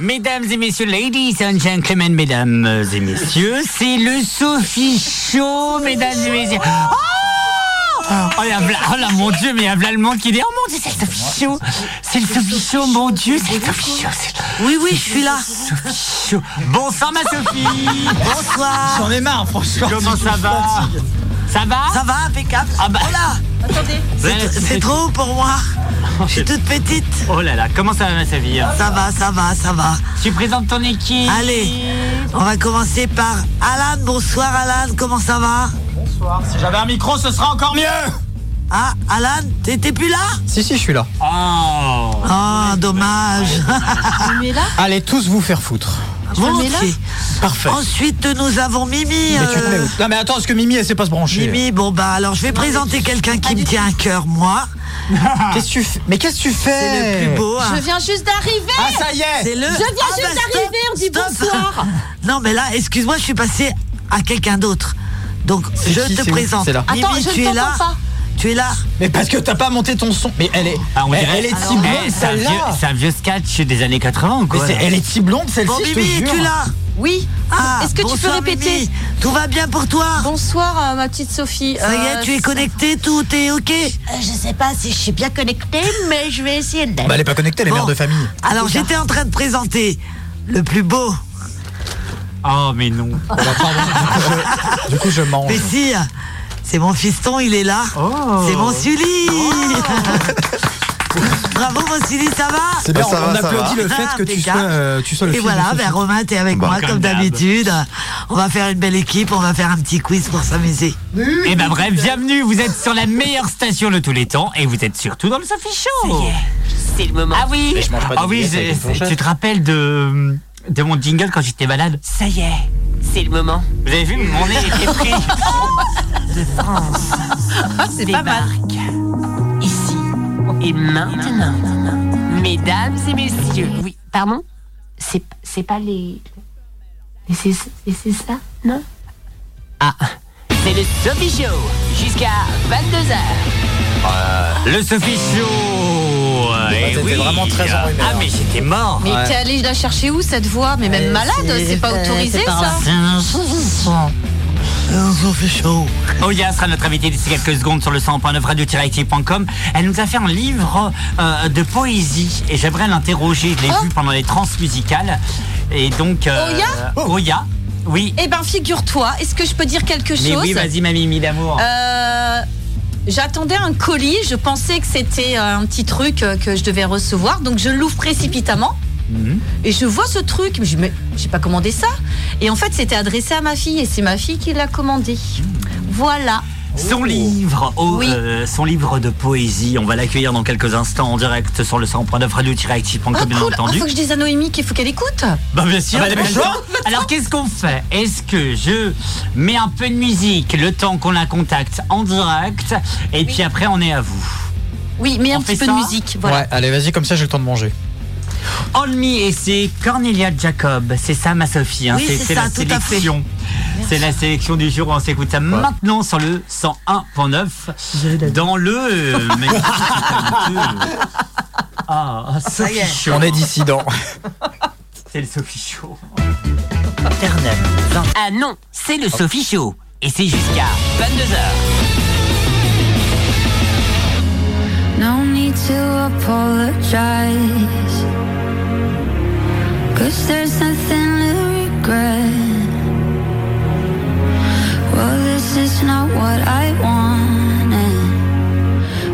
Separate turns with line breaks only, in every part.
Mesdames et messieurs, ladies and gentlemen, mesdames et messieurs, c'est le Sophie Show, mesdames et messieurs. Oh Oh, là, v'là- oh là, mon Dieu, mais il y a v'là le monde qui dit Oh mon Dieu, c'est le Sophie Show C'est le Sophie Show, mon Dieu, c'est le Sophie Show c'est-
Oui, oui, je suis là.
Sophie Show Bon sang, ma Sophie
Bonsoir.
J'en ai marre, franchement.
Comment ça va Ça va
Ça va, impeccable.
Ah bah.
Oh là, c'est- c'est trop haut pour moi. Je suis toute petite.
Oh là là, comment ça va, ma Sophie
Ça va, ça va, ça va.
Tu présentes ton équipe
Allez, on va commencer par Alan. Bonsoir Alan, comment ça va
Si j'avais un micro, ce serait encore mieux.
Ah, Alan, t'étais plus là
Si, si, je suis là.
Oh
Oh, dommage. Ah,
Allez, tous vous faire foutre.
Volontiers.
Parfait.
Ensuite, nous avons Mimi.
Mais tu te
euh,
mets où Non, mais attends, parce que Mimi, elle sait pas se brancher.
Mimi, bon bah alors je vais présenter quelqu'un qui me tient à cœur, moi.
Qu'est-ce que tu fais Mais qu'est-ce que tu fais
C'est le plus beau. hein.
Je viens juste d'arriver
Ah, ça y est
C'est le.
Je viens
Ah, bah,
juste
stop,
d'arriver, on dit
stop.
bonsoir
Non, mais là, excuse-moi, je suis passé à quelqu'un d'autre. Donc,
C'est
je
qui,
te
c'est où
présente.
C'est là.
Mimi,
Attends, je ne
tu es
t'entends
là.
pas.
Tu es là.
Mais parce que t'as pas monté ton son. Mais elle est.
Ah, on
elle,
dirait-
elle est si
Alors,
blonde,
Eh, c'est un vieux-
celle-là
c'est un vieux sketch des années 80 ou
Mais
quoi
c'est-
là
Elle est si blonde, celle-ci.
Bon,
je te
Mimi,
jure.
es-tu là
Oui.
Ah,
Est-ce que tu peux
bonsoir,
répéter
Mimi. Tout va bien pour toi
Bonsoir, euh, ma petite Sophie. Euh,
Ça y est, tu es connectée, tout est OK
Je sais pas si je suis bien connectée, mais je vais essayer d'être.
Bah, elle est pas connectée, elle est
Bon.
mère de famille.
Alors, j'étais en train de présenter le plus beau.
Oh, mais non
Du coup, je mange.
Mais si, c'est mon fiston, il est là.
Oh.
C'est mon Sully
Oh.
Bravo, mon Sully, ça va
C'est bien,
Ah, ça
on, on
va, ça
applaudit
va.
le fait que tu sois,
Impeccable.
euh, tu sois le
Et
fils
voilà,
de
ben
Sophie.
Romain, t'es avec
Bon,
moi
comme
comme
d'hab.
d'habitude. On va faire une belle équipe, on va faire un petit quiz pour s'amuser.
Eh ben bref, bienvenue, vous êtes sur la meilleure station de tous les temps et vous êtes surtout dans le Sophie Show
C'est le moment.
Ah oui
Mais je mange pas
Ah
de
oui,
baguette avec
je-
une fourchette.
tu te rappelles de, de mon jingle quand j'étais malade
Ça y est, c'est le moment.
Vous avez vu, mon nez était pris
C'est débarque. Ici et maintenant. Mesdames et messieurs. Oui, pardon C'est c'est pas les. Mais c'est mais c'est ça, non Ah, c'est le Sophie Show jusqu'à 22h.
Euh, Le Sophie Show Eh
t'étais vraiment très hein. en rumeur.
Ah mais j'étais mort
Mais t'es allé la chercher où cette voix Mais
Euh,
même malade, c'est pas autorisé ça.
Euh,
Ça fait chaud.
Oya Oh, sera notre invitée d'ici quelques secondes sur le 100.9 radio-active.com. Elle nous a fait un livre euh, de poésie et j'aimerais l'interroger. Je l'ai
Oh.
vu pendant les trans musicales. Et donc. euh,
Oya
Oya, oui.
Eh ben, figure-toi, est-ce que je peux dire quelque
Mais
chose
oui, vas-y, mamie, mille d'amour.
Euh, J'attendais un colis, je pensais que c'était euh, un petit truc euh, que je devais recevoir, donc je l'ouvre précipitamment.
Mhm.
Et je vois ce truc, je me dis, mais j'ai pas commandé ça. Et en fait, c'était adressé à ma fille, et c'est ma fille qui l'a commandé. Voilà.
Son livre, oh,
Oui.
euh, son livre de poésie. On va l'accueillir dans quelques instants en direct sur le 100.9 radio-active.com,
Ah,
bien
cool. Ah,
entendu.
faut que je dise à Noémie qu'il faut qu'elle écoute.
Bah bien sûr.
Ah bah, dépêche-toi.
Alors qu'est-ce qu'on fait Est-ce que je mets un peu de musique le temps qu'on la contacte en direct et puis après on est à vous.
Oui, mais un
On fait
petit peu
ça
de musique. Voilà.
Ouais, allez, vas-y, comme ça, j'ai le temps de manger.
On Me et c'est Cornelia Jacob. C'est ça ma Sophie. hein.
Oui, c'est ça,
la
tout à fait.
sélection. C'est la sélection du jour où on s'écoute ça maintenant sur le 101.9 dans le. euh, magnifique Ah,
y est.
Sophie Show.
On est dissident.
C'est le Sophie Show.
Ah non, c'est le Sophie Show. Et c'est jusqu'à 22h.
No need to apologize. Cause there's nothing to regret. Well, this is not what I wanted.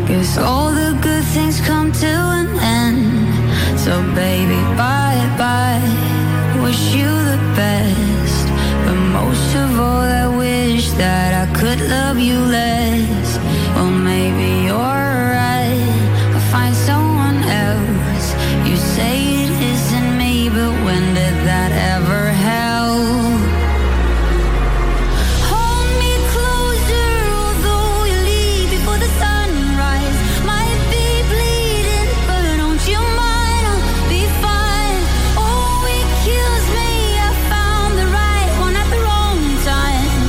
Cause all the good things come to an end. So, baby, bye bye. Wish you the best. But most of all, I wish that I could love you less. Well, maybe you're right. I'll find someone else. You say it isn't me, but when did that ever help? Hold me closer, although you leave before the sunrise. Might be bleeding, but don't you mind? I'll be fine. Oh, it kills me. I found the right one at the wrong time.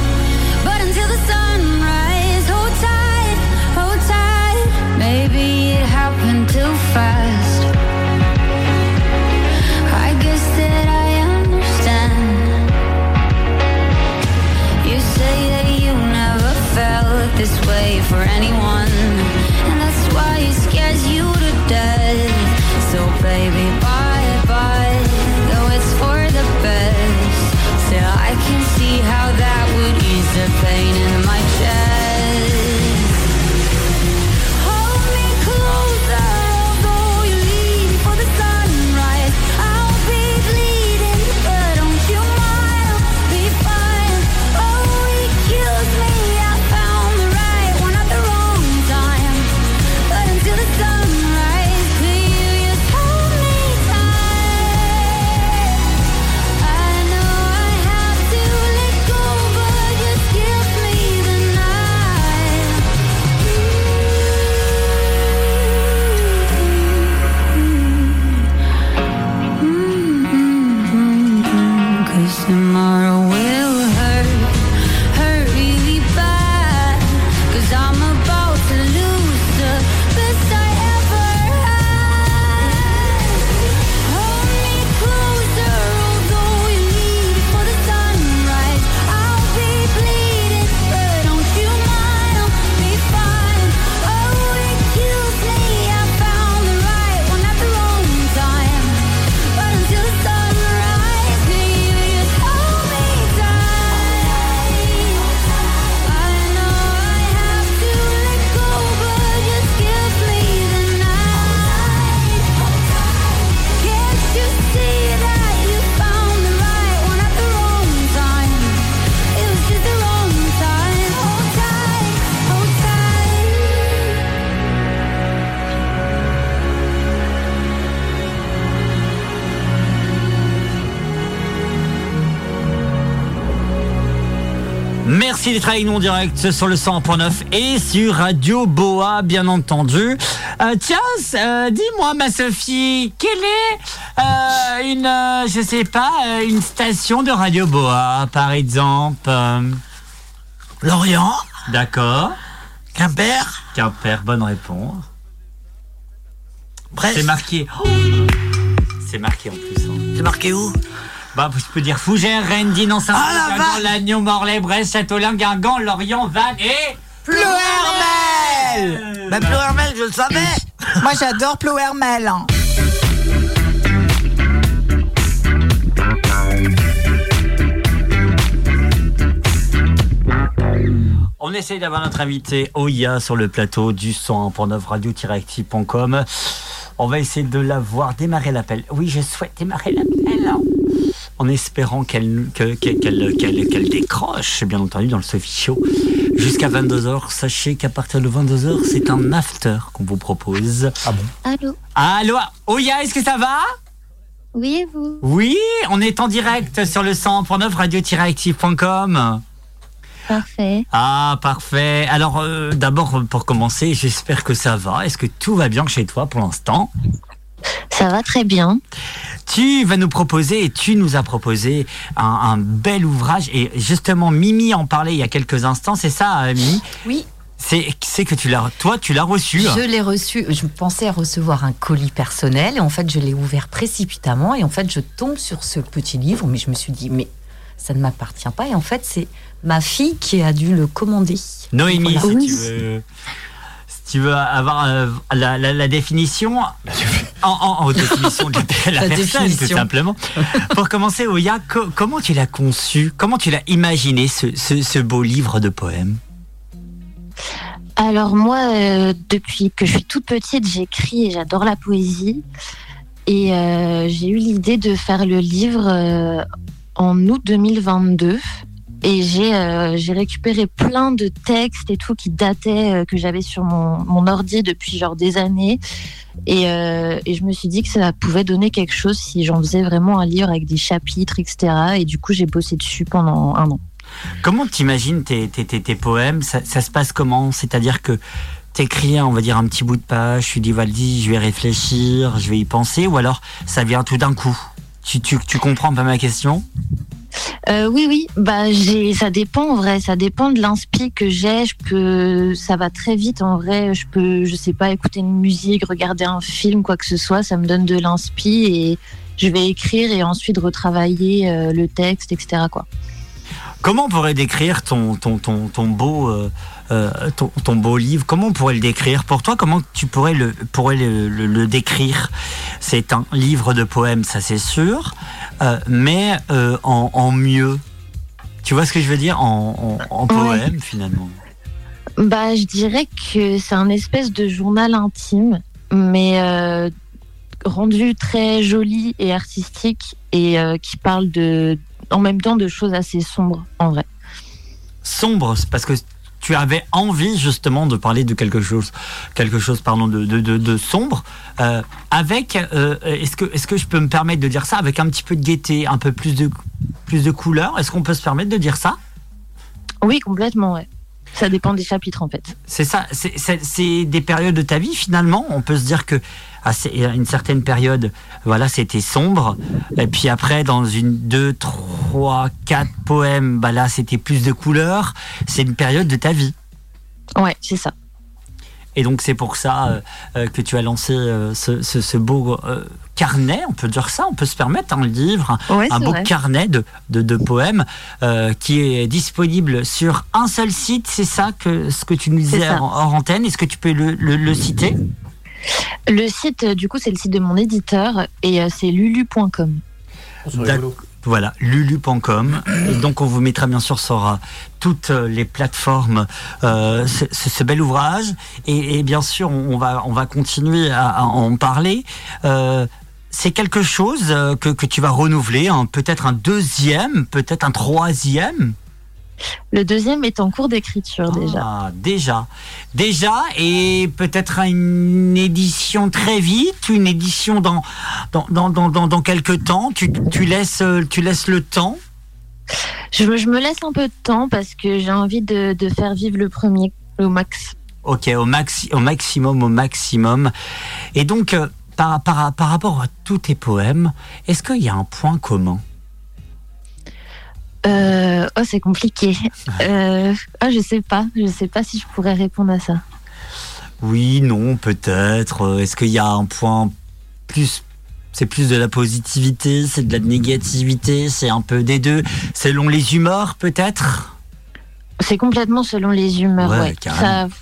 But until the sunrise, hold tight. Oh,
Mm-hmm.
tomorrow will hurt, hurt really bad. Cause I'm about to lose the best I ever had. Hold me closer, although you need it for the sunrise. I'll be bleeding, but don't you mind, I'll be fine. Oh, it kills me, I found the right one at the wrong time. But until the sunrise, can you just hold me tight? I know I have to let go, but just give me the night. Can't you see that you found the right one at the wrong time? It was just the wrong time. Hold tight, hold tight.
Merci d'être avec nous en direct sur le 100.9 et sur Radio Boa, bien entendu. Euh, tiens, euh, dis-moi, ma Sophie, quelle est euh, une, euh, je sais pas, euh, une station de Radio Boa, par exemple euh,
Lorient,
D'accord.
Quimper,
Quimper, bonne réponse.
Brest.
C'est marqué. Oh C'est marqué en plus. hein.
C'est marqué où
Bah, je peux dire Fougères, Rennes, Dinan, saint
Ah, la
Guingamp,
vache
Lannion, Morlaix, Brest, Châteaulin, Guingamp, Lorient, Vannes et...
Plouermel
Bah, Blue Hermel, je le savais.
Moi j'adore Plouermel. hein.
On essaye d'avoir notre invité Oya sur le plateau du 101.9 radio-active.com. On va essayer de la voir démarrer l'appel. Oui, je souhaite démarrer l'appel. En espérant qu'elle que- que- qu'elle- qu'elle- qu'elle décroche, bien entendu, dans le Sophie Show. Jusqu'à 22h, sachez qu'à partir de 22h, c'est un after qu'on vous propose.
Ah bon
Allô
Allô, Oya, Oh, est-ce que ça va
Oui et vous
Oui, on est en direct sur le 100.9 radio-active.com.
Parfait.
Ah, parfait. Alors, euh, d'abord, euh, pour commencer, j'espère que ça va. Est-ce que tout va bien chez toi pour l'instant
Ça va très bien.
Tu vas nous proposer, et tu nous as proposé un, un bel ouvrage. Et justement, Mimi en parlait il y a quelques instants, c'est ça, euh, Mimi
Oui.
C'est c'est que tu l'as, toi, tu l'as reçu.
Je l'ai reçu, je pensais recevoir un colis personnel et en fait je l'ai ouvert précipitamment et en fait je tombe sur ce petit livre mais je me suis dit mais ça ne m'appartient pas et en fait c'est ma fille qui a dû le commander.
Noémie, si
Oui.
tu veux. si Tu veux avoir euh, la, la- la définition en, en- en définition de la, la
La
personne, tout
définition.
simplement. Pour commencer, Oya, co- comment tu l'as conçu Comment tu l'as imaginé, ce, ce- ce beau livre de poèmes
Alors moi, euh, depuis que je suis toute petite, j'écris et j'adore la poésie. Et euh, j'ai eu l'idée de faire le livre euh, en août 2022. Et j'ai euh, j'ai récupéré plein de textes et tout qui dataient, euh, que j'avais sur mon, mon ordi depuis genre des années. Et, euh, et je me suis dit que ça pouvait donner quelque chose si j'en faisais vraiment un livre avec des chapitres, etc. Et du coup, j'ai bossé dessus pendant un an.
Comment t'imagines tes, tes, tes, tes poèmes ça, ça se passe comment C'est-à-dire que t'écris, on va dire, un petit bout de page, tu dis, Valdi, je vais réfléchir, je vais y penser, ou alors ça vient tout d'un coup tu, tu, tu comprends pas ma question
Euh, oui, oui, bah, j'ai, ça dépend en vrai, ça dépend de l'inspi que j'ai. Je peux, ça va très vite en vrai. Je peux, je sais pas, écouter une musique, regarder un film, quoi que ce soit, ça me donne de l'inspi et je vais écrire et ensuite retravailler euh, le texte, etc. Quoi.
Comment on pourrait décrire ton, ton, ton, ton beau, euh, euh, ton, ton beau livre Comment on pourrait le décrire Pour toi, comment tu pourrais le, pourrais le, le- le décrire C'est un livre de poèmes, ça c'est sûr, euh, mais euh, en, en mieux. Tu vois ce que je veux dire En, en, en
Ouais.
poème, finalement.
Bah, je dirais que c'est un espèce de journal intime, mais euh, rendu très joli et artistique et euh, qui parle de, en même temps, de choses assez sombres en vrai.
sombre, c'est parce que tu avais envie justement de parler de quelque chose, quelque chose pardon, de, de, de- de sombre, euh, avec, euh, est-ce que, est que je peux me permettre de dire ça, avec un petit peu de gaieté, un peu plus de, plus de couleur, est-ce qu'on peut se permettre de dire ça
Oui, complètement, ouais. Ça dépend des chapitres en fait.
C'est ça, c'est- c'est c'est des périodes de ta vie finalement. On peut se dire que ah, à ces- à une certaine période, voilà, c'était sombre. Et puis après, dans une, deux, trois, 3, 4 poèmes, bah là c'était plus de couleurs, c'est une période de ta vie.
Ouais, c'est ça.
Et donc c'est pour ça euh, euh, que tu as lancé euh, ce, ce- ce beau euh, carnet, on peut dire ça, on peut se permettre un livre, un-
Ouais,
un
c'est
beau
vrai.
carnet de, de, de poèmes euh, qui est disponible sur un seul site, c'est ça que ce que tu nous disais
ça.
hors, hors antenne, est-ce que tu peux le, le- le citer
Le site, euh, du coup, c'est le site de mon éditeur et euh, c'est lulu.com.
D'accord. Voilà, lulu.com. Et donc, on vous mettra bien sûr sur euh, toutes euh, les plateformes euh, ce, ce- ce bel ouvrage. Et, et bien sûr, on on va, on va continuer à, à en parler. Euh, c'est quelque chose euh, que, que tu vas renouveler, hein, peut-être un deuxième, peut-être un troisième.
Le deuxième est en cours d'écriture déjà.
Ah, déjà. Déjà, et peut-être une édition très vite, une édition dans, dans, dans, dans, dans, dans quelques temps. Tu, tu, laisses, euh, tu laisses le temps.
Je, me- je me laisse un peu de temps parce que j'ai envie de, de faire vivre le premier au max.
Ok, au, maxi- au maximum, au maximum. Et donc, euh, par, par, par rapport à tous tes poèmes, est-ce qu'il y a un point commun
Euh, oh, c'est compliqué. Euh, oh, je sais pas. Je sais pas si je pourrais répondre à ça.
Oui, non, peut-être. Euh, Est-ce qu'il y a un point plus... C'est plus de la positivité, c'est de la négativité, c'est un peu des deux. Selon les humeurs, peut-être
C'est complètement selon les humeurs.
Ouais,
Ouais,
carrément.
Ça,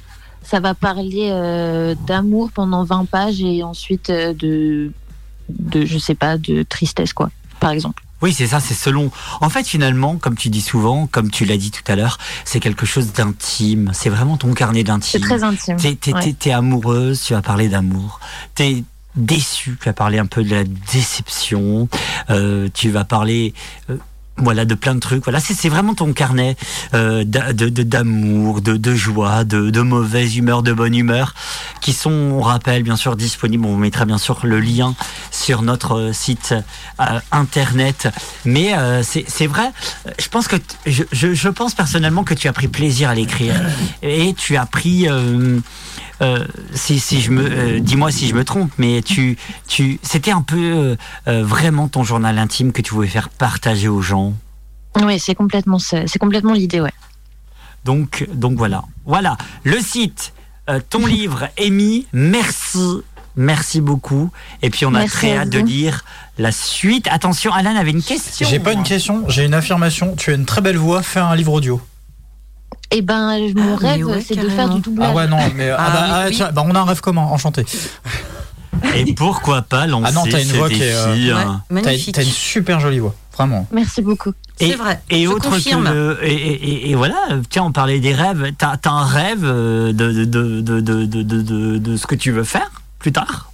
ça va parler euh, d'amour pendant 20 pages et ensuite euh, de, de, je sais pas, de tristesse, quoi, par exemple.
Oui, c'est ça, c'est selon. En fait, finalement, comme tu dis souvent, comme tu l'as dit tout à l'heure, c'est quelque chose d'intime. C'est vraiment ton carnet d'intime.
C'est très intime.
T'es, t'es-
Ouais.
t'es- t'es amoureuse, tu as parlé d'amour. T'es déçu, tu as parlé un peu de la déception. Euh, tu vas parler, euh, voilà, de plein de trucs. Voilà, c'est, c'est vraiment ton carnet euh, d'a- de, de- d'amour, de, de joie, de, de mauvaise humeur, de bonne humeur, qui sont, on rappelle, bien sûr, disponibles. On vous mettra bien sûr le lien sur notre euh, site euh, internet. Mais euh, c'est, c'est vrai, euh, je pense que t- je, je, je pense personnellement que tu as pris plaisir à l'écrire et tu as pris. euh, euh, si, si je me, euh, dis-moi si je me trompe, mais tu, tu, c'était un peu euh, euh, vraiment ton journal intime que tu voulais faire partager aux gens.
Oui, c'est complètement ça. C'est complètement l'idée, ouais.
Donc, donc voilà. Voilà, le site, euh, ton livre, Amy, merci. Merci beaucoup. Et puis on a
Merci
très
à
hâte de
vous.
lire la suite. Attention, Alan avait une question.
J'ai pas une question, j'ai une affirmation. Tu as une très belle voix, fais un livre audio.
Et ben, je- mon
Ah, mais
rêve,
ouais,
c'est de
carrément.
faire du doublage.
Ah ouais, non, mais. ah
Ah
bah,
oui,
ah,
oui.
tiens, bah, on a un rêve commun, enchanté.
Et pourquoi pas lancer
Ah non, t'as une
ce
voix qui
défi
est, euh,
Ouais,
hein.
T'as
magnifique.
t'as une super jolie voix, vraiment.
Merci beaucoup.
C'est
Et-
vrai.
Et
je
autre
confirme.
que et, et- et- et voilà, tiens, on parlait des rêves. T'as t'as un rêve euh, de de, de, de, de, de, de- de- de ce que tu veux faire plus tard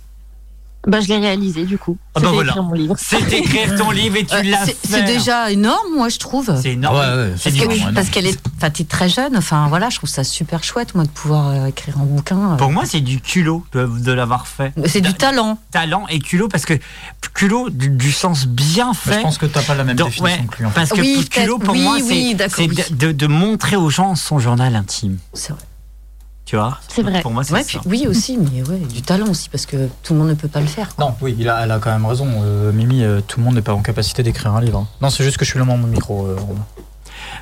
Bah, je l'ai réalisé, du coup.
Ah bah
C'était
voilà.
écrire mon livre.
C'est écrire ton livre et tu
Euh,
l'as fait.
c'est- C'est déjà énorme, moi, je trouve.
C'est énorme.
Ah ouais, ouais,
c'est
parce
du
que-
roman.
Euh. Parce qu'elle est, enfin, t'es très jeune. Enfin, voilà, je trouve ça super chouette, moi, de pouvoir euh, écrire un bouquin. euh.
Pour moi, c'est du culot de, de l'avoir fait.
C'est du
Ta-
talent.
talent et culot parce que culot du, du sens bien
Mais
fait.
Bah, Je pense que t'as pas la même
Donc,
définition
ouais,
que lui. en fait.
parce que
Oui,
pour- culot
peut-être.
pour
Oui,
moi
oui,
c'est
d'accord,
c'est
oui.
de, de- de montrer aux gens son journal intime.
C'est vrai.
Tu vois
C'est vrai.
Pour moi, c'est
Ouais, puis-
ça.
oui aussi, mais ouais, du talent aussi, parce que tout le monde ne peut pas le faire.
Non, oui, il a- elle a quand même raison. euh, Mimi, euh, tout le monde n'est pas en capacité d'écrire un livre. hein. Non, c'est juste que je suis loin dans mon micro. euh, Romain.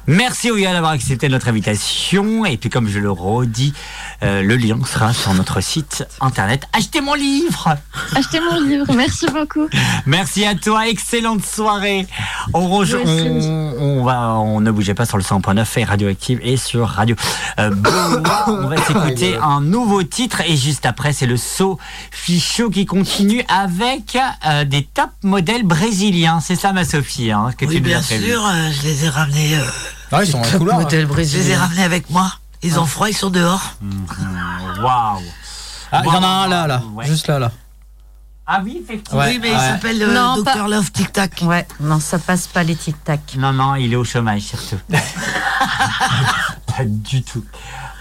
Merci Ouyal d'avoir accepté notre invitation. Et puis comme je le redis, euh, le lien sera sur notre site internet. Achetez mon livre
Achetez mon livre, merci beaucoup.
Merci à toi, excellente soirée. On, rejo-
Merci.
on, on va, on ne bougeait pas sur le 100.9 et Radioactive et sur Radio. Euh, Beauvoir. on va s'écouter un nouveau titre et juste après c'est le saut fichot qui continue avec euh, des top modèles brésiliens. C'est ça ma Sophie, hein, que
Oui,
tu nous
bien
as prévu.
sûr, euh, je les ai ramenés. euh,
Ah, ils sont en couleur. hein.
Modèle
je les ai
brésilien.
ramenés avec moi. Ils ont froid, ils sont dehors.
Oh, Waouh.
Ah, il y en a un là, là.
Ouais.
Juste là, là.
Ah oui, effectivement.
Ouais,
oui, mais
ouais.
ils s'appellent euh,
Non,
Dr
pas-
Love Tic Tac.
Ouais, non, ça passe pas les tic tac.
Non, non, il est au chômage surtout. Pas du tout.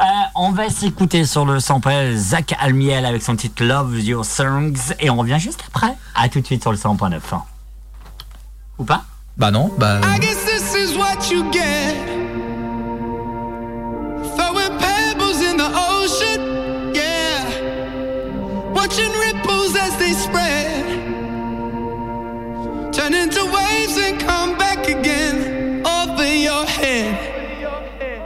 Euh, on va s'écouter sur le sample Zach Almiel avec son titre Love Your Songs et on revient juste après. À tout de suite sur le 100.9. hein. Ou pas
Bah non, bah.
Ah,
euh,
guess this is what you get. Throwing pebbles in the ocean, yeah. Watching ripples as they spread. Turn into waves and come back again. Oh, Oh, Oh,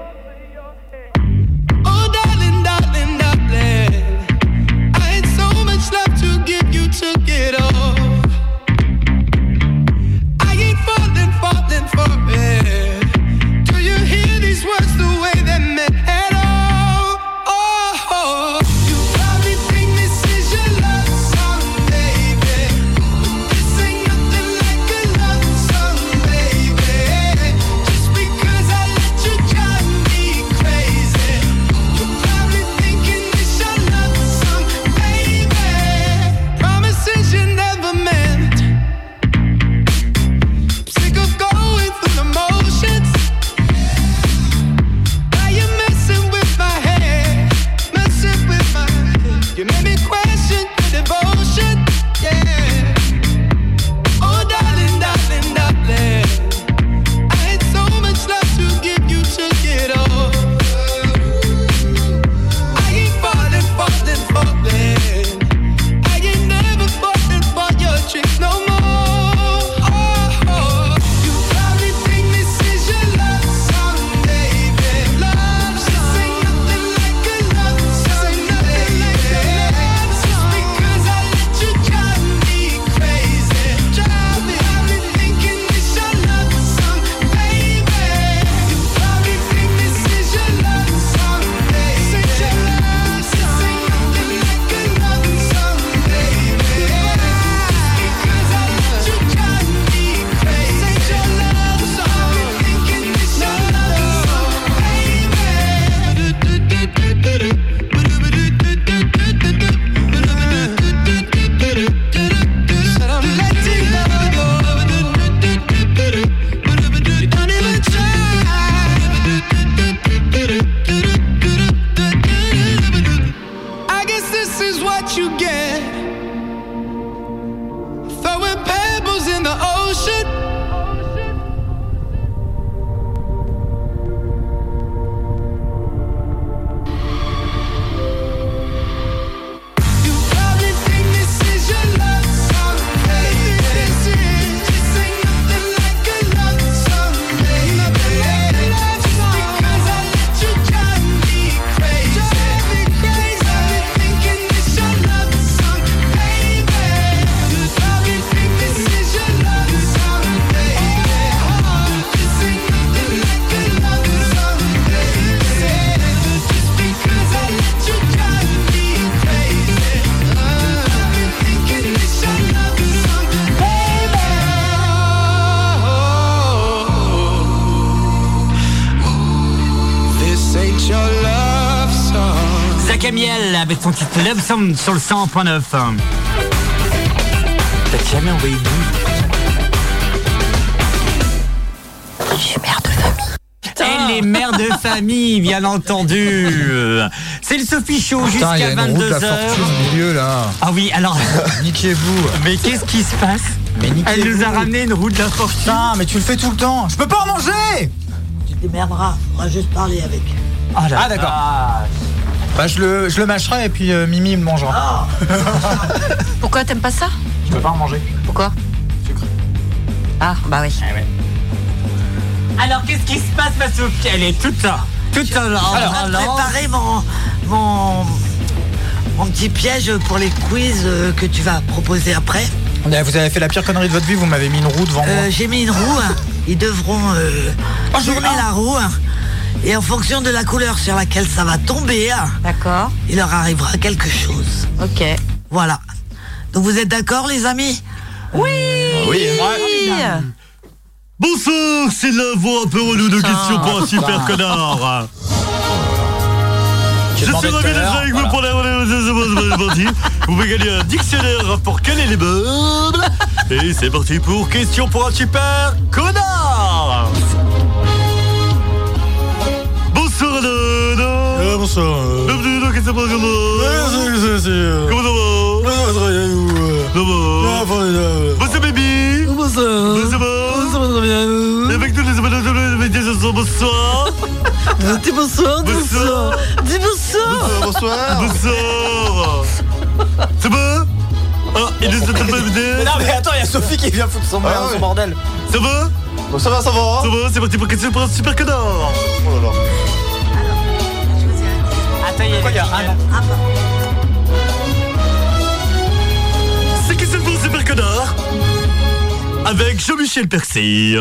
Camiel avec son titre Love Song sur le 100.9. T'as jamais envoyé
Je suis mère de famille.
Et les mères de famille, bien entendu. C'est le Sophie Show
Putain, il y a
jusqu'à
une route de la
22h.
fortune au milieu là.
Ah oui, alors.
Niquez-vous.
Mais qu'est-ce qui se passe Elle nous a ramené une roue de la fortune.
Putain, mais tu le fais tout le temps. Je peux pas en manger
Tu te démerderas. Faudra juste parler avec.
Ah, d'accord. Bah, je le, je le mâcherai et puis euh, Mimi me mangera.
Ah.
Pourquoi t'aimes pas ça
Je peux pas en manger.
Pourquoi Ah, bah oui.
Alors qu'est-ce qui se passe, ma Sophie Elle est toute là. Toute là.
Alors, je vais préparer mon, mon, mon petit piège pour les quiz euh, que tu vas proposer après.
Eh, Vous avez fait la pire connerie de votre vie, vous m'avez mis une roue devant
Euh,
moi.
J'ai mis une roue. hein. Ils devront euh,
Ah,
tourner la roue. hein. Et en fonction de la couleur sur laquelle ça va tomber, hein,
D'accord.
il leur arrivera quelque chose.
Ok.
Voilà. Donc vous êtes d'accord, les amis Oui
Ah Oui. Bonsoir, c'est la voix un peu relou de question pour un super connard. Je
J'ai
suis
demandé
ravi
tout à
d'être
l'heure,
avec vous
voilà.
pour la partie. Vous pouvez gagner un dictionnaire pour caler les meubles. Et c'est parti pour question pour un super connard. Bonsoir, Dana. Euh, Bonsoir. Bienvenue dans question pour un connard. Comment euh. ça va euh. Ça va Bonsoir, baby. Bonsoir. Bonsoir. Et avec tous les abonnés de la bonsoir.
Dis bonsoir,
dis bonsoir.
Dis bonsoir.
Bonsoir. Ah, Bonsoir. C'est bon Ah, il nous a pas
Mais non, mais attends, il y a Sophie qui vient foutre son bordel
hein,
dans son bordel.
Ah Ça va
Bon, ça va, ça va.
Ça va, c'est parti pour question pour un super connard. Oh là là.
Attends, il y a Ah,
C'est question pour un super connard. Avec Jean-Michel Percy.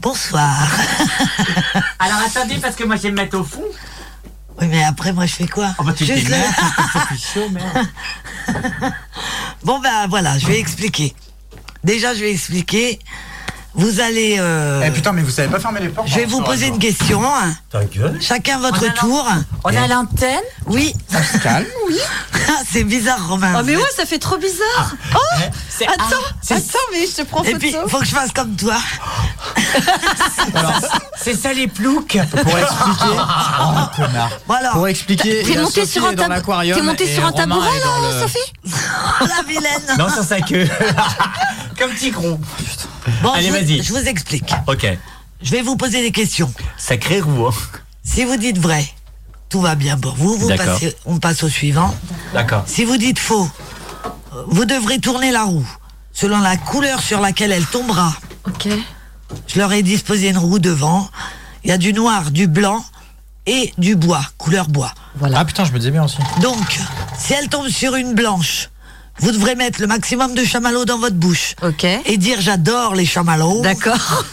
Bonsoir.
Alors attendez, parce que moi je vais me mettre au fond.
Oui, mais après, moi, je fais quoi
Ah, bah,
tu
Juste
t'es
le-
merde,
Bon, ben voilà, je vais expliquer. Déjà, je vais expliquer. Vous allez. euh,
Eh putain, mais vous savez pas fermer les portes.
Je vais vous poser une question. hein.
Ta gueule.
Chacun
On
votre
a l'an-
tour.
on a
l'antenne Oui.
Calme.
oui. c'est bizarre, Romain. Ah,
Oh mais ouais, ça fait trop bizarre. Oh, attends, attends, mais je te prends
Et
photo.
puis, faut que je fasse comme toi.
C'est ça les ploucs
Pour expliquer. Oh, connard. Pour expliquer. il y a Sophie est dans l'aquarium et Romain est dans le-
Oh la vilaine Oh,
Non, sur sa queue. Comme petit gros.
Bon,
Allez,
je vous-
vas-y.
Je vous explique.
Ok.
Je vais vous poser des questions.
Sacré roue. hein.
Si vous dites vrai, tout va bien pour vous. vous
D'accord.
passez- on passe au suivant.
D'accord.
Si vous dites faux, euh, vous devrez tourner la roue selon la couleur sur laquelle elle tombera.
Ok.
Je leur ai disposé une roue devant. Il y a du noir, du blanc et du bois, couleur bois.
Ah putain, je me disais bien aussi.
Donc, si elle tombe sur une blanche, vous devrez mettre le maximum de chamallows dans votre bouche. Et dire j'adore les chamallows.
D'accord.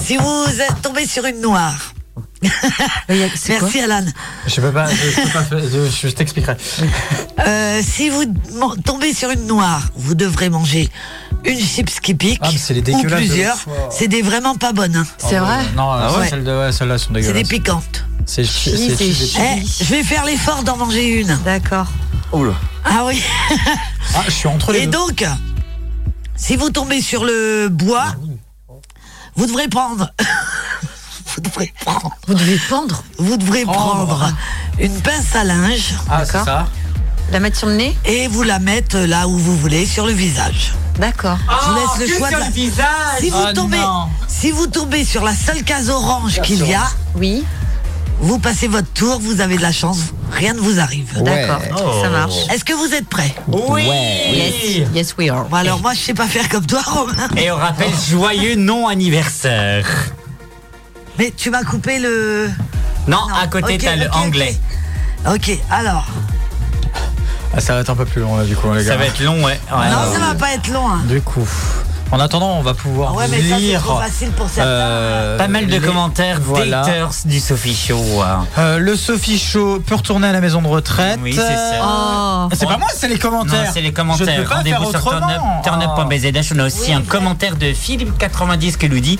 Si vous êtes tombé sur une noire. Merci Alan.
Je peux pas. Je, peux pas faire- je, je t'expliquerai.
Euh, si vous man- tombez sur une noire, vous devrez manger une chips qui pique
Ah, mais c'est les
ou
dégueulasses de
plusieurs.
l'autre
C'est des vraiment pas bonnes. hein.
Ah, ouais. Non, euh,
Ouais.
celles de- ouais, celles-là sont
C'est des
dégueulasses.
piquantes.
C'est chi- c'est chi- des chi-
Eh, je vais faire l'effort d'en manger une.
D'accord.
Oula.
Ah oui.
Ah, je suis entre les
Et
deux.
donc, si vous tombez sur le
Ah
bois, vous devrez prendre. vous devrez prendre.
Vous devez pendre.
Vous devrez
Prendre.
prendre une pince à linge.
Ah, c'est ça.
La mettre sur le nez
Et vous la mettre là où vous voulez, sur le visage.
D'accord.
Je vous
Ah,
laisse le choix de la- Si vous, tombez, si vous tombez sur la seule case orange qu'il y a,
oui.
vous passez votre tour, vous avez de la chance, rien ne vous arrive.
Ouais. D'accord, ça marche.
Est-ce que vous êtes prêts
Oui. Ouais.
Yes,
we are.
Bon, alors moi, je sais pas faire comme toi, Romain.
Et on rappelle joyeux non-anniversaire.
Mais tu m'as coupé le...
Non, à côté,
Ok,
t'as le
ok, ok.
anglais.
Ok, alors...
Ah, ça va être un peu plus long là, du coup, les gars.
Ça va être long, ouais. Ouais.
non, ça va pas être long. hein.
Du coup. En attendant, on va pouvoir
Ouais, mais ça, c'est
lire.
trop facile pour certains.
euh,
Pas mal de
les-
commentaires
voilà.
haters du Sophie Show. hein.
Euh, le Sophie Show peut retourner à la maison de retraite.
Oui, c'est ça. Oh.
C'est pas moi, c'est les commentaires.
Non, c'est les
Je
commentaires.
peux pas faire
Rendez-vous sur
autrement.
turnup.bzh. On a aussi un commentaire de Philippe90 qui nous dit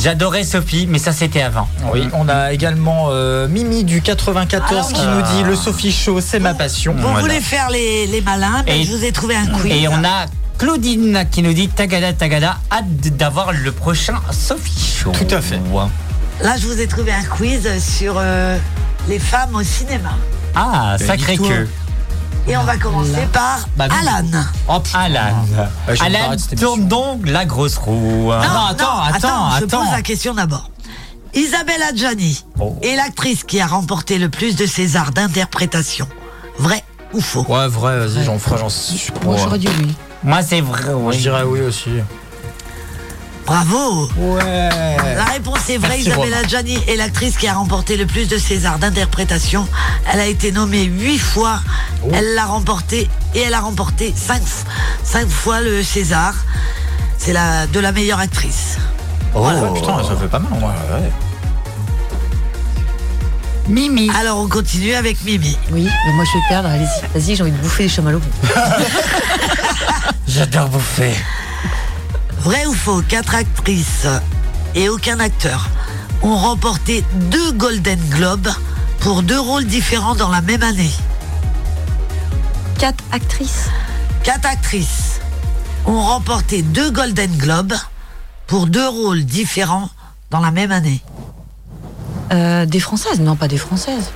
J'adorais Sophie, mais ça c'était avant.
Ah
Oui, on a également euh, Mimi du 94 qui nous dit le Sophie Show, c'est ma passion.
Vous voulez faire les, les malins ben,
Et-
Je vous ai trouvé un quiz.
Et on a Claudine qui nous dit Tagada, Tagada, hâte d'avoir le prochain Sophie Show. Tout à fait.
Là, je vous ai trouvé un quiz sur euh, les femmes au cinéma.
Ben,
Ah, sacré
dis-toi.
queue.
Et on va commencer par
Bah, dis-
Alan.
Alan.
Ah, bah, je vais me
Alan
barrer de cette
tourne donc la grosse roue.
Non, non, Je pose la question d'abord. Isabelle Adjani
Oh.
est l'actrice qui a remporté le plus de César d'interprétation. Vrai ou faux
Ouais, vrai, vas-y, j'en ferai, j'en suis pas.
Moi, j'aurais dit oui.
Moi, c'est vrai,
Je dirais oui aussi.
Bravo
Ouais
Euh, La réponse est vraie.
Merci,
Isabelle
Romain.
Adjani est l'actrice qui a remporté le plus de César d'interprétation. Elle a été nommée huit fois.
Oh.
Elle l'a remporté et elle a remporté cinq, f- cinq fois le César. C'est la de la meilleure actrice.
Oh, putain, ça fait pas mal. Ouais, ouais.
Mimi. Alors on continue avec Mimi.
Oui, mais moi je vais perdre, allez-y. Vas-y, j'ai envie de bouffer les chamallows.
J'adore bouffer.
Vrai ou faux, quatre actrices et aucun acteur ont remporté deux Golden Globes pour deux rôles différents dans la même année. Quatre actrices Quatre actrices ont remporté deux Golden Globes pour deux rôles différents dans la même année.
Euh, des Françaises Non, pas des Françaises.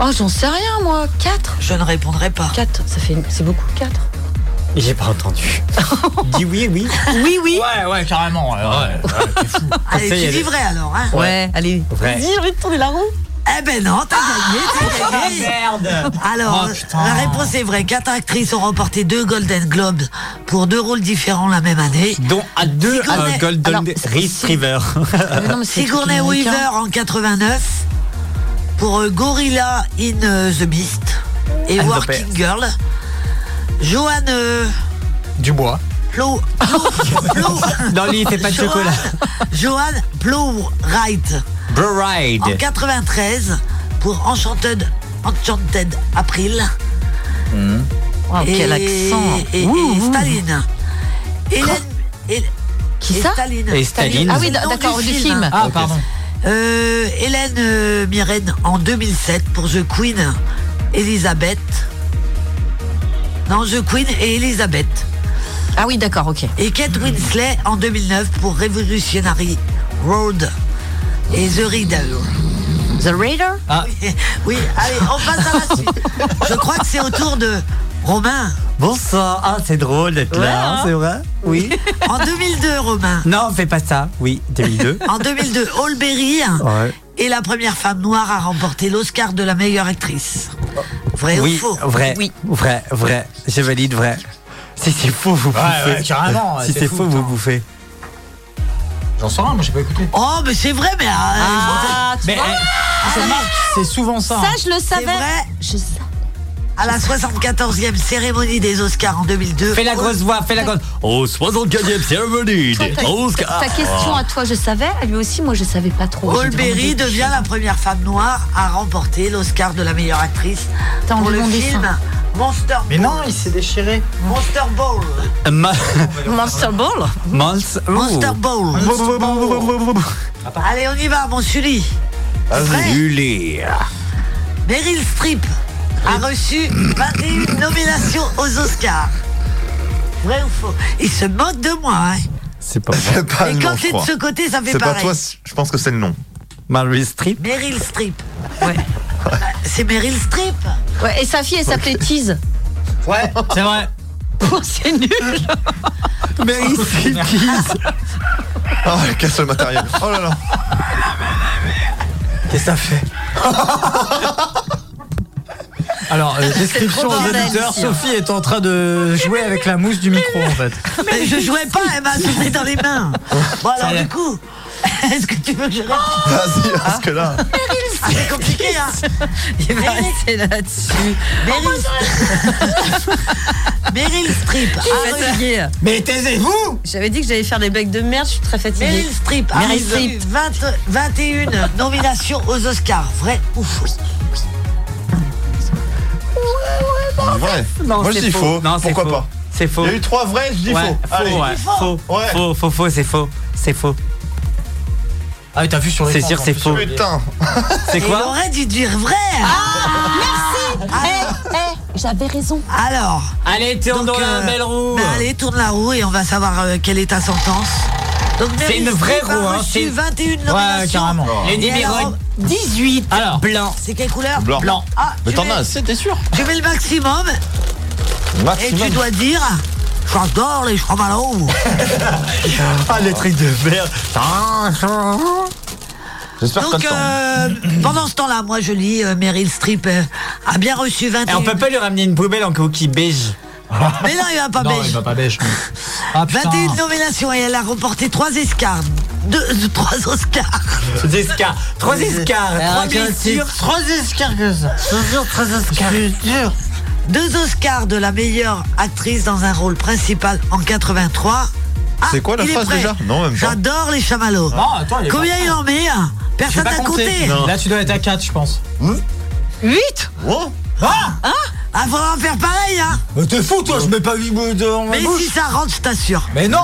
Oh, j'en sais rien, moi. 4
Je ne répondrai pas.
4, ça fait, c'est beaucoup, 4.
J'ai pas entendu. Dis oui, oui.
Oui, oui.
Ouais, ouais, carrément. ouais, ouais.
Allez,
Ça y est,
tu dis
elle-
vrai alors, hein
Ouais, Ouais.
allez.
Vrai.
Vas-y, j'ai envie de tourner la roue.
Eh ben non, t'as gagné, t'as
Ah,
gagné.
merde.
Alors,
Oh, putain.
la réponse est vraie. Quatre actrices ont remporté deux Golden Globes pour deux rôles différents la même année.
Dont à deux
Sigourney-
euh, Golden
Alors,
Reese River.
Euh,
Sigourney Weaver en 89 pour euh, Gorilla in euh, the Mist et
And the
Working
Bear.
Girl. Joanne euh,
Dubois.
Plo.
Dans lui, il fait pas de
Joanne-
chocolat.
Joanne Plowright
Bride.
en 93 pour Enchanted, Enchanted April. Oh,
Waouh, quel accent.
Et, et Staline. Hélène. Hélène-
Qui
et
ça
Staline.
Et Staline.
Ah oui,
C'est le nom
d'accord, du film.
Ah, pardon.
Euh, Hélène euh, Mirren en 2007 pour The Queen, Elisabeth. Non, The Queen et Elisabeth.
Ah oui, d'accord, ok.
Et Kate Winslet en 2009 pour Revolutionary Road et The Reader.
The Raider
Ah.
Oui, allez, on passe à la suite. Je crois que c'est au tour de Romain.
Bonsoir. Ah, c'est drôle d'être
Ouais,
là, hein,
hein.
c'est vrai Oui.
En 2002, Romain.
Non, fais pas ça. Oui, 2002.
En 2002, Holberry
Ouais.
est la première femme noire à remporter l'Oscar de la meilleure actrice. Vrai
oui,
ou faux
Vrai, vrai, vrai. Je valide vrai. Si c'est faux, vous
Ouais,
bouffez.
ouais, carrément, ouais,
Si
c'est
c'est
fou,
faux, vous bouffez.
J'en sais rien, moi j'ai pas écouté.
Oh, mais c'est vrai, mais. euh,
Ah,
Mais eh, ça marque, c'est souvent ça.
Ça,
hein.
je le savais.
vrai.
Je sais.
À la 74e cérémonie des Oscars en 2002.
Fais la grosse voix, fais la grosse.
Oh,
Au 64e cérémonie
Toi,
des
ta,
Oscars.
ta question à toi, je savais. À lui aussi, moi, je savais pas trop. J'ai
Holberry
vraiment des-
devient la première femme noire à remporter l'Oscar de la meilleure actrice
T'as
pour
enlevé
le
mon
film
dessin.
Monster Ball.
Mais non, il s'est déchiré.
Monster Ball.
Ma-
Monster Ball
Mons- Euh, ouh.
Monster Ball. Allez, on y va, mon Sully.
Azulé.
Meryl Streep a reçu 21 nominations aux Oscars. Vrai ou faux Il se moque de moi. Hein.
C'est pas vrai.
C'est pas
Et
le
quand
nom, je
c'est de
crois.
ce côté, ça fait
C'est pas
pareil.
toi, c- je pense que c'est le nom.
Marie Strip.
Meryl Streep. Ouais. c'est Meryl Streep.
Ouais, et sa fille, elle s'appelait Tease.
Ouais, c'est vrai.
Oh, c'est nul.
Meryl Streep.
Ah, elle casse le matériel. Oh là là.
Qu'est-ce que ça fait Alors, euh, description
trop
aux
bordel
auditeurs,
ici, hein.
Sophie est en train de jouer avec la mousse du micro en fait.
Mais je jouais pas, elle m'a soufflé dans les mains. Bon, alors
y est.
du coup, est-ce que tu veux que je réponde
Vas-y, parce que là.
Meryl
Ah, c'est compliqué, hein
Il va rester là-dessus.
Meryl Streep.
Je suis
Ah,
fatiguée.
Mais taisez-vous
J'avais dit que j'allais faire des bugs de merde, je suis très fatiguée.
Meryl Streep
ah,
a
Meryl
reçu
Streep.
20 21 nominations aux Oscars. Vrai ou faux
Vrai.
Non,
Moi je
c'est
dis
faux.
faux.
Non, c'est
Pourquoi
faux.
pas
C'est faux.
Il y a eu trois vrais, je dis
Ouais,
faux.
Ah.
Faux,
Allez.
ouais. Faux,
Ouais.
faux, faux, faux, c'est faux. C'est faux.
Ah, mais t'as vu sur les
C'est
francs,
sûr,
en
c'est
plus,
faux.
j'ai oublié.
C'est
Et Il
quoi
aurait dû dire vrai Ah, Merci Eh, J'avais raison. Alors.
Allez, tourne
donc,
dans la
euh,
belle roue.
bah, allez, tourne la roue et on va savoir euh, quelle est ta sentence. Donc,
C'est
Meryl
une vraie
Streep a
roue, hein,
reçu
c'est-
21
Ouais,
nominations.
carrément. Les
Et
numéros-
alors, 18.
Alors.
Blanc. C'est quelle couleur
Blanc. Blanc.
Ah,
Mais
tu
t'en
mets-
as, c'était sûr.
Tu mets le maximum et
Maximum.
tu dois dire J'adore les chamallows.
Ah, les trucs de merde. J'espère que
Donc, euh, pendant ce temps-là, moi je lis euh, Meryl Streep euh, a bien reçu 21.
Et on peut pas lui ramener une poubelle en coquille beige.
Mais non, il va pas
Non,
beige.
il va pas beige. mais- Ah, putain.
21 nominations et elle a remporté 3 escars. 2, 3 euh, Oscars.
Des escars. Trois escars. Trois blessures.
Trois escars que ça. trois escars. Deux Oscars de la meilleure actrice dans un rôle principal en 83. Ah,
C'est quoi la
il est
phrase
prêt.
déjà Non, même pas.
J'adore les chamallows.
Ah, attends, il est
Combien
pas-
il en met hein
J'ai
Personne
pas
n'a compté.
Non.
Là, tu dois être à 4, je pense.
8
Oh
Ah
Hein Ah, faudra en faire pareil, hein
Mais t'es fou, toi, je mets pas 8 bouts dans ma
Mais
bouche.
si ça rentre, je t'assure.
Mais non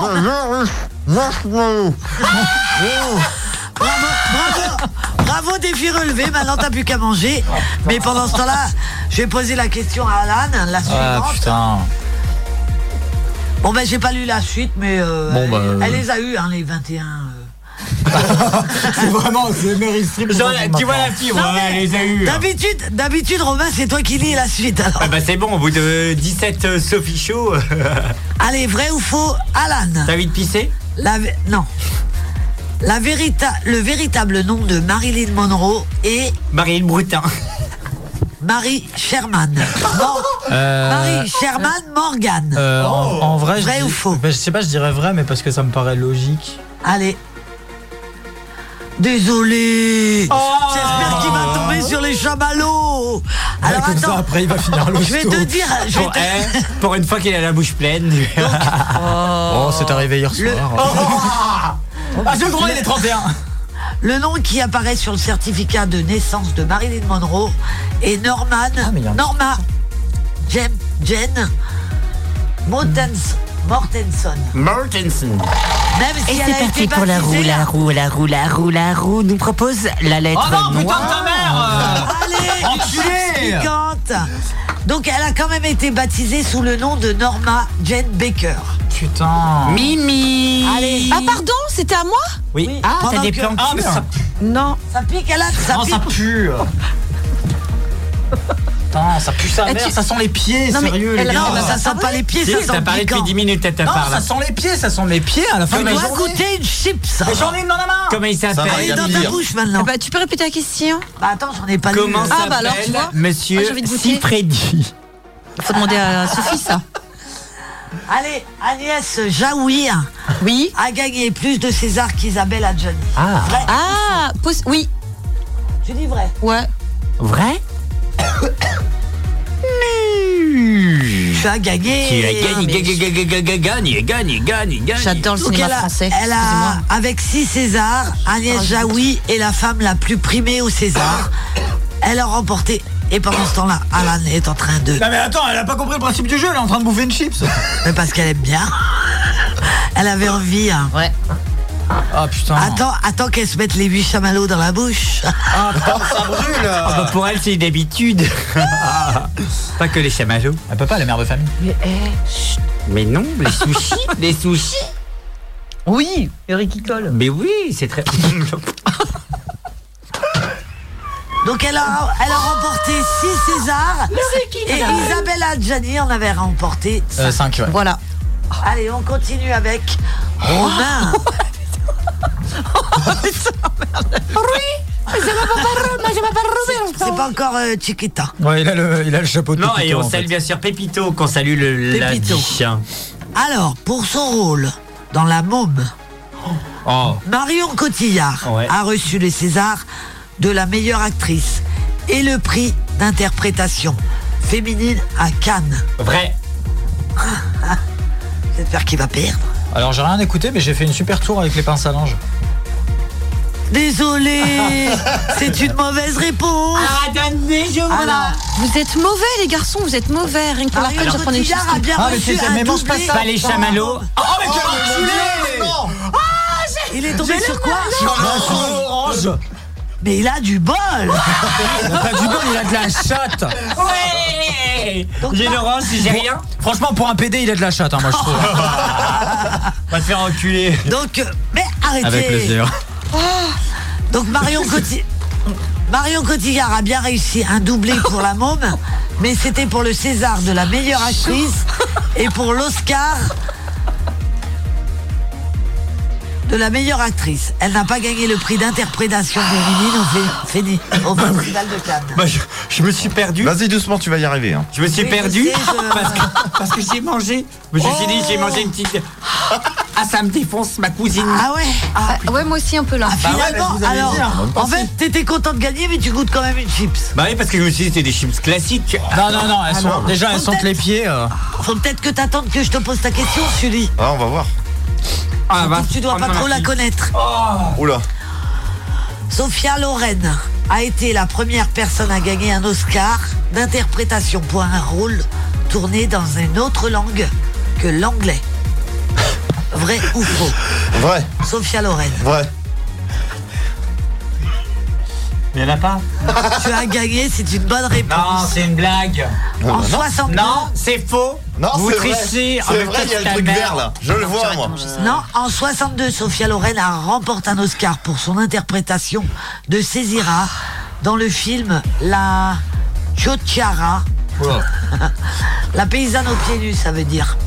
Bravo,
bravo, bravo, défi relevé. Maintenant, t'as plus qu'à manger. Mais pendant ce temps-là, je vais poser la question à Alan, la
Ah,
suivante.
putain.
Bon ben j'ai pas lu la suite mais euh,
Bon,
elle,
bah, euh.
elle les a eu hein, les 21.
C'est vraiment, c'est Meryl Streep.
Genre, tu vois la fille, ouais,
Non, mais
elle les a hein. eu.
D'habitude, d'habitude Romain c'est toi qui lis la suite alors.
Ah bah c'est bon, au bout de 17 euh, Sophie Show,
Allez vrai ou faux Alan
t'as envie de pisser
la, vé- Non. La vérita- le véritable nom de Marilyn Monroe est
Marilyn Brutin.
Marie Sherman. Non, Marie Sherman Morgan.
Euh, en, en vrai, je
Vrai
dis-
ou faux
bah, je sais pas, je dirais vrai, mais parce que ça me paraît logique.
Allez. Désolé.
Oh.
J'espère qu'il va tomber sur les chamallows.
Ouais,
Alors
comme ça,
attends,
après, il va finir le
je vais te dire, je vais
Pour,
te-
eh, pour une fois qu'elle a la bouche pleine.
Oh, c'est arrivé hier soir.
Oh,
ah, je crois, il est 31.
Le nom qui apparaît sur le certificat de naissance de Marilyn Monroe est Norman.
Ah,
mais il y en a-
Norma. Jem, Jen. Mortens, Mortenson.
Mortensen.
Même si
Et c'est
elle a été
parti pour la roue,
baptisée-
la roue, la roue, la roue, la roue. Nous propose la lettre
Oh non, putain de
noire.
ta mère
Allez,
Enculé
insignifiante. Donc elle a quand même été baptisée sous le nom de Norma Jane Baker.
Putain.
Mimi
Allez.
Ah pardon, c'était à moi
Oui.
Ah,
Pendant
t'as des
que-
plans.
Ah, mais ça,
Non.
Ça pique, elle a ça
Non, ça
pique.
pue. euh Putain, ça pue sa
Eh,
mère,
tu-
ça sent les pieds,
Non, mais
sérieux. les
elle-
gars.
Non, mais ça sent pas les pieds,
si,
ça
t'as
sent
parlé depuis
piquant.
10 minutes à ta
Non,
part. là.
ça sent les pieds, ça sent mes pieds à la fin
Tu
de la
dois
journée.
goûter une chips.
Mais J'en ai une dans la main.
Comment il
Ça va,
Elle
s'appelle
est dans ta
Pire.
bouche maintenant.
Eh ben, tu peux répéter la question
Bah attends, j'en ai pas lu.
Comment
euh,
Ah, bah alors, tu
s'appelle
vois. Ah, j'ai
Monsieur
envie de goûter.
Sifredi
Faut demander à Sophie ça.
Allez, Agnès Jaoui
Oui.
a gagné plus de César qu'Isabelle Adjani.
Ah.
Vrai
Ah, pos- oui,
Tu dis vrai.
ouais.
Vrai
Tu as gagné.
Qui a gagné,
Ah, mais-
gagné, gagné, gagné, gagné, gagné, gagné, gagné.
J'adore le
Donc
cinéma
elle a,
français.
elle a,
Excusez-moi. Oh,
avec six Césars, Agnès Jaoui est la femme la plus primée au César. Elle a remporté. Et pendant ce temps-là, Alan est en train de.
Non, mais attends, elle a pas compris le principe du jeu, elle est en train de bouffer une chips.
Mais parce qu'elle aime bien. Elle avait envie. hein.
Ouais.
Ah putain.
Attends, attends qu'elle se mette les huit chamallows dans la bouche.
Ah putain, ça brûle.
Ah bah, pour elle, c'est une habitude. Pas que les chamageaux.
Elle peut pas, la mère de famille.
Mais, eh,
Mais non, les sushis, les sushis.
Oui, Eric qui colle.
Mais oui, c'est très.
Donc elle a, elle a remporté six Césars. Et Isabelle Adjani en avait remporté. cinq.
5, Euh, ouais.
Voilà.
Allez, on continue avec Romain. Oh, C'est pas encore euh, Chiquita.
Ouais, il a le, il a le chapeau de
non,
Pépito,
et on
en
salue
fait.
bien sûr Pépito qu'on salue le
Pépito.
lundi.
Alors, pour son rôle dans La Môme,
Oh.
Marion Cotillard
Ouais.
a reçu les Césars de la meilleure actrice et le prix d'interprétation féminine à Cannes.
Vrai.
J'espère qu'il va perdre.
Alors j'ai rien écouté, mais j'ai fait une super tour avec les pinces à linge.
Désolé, c'est une mauvaise réponse.
Voilà. Vous êtes mauvais, les garçons, vous êtes mauvais. Rien que pour la peine,
Marion
j'apprenais une chose.
Cotillard a bien Ah, mais reçu c'est- un mais mange pas doublé. ça.
Pas les chamallows.
Oh, mais quel enculé Il est tombé sur quoi
Sur un orange.
orange. Mais il a du bol
Il a pas du bol, il a de la chatte.
Ouais
J'ai une orange, j'ai
Bon.
rien.
Franchement, pour un PD, il a de la chatte, hein, moi je trouve. Va te faire enculer.
Donc, euh, mais arrêtez
Avec plaisir.
Oh. Donc Marion Cotillard, Marion Cotillard a bien réussi un doublé pour la môme, mais c'était pour le César de la meilleure actrice et pour l'Oscar de la meilleure actrice. Elle n'a pas gagné le prix d'interprétation féminine au, fé- féni- au
Ah
Festival de Cannes.
Bah, je, je me suis perdu.
Vas-y doucement, tu vas y arriver. hein.
Je me suis
Oui, je
perdu
sais, je-
parce que, parce que j'ai mangé. Je me suis dit, j'ai mangé une petite. Ah, ça me défonce, ma cousine.
Ah ouais
Ah, ouais, moi aussi un peu là.
Bah ouais, parce que
Finalement,
vous avez
alors,
dit, hein.
en fait, t'étais content de gagner, mais tu goûtes quand même une chips.
Bah oui, parce que je me suis dit, c'était des chips classiques.
Non, non, non, elles sont-
Alors,
déjà, elles sentent les pieds. euh.
Faut peut-être que t'attendes que je te pose ta question, Sully.
Ah, on va voir.
Ah, bah,
Tu dois
oh,
pas
ma
trop la
fille.
connaître.
Oh.
Oula.
Sophia Loren a été la première personne à gagner un Oscar d'interprétation pour un rôle tourné dans une autre langue que l'anglais. Vrai ou faux
Vrai.
Sophia Loren,
Vrai.
Il y en a pas
tu as gagné, c'est une bonne
Non,
réponse.
c'est une blague.
Non,
en
bah non.
62.
Non, c'est faux.
Non,
Vous
c'est vrai.
trichez.
C'est vrai, il y a le truc vert là. Je le vois, moi.
Non, en 62, Sophia Loren a- remporte un Oscar pour son interprétation de Césira dans le film La Chochara. La paysanne aux pieds nus, ça veut dire.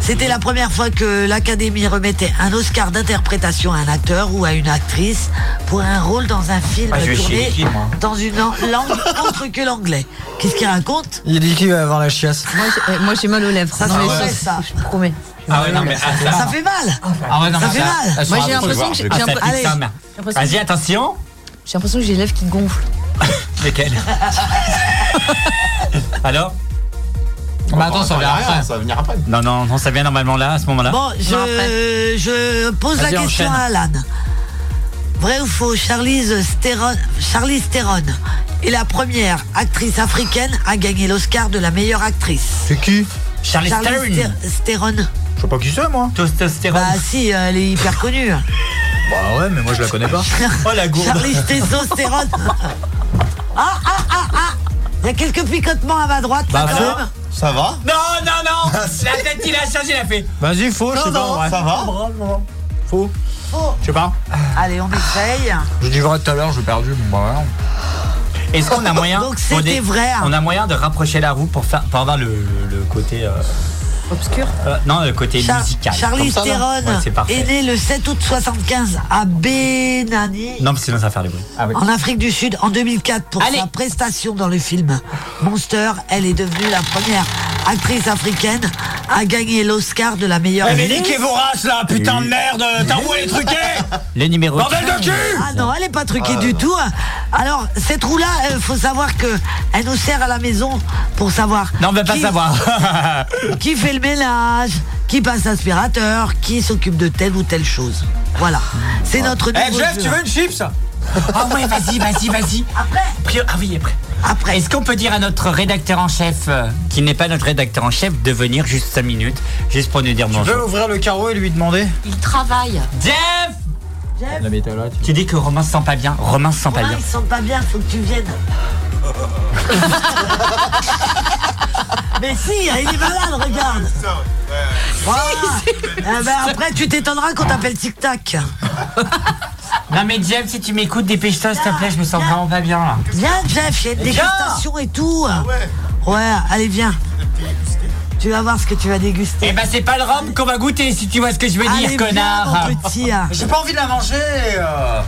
C'était la première fois que l'Académie remettait un Oscar d'interprétation à un acteur ou à une actrice pour un rôle dans un film
Ah, je vais chier
tourné
les films, moi.
dans une lan- langue autre que l'anglais. Qu'est-ce qu'il raconte
Il dit qu'il va avoir la chiasse.
Moi, j'ai- euh, moi, j'ai mal aux lèvres.
Ça,
Non,
c'est
mais
vrai, ça.
Je promets.
Ah ouais, non, mais. ah, ça-
Ça fait mal
Ah ouais, non,
Ça
mais
fait mal.
elles sont
Moi, j'ai
à
l'impression
voir.
que j'ai-
Ah,
j'ai
ça
un peu-
pique
Allez.
sa mère.
J'ai l'impression
Vas-y,
que-
attention.
J'ai l'impression que j'ai les lèvres qui gonflent.
Lesquelles Alors Bah attends, ça vient après.
Ça va venir après.
Non, non, non, ça vient normalement là, à ce moment-là.
Bon, je, je pose la
Vas-y,
question
enchaîne.
à Alan. Vrai ou faux, Charlize Theron, Charlize Theron est la première actrice africaine à gagner l'Oscar de la meilleure actrice.
C'est qui
Charlie
Charlize
Theron.
Ther- Theron.
Je sais pas qui c'est, moi.
Testostérone.
Bah si, euh, elle est hyper connue.
Bah ouais, mais moi je la connais pas.
Oh la gourde.
Charlize Testostérone. ah, ah, ah, ah Il y a quelques picotements à ma droite, là,
Bah,
quand
faux.
même.
Ça va
Non, non, non La tête, il a changé, il a fait. Oh,
Vas-y, faux, je sais pas. ouais.
Ah, ça va
Faux.
Faux.
Je sais pas.
Allez, on
Ah.
essaye.
Je dis vrai tout à l'heure, j'ai perdu. Bon, bah, voilà.
Est-ce qu'on a moyen.
Donc,
on
c'était
est-
vrai, hein.
On a moyen de rapprocher la roue pour, faire, pour avoir le, le côté. euh,
Obscur.
euh, non, le côté
Char-
musical.
Charlize
Comme ça, non
Theron
Ouais, c'est parfait.
est née le 7 août 75 à Benani.
Non, mais sinon ça va faire les bruits. Ah oui.
En Afrique du Sud, en 2004, pour sa prestation dans le film Monster, elle est devenue la première actrice africaine à gagner l'Oscar de la meilleure
Eh,
actrice.
vos races là, putain de merde T'as où les truqués
Le numéro.
de cul
Ah non, elle n'est pas truquée du tout. hein. Alors, cette roue-là, il faut savoir que elle nous sert à la maison pour savoir
Non, on veut pas
qui-
savoir.
qui fait le ménage, qui passe l'aspirateur, qui s'occupe de telle ou telle chose. Voilà. C'est notre
Eh
nouveau
Jeff,
jeu.
tu veux une chips
Ah ouais, vas-y, vas-y, vas-y.
Après,
Pri- Ah oui, après.
après.
Est-ce qu'on peut dire à notre rédacteur en chef, euh, qui n'est pas notre rédacteur en chef, de venir juste 5 minutes, juste pour nous dire
Je vais
bonjour
ouvrir le carreau et lui demander.
Il travaille.
Jeff
La métal là,
Tu dis que Romain se sent pas bien. Romain se sent pas
Romain,
bien.
ils sont pas bien, faut que tu viennes. Mais si, il est malade, regarde. Voilà. Eh ben, après, tu t'étonneras qu'on t'appelle Tic Tac.
Non mais Jeff, si tu m'écoutes, dépêche-toi s'il te plaît, je me sens vraiment pas bien là.
Viens, Jeff, il y a
Eh,
une dégustation et tout.
Ah
ouais. allez, viens. Tu vas voir ce que tu vas déguster.
Eh ben c'est pas le rhum qu'on va goûter si tu vois ce que je veux
allez,
dire,
viens,
connard.
mon petit. hein.
J'ai pas envie de la manger euh.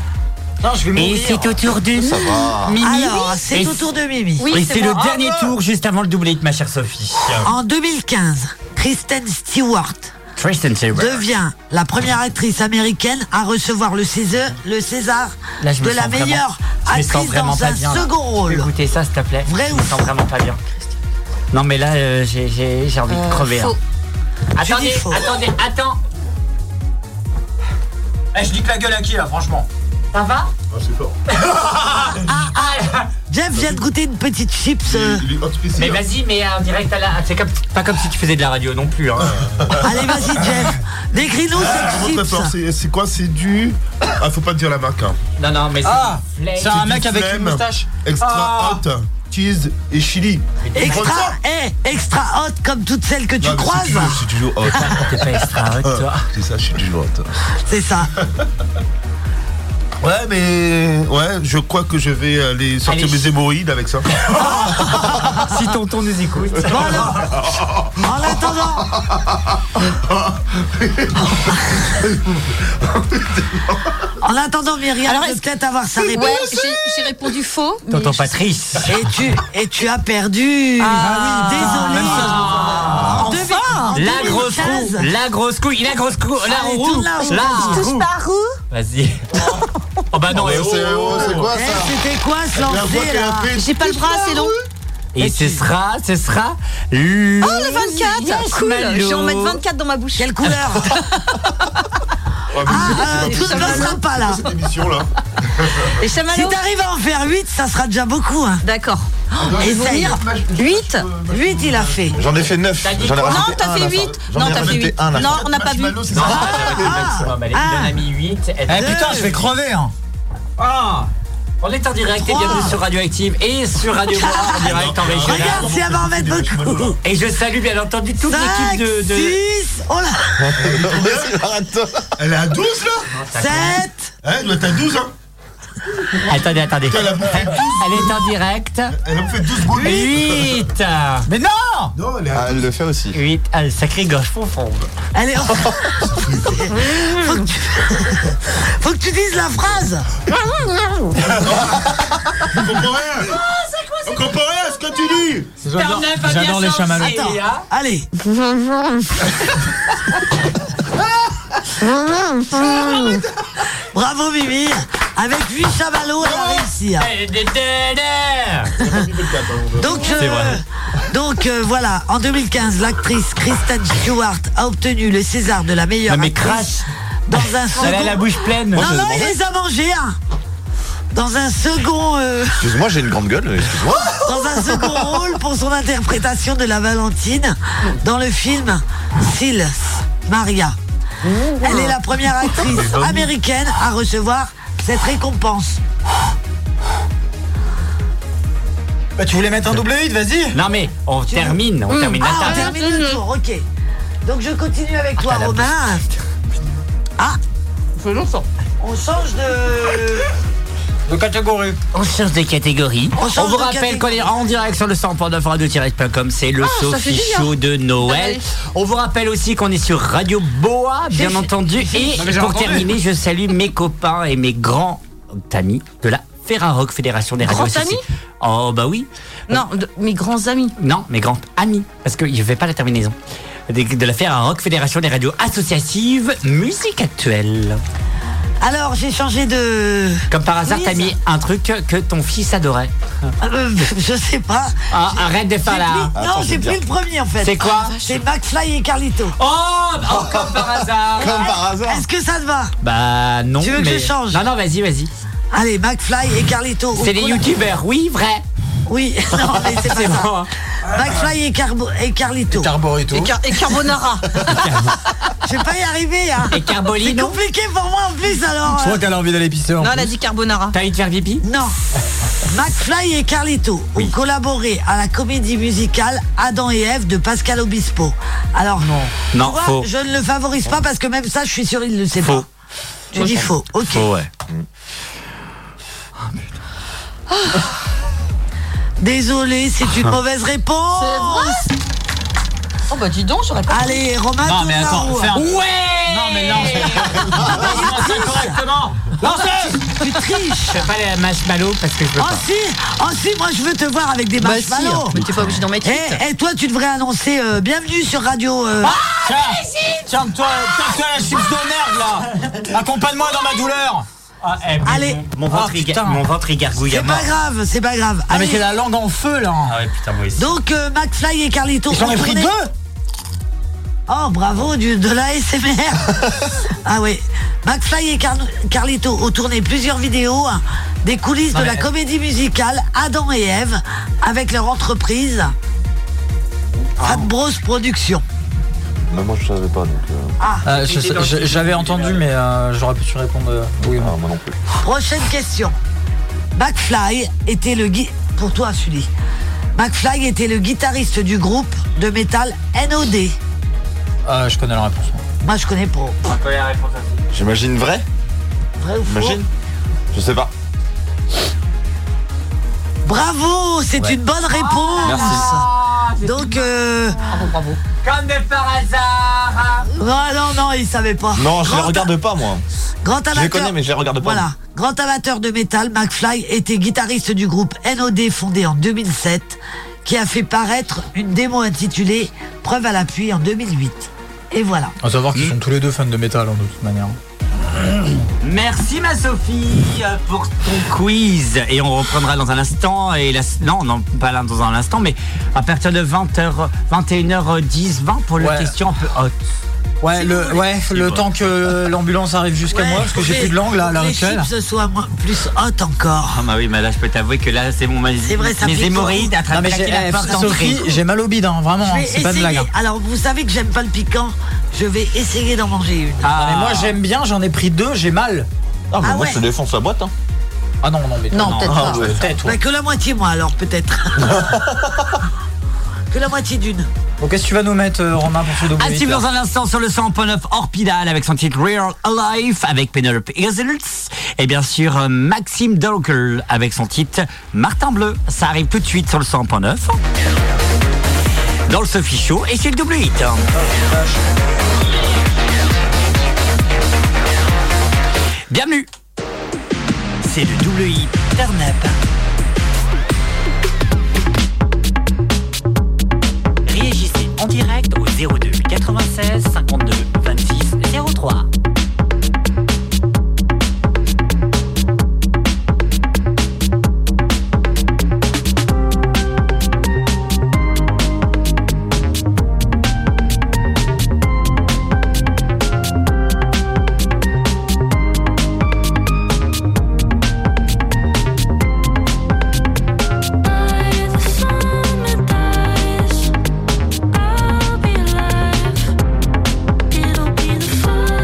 Non, je vais
Et
mourir.
c'est au tour de Mimi.
Alors, c'est
Et
au tour de Mimi.
Et
c'est
c'est le
moi.
dernier
Ah,
tour juste avant le doublé de ma chère Sophie.
En 2015, Kristen Stewart
Tristan Saber.
devient la première actrice américaine à recevoir le César, le César
Là, je me
de la
sens vraiment-
meilleure
je me sens
actrice
vraiment
dans
pas
un
bien, là.
second rôle.
Écoutez ça, s'il te plaît.
Vrai
je me sens vraiment pas bien. Non, mais là, euh, j'ai- j'ai j'ai envie
Euh,
de crever. hein.
Attendez, attendez, attends.
Eh, je nique la gueule à qui là, franchement
Ça va
Ah, c'est fort.
ah. Jeff vient de goûter une petite chips. euh.
hein.
Mais vas-y, mais en direct à la. C'est comme- pas comme si tu faisais de la radio non plus. Hein.
Allez, vas-y, Jeff. Décris-nous
cette chips. Ah, C'est quoi C'est du. Ah, faut pas dire la marque. hein.
Non, non, mais c'est.
Ah,
c'est un mec
du
avec une
flemme,
moustache. Ah.
Extra hot, cheese et chili.
Extra, eh, extra hot comme toutes celles que tu croises. Ah,
Je suis toujours hot. Euh.
T'es pas extra hot, toi.
oh. Ah, C'est ça, je suis toujours hot.
C'est ça.
Ouais, mais. Ouais, je crois que je vais aller sortir
Allez.
mes hémorroïdes avec ça.
si tonton nous écoute.
En attendant En attendant, Myriam
Alors,
de
est-ce-
peut-être avoir sa
Ouais,
réponse.
j'ai- j'ai répondu faux. mais
Tonton Patrice.
Et tu, et tu as perdu. Ah, oui, désolé. En deux- en
La
2015.
grosse roue, la grosse couille, la grosse couille, la
Allez,
roue,
tourne la roue.
la
Je touche
roue.
Par où
Vas-y. Oh bah non,
Oh,
et
c'est- oh, c'est quoi,
Eh, C'était quoi ce lancer là
J'ai pas le bras assez long.
Et ce sera, ce
euh,
sera. le-
Oh, le 24
Yes,
Cool
Malo.
Je vais en mettre 24 dans ma bouche. euh,
Quelle couleur
Ah,
tout ne passera pas là.
Cette émission là.
Et
Si t'arrives à en faire 8, ça sera déjà beaucoup. hein.
D'accord.
Ah, bah,
Et ça y est.
8
8 il a fait.
J'en ai fait 9. J'en ai
Non,
rajouté
t'as
un,
fait
là,
8.
j'en
Non,
ai
t'as fait
rajouté
8.
un, là.
Non, on n'a pas vu.
Non, elle a le maximum, hein, elle est- il en a mis 8. Elle
Eh putain, je vais crever hein.
Ah On est en direct et
Trois.
bienvenue sur Radioactive et sur Radio Bois en direct en régional.
Regarde si elle va en mettre beaucoup.
Et je salue bien entendu toute l'équipe de. de...
6, oh là
Elle est à 12 là
Sept.
Eh,
Elle doit être à 12 hein
Attendez, attendez.
Elle a bouffé
Elle est en direct.
Elle a fait 12 boules.
8
Mais non
Non, elle est
Ah, elle le fait aussi.
8 ah, sacré gauche profonde.
Allez, on- faut, que tu... faut que tu dises la phrase.
Vous comprenez rien Vous comprenez rien à ce que tu dis
J'adore- J'adore les chamallows.
Attends, allez. Bravo Mimi. Avec 8 chamallows, elle a réussi. hein. Donc, euh,
Ah. C'est vrai.
donc euh, voilà, en 2015, l'actrice Kristen Stewart a obtenu le César de la meilleure
Non, mais
actrice dans un second.
Elle a la bouche pleine.
Non,
Moi, je
non, il
demandais.
les a mangés hein. Dans un second, euh,
Excuse-moi, j'ai une grande gueule. Excuse-moi.
dans un second rôle pour son interprétation de la Valentine dans le film Silas Maria. Elle est la première actrice américaine à recevoir cette récompense.
Bah, tu voulais mettre un double 8, vas-y. Mmh.
Non mais on termine, on termine la
Ah, on
table.
termine le tour, ok. Donc je continue avec toi,
la
Romain. Ah On change de.
De catégorie. On change de catégorie.
On
On,
change
vous
de
rappelle qu'on est en direct sur le 100.9 radio-com. C'est le
Ah, ça fait Ah
Sophie
du bien.
Show de Noël. On vous rappelle aussi qu'on est sur Radio Boa, bien
J'ai-
entendu.
j'ai-
Et
Non, mais j'ai
pour
entendu.
terminer, je salue mes copains et mes grands amis de la Ferrarock Fédération des
Grands
radios. associées. Oh bah oui.
Non, de- mes grands amis.
Non, mes grands amis, parce que je vais pas la terminaison. Des- De la Ferrarock Fédération des radios associatives musique actuelle.
Alors j'ai changé de.
Comme par hasard,
Oui,
t'as
ça-
mis un truc que ton fils adorait.
Euh, je sais pas.
Ah, arrête de faire
J'ai
là.
pris- Non, j'ai pris le premier en fait.
C'est quoi
Ah, C'est McFly et Carlito.
Oh, comme par hasard. Comme par hasard.
Est-ce que ça te va
Bah non.
Tu veux que
mais-
je change
Non, non, vas-y, vas-y.
Allez, McFly et Carlito.
C'est des youtubeurs, oui, vrai.
Oui, non, mais c'est pas ça. McFly et, Carbo- et Carlito.
Carborito.
Et, car- et carbonara.
Je vais pas y arriver. Hein.
Et Carbolino.
C'est compliqué pour moi en plus alors.
Je
euh,
crois qu'elle a envie d'aller pisser en
non, elle
plus.
a dit carbonara.
T'as envie de faire pipi
Non. McFly et Carlito ont collaboré à la comédie musicale Adam et Ève de Pascal Obispo. Alors, non.
Non, faux.
je ne le favorise pas parce que même ça, je suis sûr il ne le sait
Faux.
pas. Je dis faux. Ok.
Faux, ouais.
Ah, Désolé, c'est une mauvaise réponse.
Oh bah dis donc, j'aurais pas.
Allez, Romain,
Non,
Ah,
tourne
mais
la
attends,
roue.
fais un-
Ouais
Non, mais non.
Lance ça correctement Lanceuse
Tu triches.
Je fais pas la marshmallow parce que je peux
Oh
pas.
si, oh si, moi je veux te voir avec des
Bah si,
marshmallows.
mais t'es pas obligé d'en mettre
Eh,
huit.
eh, toi, tu devrais annoncer euh, bienvenue sur Radio.
Ah,
euh,
Tiens, tiens, toi, tiens, toi, la chips de merde là. Accompagne-moi dans ma douleur. Ah,
Allez.
Ah, eh, Mon ventre,
Oh,
il, ga-
putain.
mon ventre, il gargouille à
C'est
mort.
pas grave, c'est pas grave.
Ah, mais c'est la
langue en feu là.
Ah ouais, putain, moi aussi.
Donc euh, McFly et Carlito.
J'en ai pris
retournés-
deux.
Oh bravo du, de la SMR Ah oui. McFly et Car- Carlito ont tourné plusieurs vidéos hein, des coulisses
Non,
de
mais-
la comédie musicale Adam et Ève avec leur entreprise
Ah.
Fat Bros Productions. Ah,
Bah, moi, je savais pas, donc. euh,
Euh, je sais- je- J'avais entendu, mais euh, j'aurais pu te répondre. euh, oui, non.
Ah, moi non plus.
Prochaine question. McFly était le gui- pour toi Sully. McFly était le guitariste du groupe de métal NOD.
Euh, je connais la réponse.
Moi je connais pas.
On peut la réponse aussi.
J'imagine vrai
Vrai ou faux
J'imagine Je sais pas.
Bravo, c'est une bonne réponse. Ah, Donc euh,
bravo, bravo.
Comme de par hasard.
Ah non, non, il savait pas.
Non, je les
Grand-
regarde pas, moi.
Grand
Je les
amateur-
connais, mais je les regarde pas.
Voilà. Grand amateur de métal, McFly était guitariste du groupe NOD fondé en 2007, qui a fait paraître une démo intitulée Preuve à l'appui en 2008. Et voilà.
À savoir qu'ils sont tous les deux fans de métal, en de toute manière.
Merci ma Sophie euh, pour ton quiz et on reprendra dans un instant et la- non non pas là dans un instant mais à partir de 20h 21h10 20 pour la
Ouais.
question un peu haute.
Ouais, le, ouais, le
bon.
temps que l'ambulance arrive jusqu'à
Ouais,
moi, parce que j'ai
faut
plus de langue là, à la
les
Rochelle.
chips soient moins- plus hautes encore.
Ah bah oui mais là je peux t'avouer que là c'est mon
C'est vrai, ça
mes
pique
hémorroïdes
beaucoup.
attrapent
Non, mais
la
j'ai- eh,
porte d'entrée.
Sophie, j'ai mal au bide, hein, vraiment,
Je
hein,
vais
c'est pas de blague.
essayer.
hein.
Alors vous savez que j'aime pas le piquant. Je vais essayer d'en manger une.
Ah, mais moi j'aime bien, j'en ai pris deux, j'ai mal.
Ah, mais Ah moi, je ouais. te
défonce la boîte. Hein. Ah non, non, mais
Non, peut-être
ah,
pas.
ouais, peut-être, ouais.
Bah, que la moitié moi alors peut-être. que la moitié d'une.
Bon, qu'est-ce que tu vas nous mettre, euh, Romain, pour ce double
À suivre
hit, là
dans un instant sur le 100.9 Orpidal avec son titre Real Alive avec Penelope Iseltz et bien sûr euh, Maxime Dorkel avec son titre Martin Bleu. Ça arrive tout de suite sur le 100.9 dans le Sophie Show et c'est le double hit. hein. Bienvenue. C'est le double hit. Réagissez en direct au 02 96 52 26 03.
I'll be alive in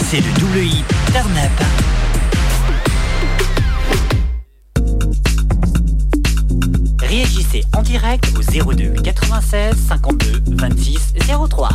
C'est le double hit turn up. Réagissez en direct au 02 96 52 26 03.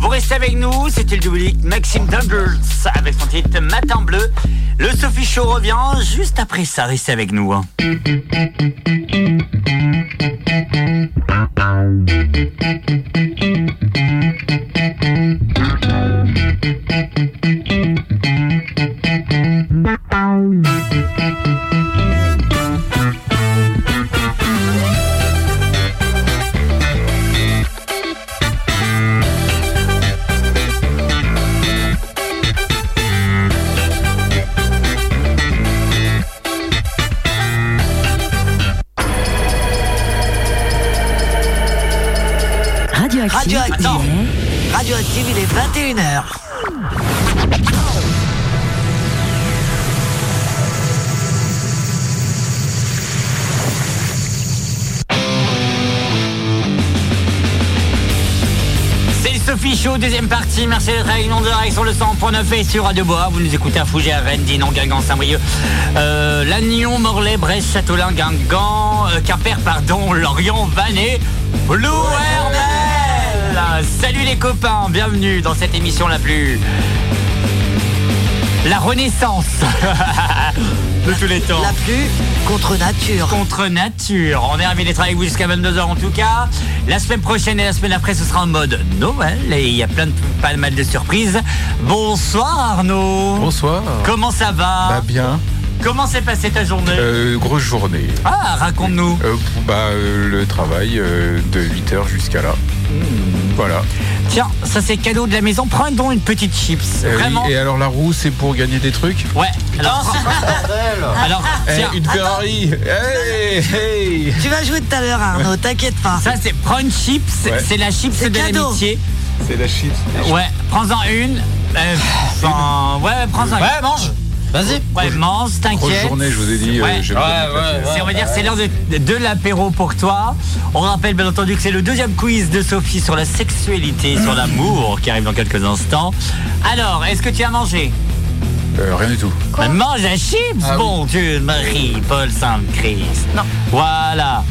Phoenix avec nous, c'était le public Maxime Dungles avec son titre Matin Bleu. Le Sophie Show revient juste après ça, restez avec nous. hein.
Radioactive. Radioactive. Radioactive, il est 21h.
C'est le Sophie Show, deuxième partie. Merci d'être avec nous en direct sur le 100.9 et sur Radio Bois. Vous nous écoutez à Fougères, Rennes, Dinan, Guingamp, Saint-Brieuc, euh, Lannion, Morlaix, Brest, Châtelain, Guingamp, euh, Quimper, pardon, Lorient, Vannes, Blue Hermel. Salut les copains, bienvenue dans cette émission la plus... La renaissance de tous les temps. La
plus contre nature.
Contre nature. On est ravis d'être avec vous jusqu'à 22h en tout cas. La semaine prochaine et la semaine après, ce sera en mode Noël et il y a plein de, pas mal de surprises. Bonsoir Arnaud.
Bonsoir.
Comment ça va
Bah bien.
Comment s'est passée ta journée
Euh, grosse journée.
Ah, raconte-nous.
Euh, bah, euh, le travail euh, de 8h jusqu'à là. Voilà.
Tiens, ça c'est cadeau de la maison. Prends donc une petite chips.
Euh, oui,
Vraiment.
Et alors la roue, c'est pour gagner des trucs
Ouais. Alors, alors
Eh,
tiens.
une Ferrari. Hey, hey.
Tu vas jouer tout à l'heure, Arnaud, t'inquiète pas.
Ça, c'est prendre chips.
Ouais.
C'est la chips
C'est
de
cadeau.
l'amitié.
C'est la shit.
Ouais, prends-en une. Euh, prends- Ouais, prends-en une.
Ouais, mange. Vas-y.
Ouais, mange, t'inquiète.
Grosse journée, je vous ai dit. euh,
Ouais.
j'ai
Ouais,
besoin de café.
C'est- on va dire que c'est l'heure de, de l'apéro pour toi. On rappelle bien entendu que c'est le deuxième quiz de Sophie sur la sexualité, sur l'amour qui arrive dans quelques instants. Alors, est-ce que tu as mangé
Euh, rien du tout.
Bah, Mange un chips,
Ah oui.
bon Dieu, Marie-Paul Saint-Christ. Non. Voilà.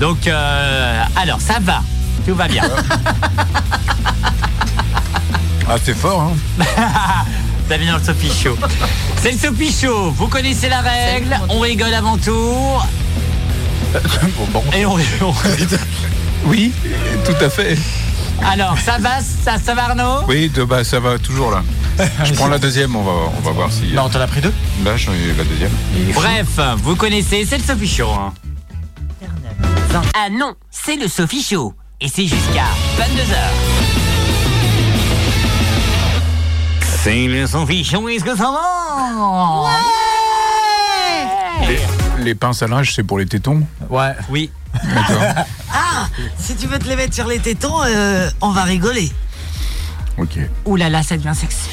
Donc, euh, alors, ça va. Tout va bien.
Ah, c'est fort, hein
Bienvenue dans le Sophie Show. C'est le Sophie Show. Vous connaissez la règle. On rigole avant tout.
Bon, bon.
Et on, on-
Oui, tout à fait.
Alors, ça va, ça, ça va Arnaud
Oui, de, bah, ça va toujours là. Je prends la deuxième, on va, Bah, on va voir si.
Non, t'en as pris deux
Là, j'en ai la deuxième.
Bref, vous connaissez, c'est le Sophie Show. hein.
Ah non,
C'est le Sophie Show. Et c'est jusqu'à 22h. C'est le Sophie Show, est-ce que ça va
Les, les pinces à linge, c'est pour les tétons
Ouais.
Oui.
Ah, si tu veux te les mettre sur les tétons, euh, on va rigoler.
Ok.
Ouh là là, ça devient sexy.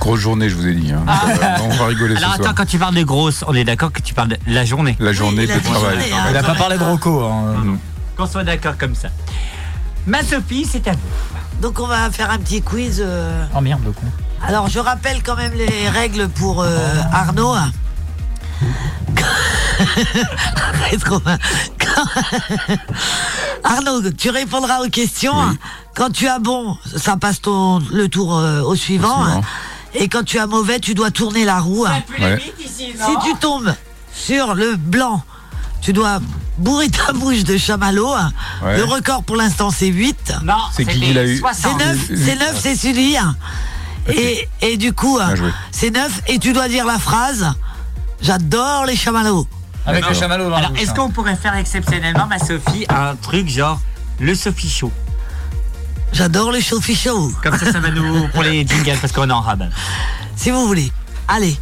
Grosse journée, je vous ai dit. hein. Euh, on va rigoler
Ah. Alors
ce
attends,
soir.
quand tu parles de grosse, on est d'accord que tu parles de la journée.
La journée,
la
de travail.
journée, hein.
Il a pas parlé de Rocco. hein.
Qu'on soit d'accord comme ça. Ma Sophie, c'est à vous.
Donc on va faire un petit quiz. euh.
Oh merde, le con.
Alors je rappelle quand même les règles pour euh, Arnaud. Arrête, Romain. Quand- Arnaud, tu répondras aux questions. Quand tu as bon, ça passe ton, le tour euh, au suivant.
suivant.
Et quand tu as mauvais, tu dois tourner la roue.
Ouais.
Si tu tombes sur le blanc, tu dois bourrer ta bouche de chamallow.
Ouais.
Le record pour l'instant, c'est 8.
Non,
C'est qui qui l'a eu
C'est 9, c'est 9, c'est Sully. Et, et du coup,
joué.
c'est 9 et tu dois dire la phrase J'adore les chamallows.
Avec
D'accord.
le chamallow dans la
Alors,
bouche,
est-ce
hein.
qu'on pourrait faire exceptionnellement, ma Sophie, un truc genre le Sophie Show
J'adore les chauffichots,
Comme ça, ça va nous. pour les jingles, parce qu'on est en rabat.
si vous voulez. Allez.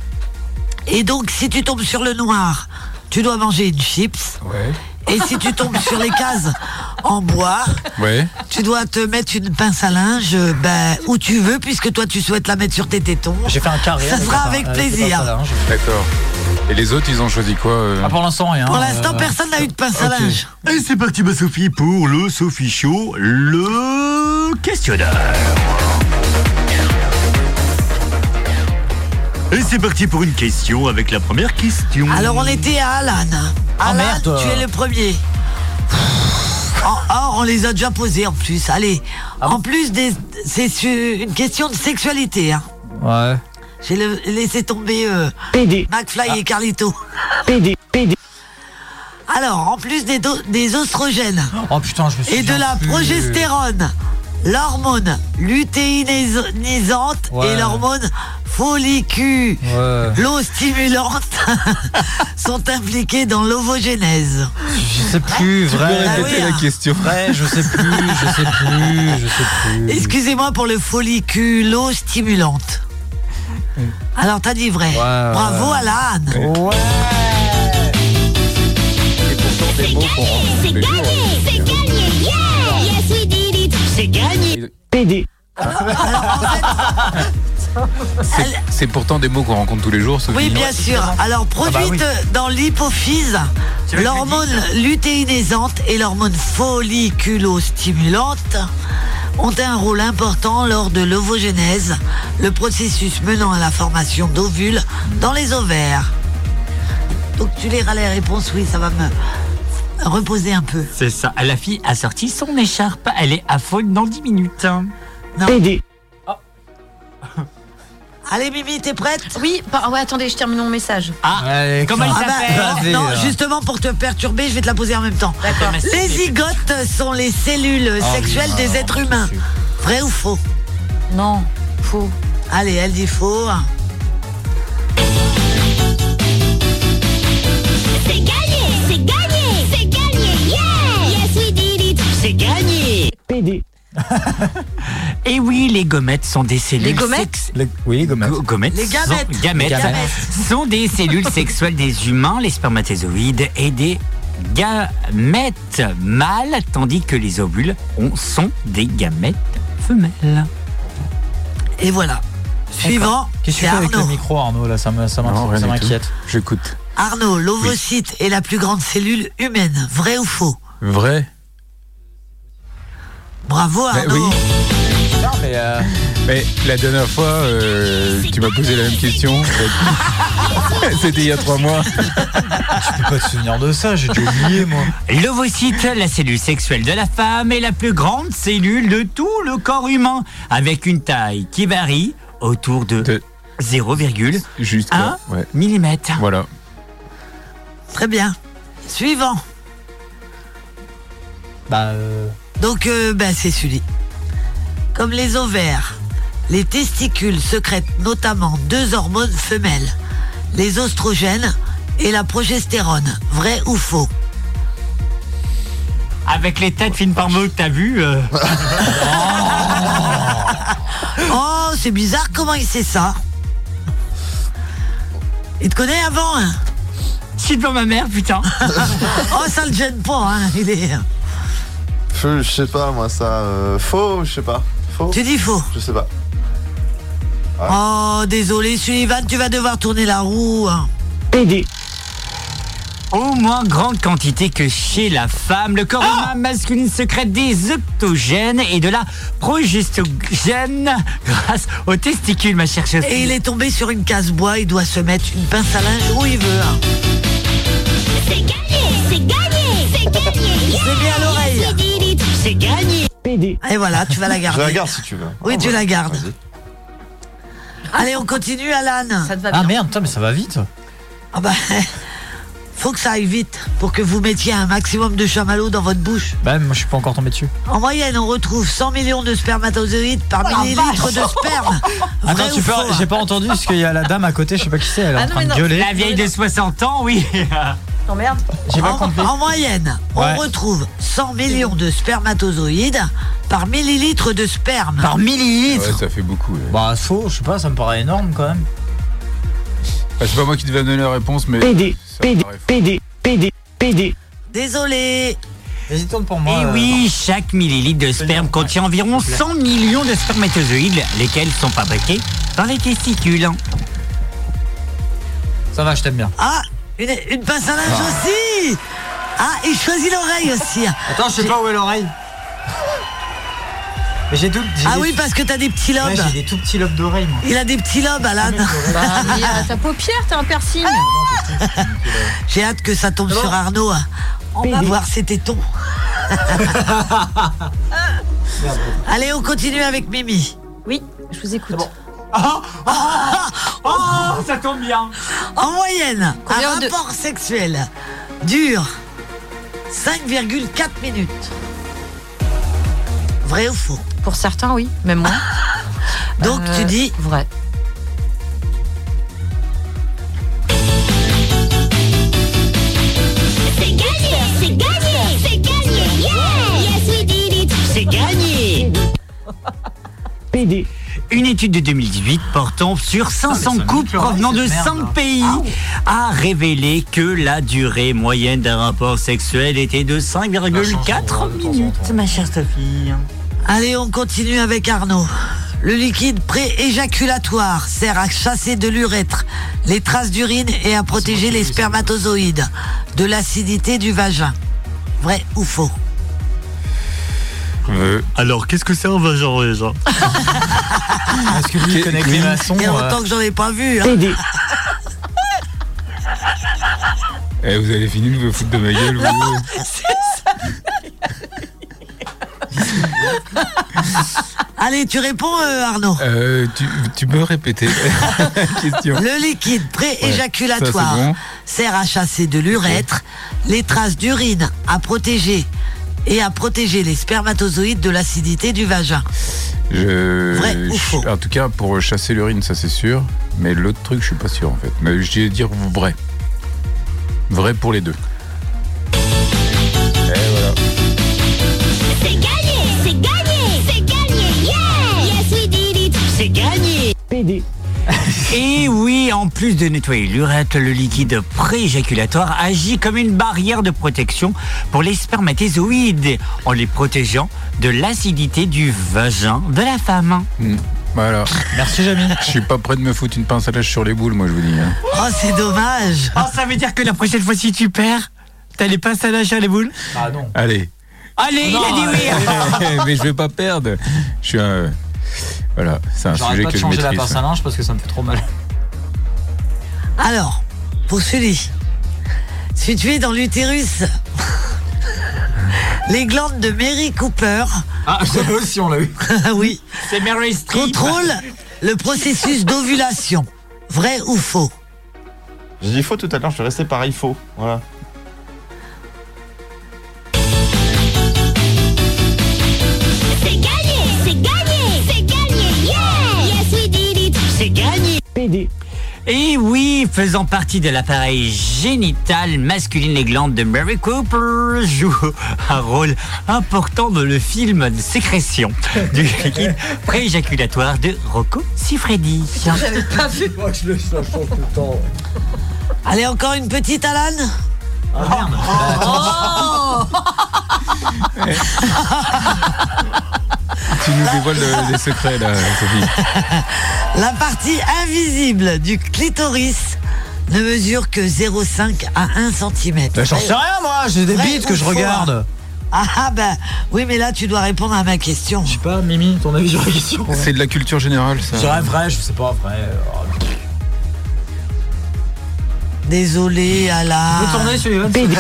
Et donc, si tu tombes sur le noir, tu dois manger une chips.
Ouais.
Et si tu tombes sur les cases en bois,
Ouais.
tu dois te mettre une pince à linge ben, où tu veux, puisque toi tu souhaites la mettre sur tes tétons.
J'ai fait un carré.
Ça sera
la-
avec
la
plaisir.
pince à linge.
D'accord. Et les autres, ils ont choisi quoi euh
hein, Ah, pour l'instant, rien.
Pour l'instant,
Euh,
personne n'a eu de pince à
ok.
linge.
Et c'est parti, ma Sophie, pour le Sophie Show, le questionnaire. Et c'est parti pour une question avec la première question.
Alors on était à Alan. Alan,
merde.
tu es le premier. En- or, on les a déjà posés en plus. Allez,
Ah
en plus, des- c'est sur- une question de sexualité. Hein.
Ouais.
J'ai le- laissé tomber euh, McFly
Ah.
et Carlito.
PD, PD.
Alors, en plus des, do- des oestrogènes
Oh putain, je me suis
et de la progestérone, l'hormone lutéinisante
Ouais.
et l'hormone follicule l'eau stimulante sont impliquées dans l'ovogénèse.
Je sais plus,
Tu peux
vrai.
répéter Ah oui, la hein.
question. Ouais, je sais plus, je sais plus, je sais plus.
Excusez-moi pour le folliculo stimulante. Alors t'as dit vrai. Bravo Alan.
Ouais.
C'est gagné, c'est gagné, c'est gagné, yeah Yes, we did it C'est gagné
PD.
C'est pourtant des mots qu'on rencontre tous les jours, Sophie.
Oui, bien sûr. Alors euh, produite
Ah bah oui.
dans l'hypophyse,
C'est vrai que
l'hormone lutéinisante et l'hormone folliculostimulante ont un rôle important lors de l'ovogénèse, le processus menant à la formation d'ovules dans les ovaires. Donc tu liras les réponses, oui, ça va me reposer un peu.
C'est ça. La fille a sorti son écharpe. Elle est à faune dans 10 minutes.
Non.
PD.
Allez Mimi, t'es prête
Oui, par- ouais, attendez, je termine mon message.
Ah, comment il
Ah bah,
s'appelle
non, non,
euh.
justement pour te perturber, je vais te la poser en même temps.
D'accord.
Les zygotes sont les cellules
Ah oui,
sexuelles des
alors,
êtres humains.
c'est
Vrai ou faux
Non, faux.
Allez, elle dit faux.
C'est gagné, c'est gagné, c'est gagné, yeah Yes, we did it C'est gagné
PD. Et oui, les gommettes sont des cellules.
Les gommettes
sex-
Oui, les gommettes.
Go- gommettes
Les
sont-
gamètes.
gamètes
Les gamètes.
sont des cellules sexuelles des humains, les spermatozoïdes et des gamètes mâles, tandis que les ovules ont- sont des gamètes femelles.
Et voilà. Suivant,
Qu'est-ce que
c'est
tu fais avec le
Arnaud.
micro, Arnaud Là, ça me- ça
Non,
m'inquiète.
rien
ça
du tout.
m'inquiète.
J'écoute.
Arnaud, l'ovocyte est la plus grande cellule humaine. Vrai ou faux
Vrai
Bravo Arnaud.
Non, mais. euh,
Mais la dernière fois, euh, tu m'as posé la même question. C'était il y a trois mois.
Je peux pas te souvenir de ça, j'ai dû oublier, moi.
L'ovocyte, la cellule sexuelle de la femme, est la plus grande cellule de tout le corps humain, avec une taille qui varie autour de, 0,1
Juste quoi, ouais.
mm.
Voilà.
Très bien. Suivant.
Bah. euh,
Donc, euh, ben, c'est celui. Comme les ovaires, les testicules secrètent notamment deux hormones femelles, les oestrogènes et la progestérone. Vrai ou faux
Avec les têtes fines par mot que t'as vu. euh,
Oh, c'est bizarre, comment il sait ça Il te connaît avant, hein
C'est devant ma mère, putain
Oh, ça le gêne pas, hein Il est...
Feu, je sais pas, moi, ça. euh, faux, je sais pas. Faux.
Tu dis faux
Je sais pas.
Oh, désolé, Sullivan, tu vas devoir tourner la roue. hein.
Au moins grande quantité que chez la femme, le corps
Ah
humain masculin secrète des octogènes et de la progestogène grâce aux testicules, ma chère Chastine.
Et il est tombé sur une case bois, il doit se mettre une pince à linge où il veut. hein.
C'est gagné, c'est gagné, c'est gagné, yeah
C'est bien à l'oreille.
Yes, we did it C'est gagné
Et voilà, tu vas la garder.
Je la garde si tu veux.
Oui,
Ah,
tu
ouais.
la gardes.
Vas-y.
Allez, on continue, Alan.
Ça te va
Ah
bien.
merde, putain, mais ça va vite.
Ah bah, faut que ça aille vite pour que vous mettiez un maximum de chamallows dans votre bouche.
Bah, moi, je suis pas encore tombé dessus.
En moyenne, on retrouve 100 millions de spermatozoïdes par
Oh la
millilitre de sperme. Vrai
Attends, tu
ou
peux.
faux, hein
J'ai pas entendu parce qu'il y a la dame à côté, je sais pas qui c'est, elle est
Ah
en
non,
train
mais
de
non,
gueuler.
La vieille de 60 ans, oui
T'emmerdes.
J'ai pas
en,
compris.
en moyenne,
Ouais.
on retrouve 100 millions de spermatozoïdes par millilitre de sperme.
Par millilitre
Ouais, ça fait beaucoup. ouais.
Bah, faux, je sais pas, ça me paraît énorme quand même.
Bah, c'est pas moi qui devais donner la réponse, mais. ça me paraît fou.
PD, PD, PD.
Désolé. Eh
Hésitante pour
Et
moi. euh,
Eh oui, chaque millilitre de sperme contient environ 100 millions de spermatozoïdes, lesquels sont fabriqués dans les testicules.
Ça va, je t'aime bien.
Ah, une, une pince à linge aussi Ah, il choisit l'oreille aussi.
Attends, je sais pas où est l'oreille. Mais j'ai tout. j'ai
Ah
des-
oui, parce que t'as des petits
Ouais,
lobes.
j'ai des tout petits lobes d'oreille, moi.
Il a des petits lobes, Alan.
Ah, mais, euh, ta paupière, t'as un piercing.
hein. J'ai hâte que ça tombe sur Arnaud. On va voir ses tétons. Allez, on continue avec Mimi.
Oui, je vous écoute.
Ah, ça tombe bien.
En moyenne,
Combien
un
de-
rapport sexuel dure 5,4 minutes. Vrai ou faux
Pour certains, oui, même moi.
Donc
Euh,
tu dis
vrai.
C'est gagné, c'est gagné, c'est gagné, yeah! Yes, we did it!
C'est gagné PD. Une étude de 2018 portant
Ah,
sur 500 couples provenant de
hein.
5 pays
Ah,
a révélé que la durée moyenne d'un rapport sexuel était de 5,4 minutes, ma chère Sophie.
Allez, on continue avec Arnaud. Le liquide pré-éjaculatoire sert à chasser de l'urètre, les traces d'urine et à protéger les spermatozoïdes de l'acidité du vagin. Vrai ou faux
Alors, qu'est-ce que c'est un vagin déjà Est-ce que
lui, il connaît que les maçons
Il y a
euh,
longtemps que j'en ai pas vu. hein.
Eh, vous avez fini de vous foutre de ma gueule, vous.
Allez, tu réponds, euh, Arnaud.
Euh, tu, tu peux répéter la question
Le liquide pré-éjaculatoire
Ouais, ça,
sert à chasser de l'urètre, les traces d'urine, à protéger et à protéger les spermatozoïdes de l'acidité du vagin.
Je,
Vrai ou
je-
faux
en tout cas, pour chasser l'urine, ça c'est sûr. Mais l'autre truc, je suis pas sûr en fait. Mais je vais dire vrai. Vrai pour les deux.
C'est gagné, c'est gagné, c'est gagné, yeah! Yes, we did it! C'est gagné!
PD. Et oui, en plus de nettoyer l'urètre, le liquide pré-éjaculatoire agit comme une barrière de protection pour les spermatozoïdes, en les protégeant de l'acidité du vagin de la femme. hein.
Hmm.
Oh,
Voilà.
Merci Jamie.
Je suis pas prêt de me foutre une pince à lèche sur les boules, moi je vous dis. hein.
Oh, c'est dommage
Ah,
Oh, ça veut dire que la prochaine fois, si tu perds, t'as les pinces à lâcher les boules
Ah non. Ah,
Allez.
Allez,
Non,
il a dit oui
mais je vais pas perdre. Je suis un. Voilà, c'est un
J'arrête
sujet
pas de
que je
changer la
maîtrise.
pince à linge parce que ça me fait trop mal.
Alors, pour celui, si tu es dans l'utérus, les glandes de Mary Cooper
Ah, celle aussi, on l'a eu.
oui,
C'est Mary Streep.
contrôlent le processus d'ovulation. Vrai ou faux
J'ai dit faux tout à l'heure, je vais rester pareil faux. Voilà.
C'est gagné, c'est gagné, c'est gagné, yeah! Yes, we did it! C'est gagné!
Et oui, faisant partie de l'appareil génital masculine, les glandes de Mary Cooper jouent un rôle important dans le film de sécrétion du liquide pré-éjaculatoire de Rocco Siffredi.
J'avais pas vu.
Moi, je le sens tout le temps.
Allez, encore une petite, Alan
Ah merde.
Oh
Tu nous dévoiles le- les secrets là, Sophie.
La partie invisible du clitoris ne mesure que 0,5 à 1 cm.
Bah, J'en sais rien, moi. J'ai des
Vrai
bites que
ou
je
faux,
regarde.
Ah, ah, ben, oui, mais là, tu dois répondre à ma question.
Je sais pas, Mimi, ton avis sur la question
C'est de la culture générale,
Je
ça.
dirais vrai, je sais pas, vrai. euh,
Désolé,
On peut
Alan.
tourner sur les vannes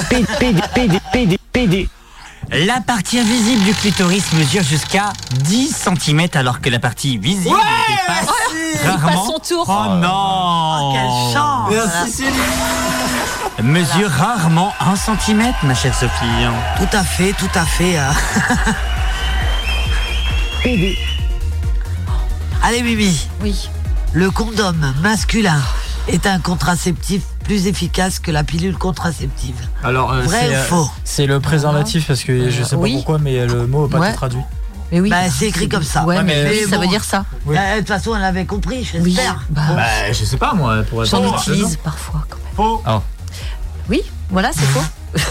La partie invisible du clitoris mesure jusqu'à 10 cm alors que la partie visible dépasse
Passe
rarement.
son tour.
Oh non
Quelle chance
Merci Céline.
Mesure rarement 1 cm, ma chère Sophie. hein.
Tout à fait, tout à fait. hein. Allez, Mimi.
Oui.
Le condom masculin est un contraceptif plus efficace que la pilule contraceptive.
Alors, euh,
Vrai
c'est,
ou
euh,
faux
c'est le préservatif parce que je sais pas
oui.
pourquoi, mais le mot pas
Ouais.
tout traduit.
Mais oui.
Bah, c'est écrit comme ça.
Ouais,
Ouais,
mais,
mais
oui, ça
bon.
veut dire ça.
Oui.
Euh, De toute façon, on l'avait compris,
Oui.
j'espère.
Bah,
Bah, je sais pas moi, pour être
j'en
honnête.
utilise parfois quand même.
Faux. Ah.
Oui, voilà, c'est faux.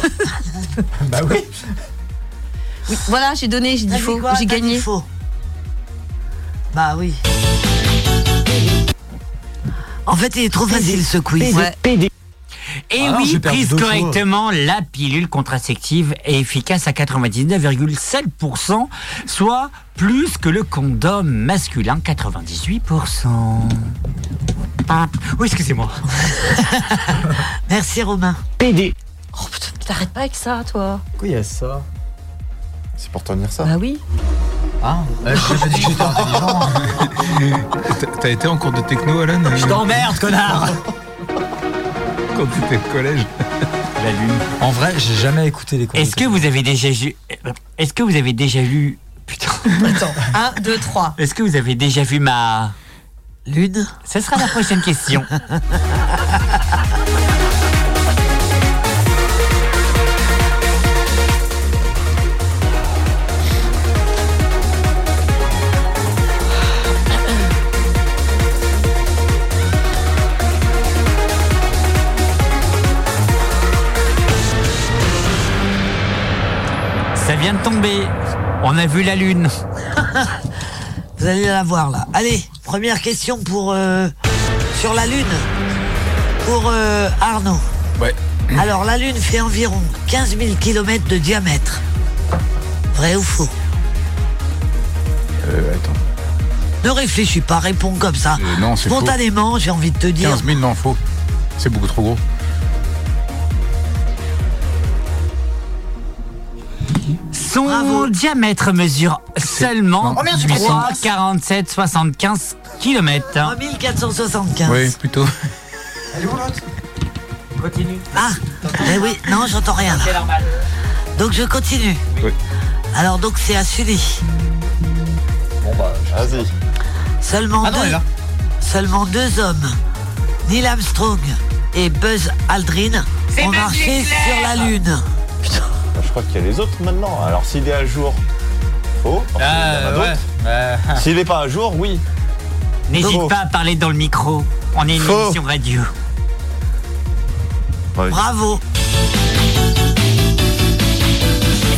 Bah oui.
Oui, voilà, j'ai donné, j'ai
T'as
dit
dit
faux,
quoi
j'ai
T'as dit
gagné.
faux. Bah oui. En fait, il est trop facile ce quiz.
Ouais.
Et
Ah non,
oui,
j'ai perdu
prise
deux fois.
correctement, la pilule contraceptive est efficace à 99,7%, soit plus que le condom masculin, 98%. Ah, oui, excusez-moi.
Merci Romain.
Oh putain, t'arrêtes pas avec ça, toi.
Pourquoi il y a ça
C'est pour tenir ça.
Bah oui.
Ah, je dis que j'étais intelligent. hein.
T'as été en cours de techno, Alan euh,
Je t'emmerde, connard
Quand t'étais au collège
La lune.
En vrai, j'ai jamais écouté les cours.
Est-ce que vous avez déjà vu Est-ce que vous avez déjà lu Putain.
Attends, 1, 2, 3.
Est-ce que vous avez déjà vu ma
lune
Ce sera la prochaine question. Ça vient de tomber. On a vu la lune.
Vous allez la voir là. Allez, première question pour euh, sur la Lune. Pour euh, Arnaud.
Ouais.
Alors la Lune fait environ 15 000 km de diamètre. Vrai ou faux
Euh, attends.
Ne réfléchis pas, réponds comme ça.
Euh, non, c'est faux.
Spontanément, j'ai envie de te dire.
15 000, non, faux. C'est beaucoup trop gros.
Son diamètre mesure seulement
Oh merde, j'ai pas
347 75
Oh,
km.
3475.
Oui, plutôt.
Elle est où l'autre Continue.
Ah, eh oui, non, j'entends rien. là.
normal.
Donc je continue.
Oui.
Alors donc c'est à Sully.
Bon bah,
Vas-y.
Seulement
Ah non, elle est
deux.
là.
Seulement deux hommes, Neil Armstrong et Buzz Aldrin, ont marché sur la Lune.
Bah, Je crois qu'il y a les autres maintenant. Alors s'il est à jour, faux. Parce qu'il y en
Ah,
a
Euh, ouais.
d'autres.
Euh,
Bah.
S'il n'est pas à jour, oui.
N'hésite
Faux.
pas à parler dans le micro. On est une
Faux.
émission radio.
Ouais.
Bravo.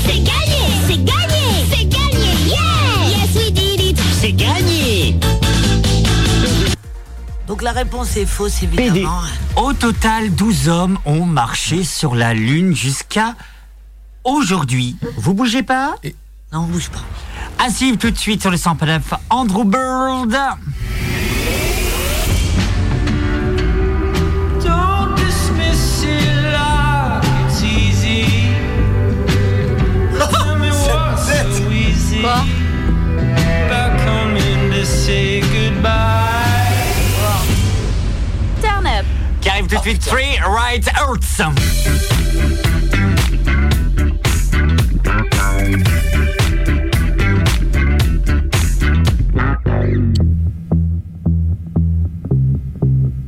C'est gagné, c'est gagné, c'est gagné, yeah! Yes, we did it! C'est gagné!
Donc la réponse est fausse évidemment.
Au total, 12 hommes ont marché sur la Lune jusqu'à aujourd'hui. Vous bougez pas
Non, bouge pas.
À suivre tout de suite sur le 109, Andrew Bird.
Don't dismiss it like it's easy. Tell me what's so easy about coming to say goodbye.
Turn up.
Qui arrive tout de suite, Free Right Earths.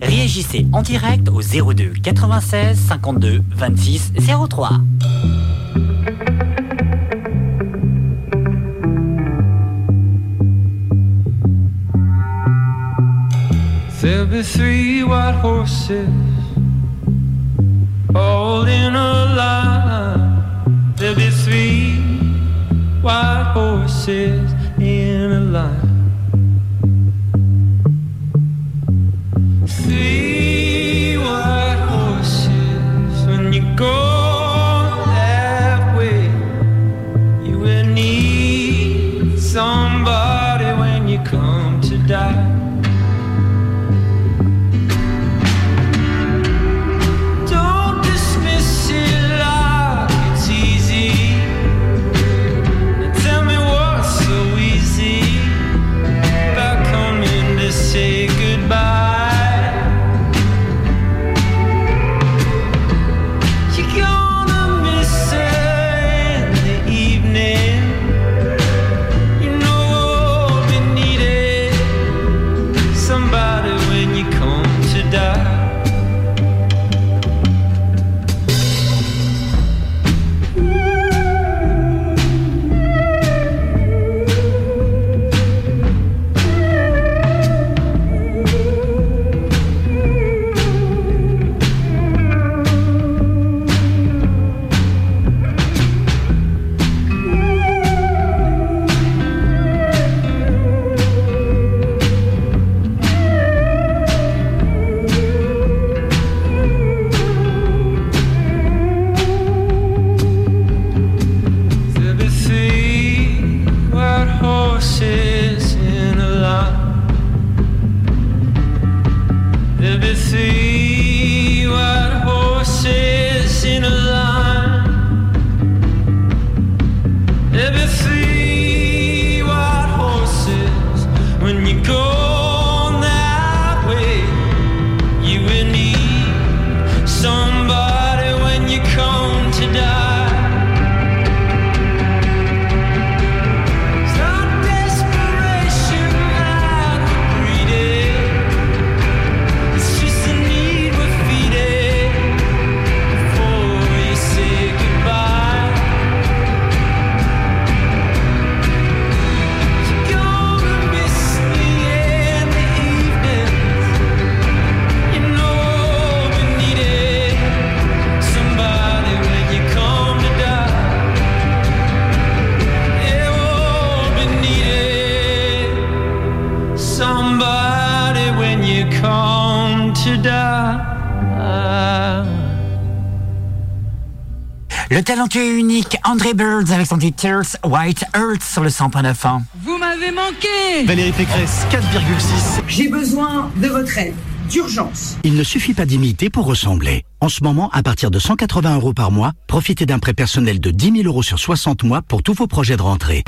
Réagissez en direct au 02 96 52 26 03.
There'll be three white horses all in a line. There'll be three white horses in a line. Three white horses when you go that way. You will need somebody when you come to die. Don't dismiss it like it's easy. Tell me what's so easy about coming to say goodbye. You're gonna miss her in the evening. You know we'll be needed
Le talentueux et unique André Birds avec son titre Tears White Earth sur le 100.9.
Vous m'avez manqué
Valérie Pécresse, 4,6.
J'ai besoin de votre aide, d'urgence.
Il ne suffit pas d'imiter pour ressembler. En ce moment, à partir de 180 euros par mois, profitez d'un prêt personnel de 10 000 euros sur 60 mois pour tous vos projets de rentrée.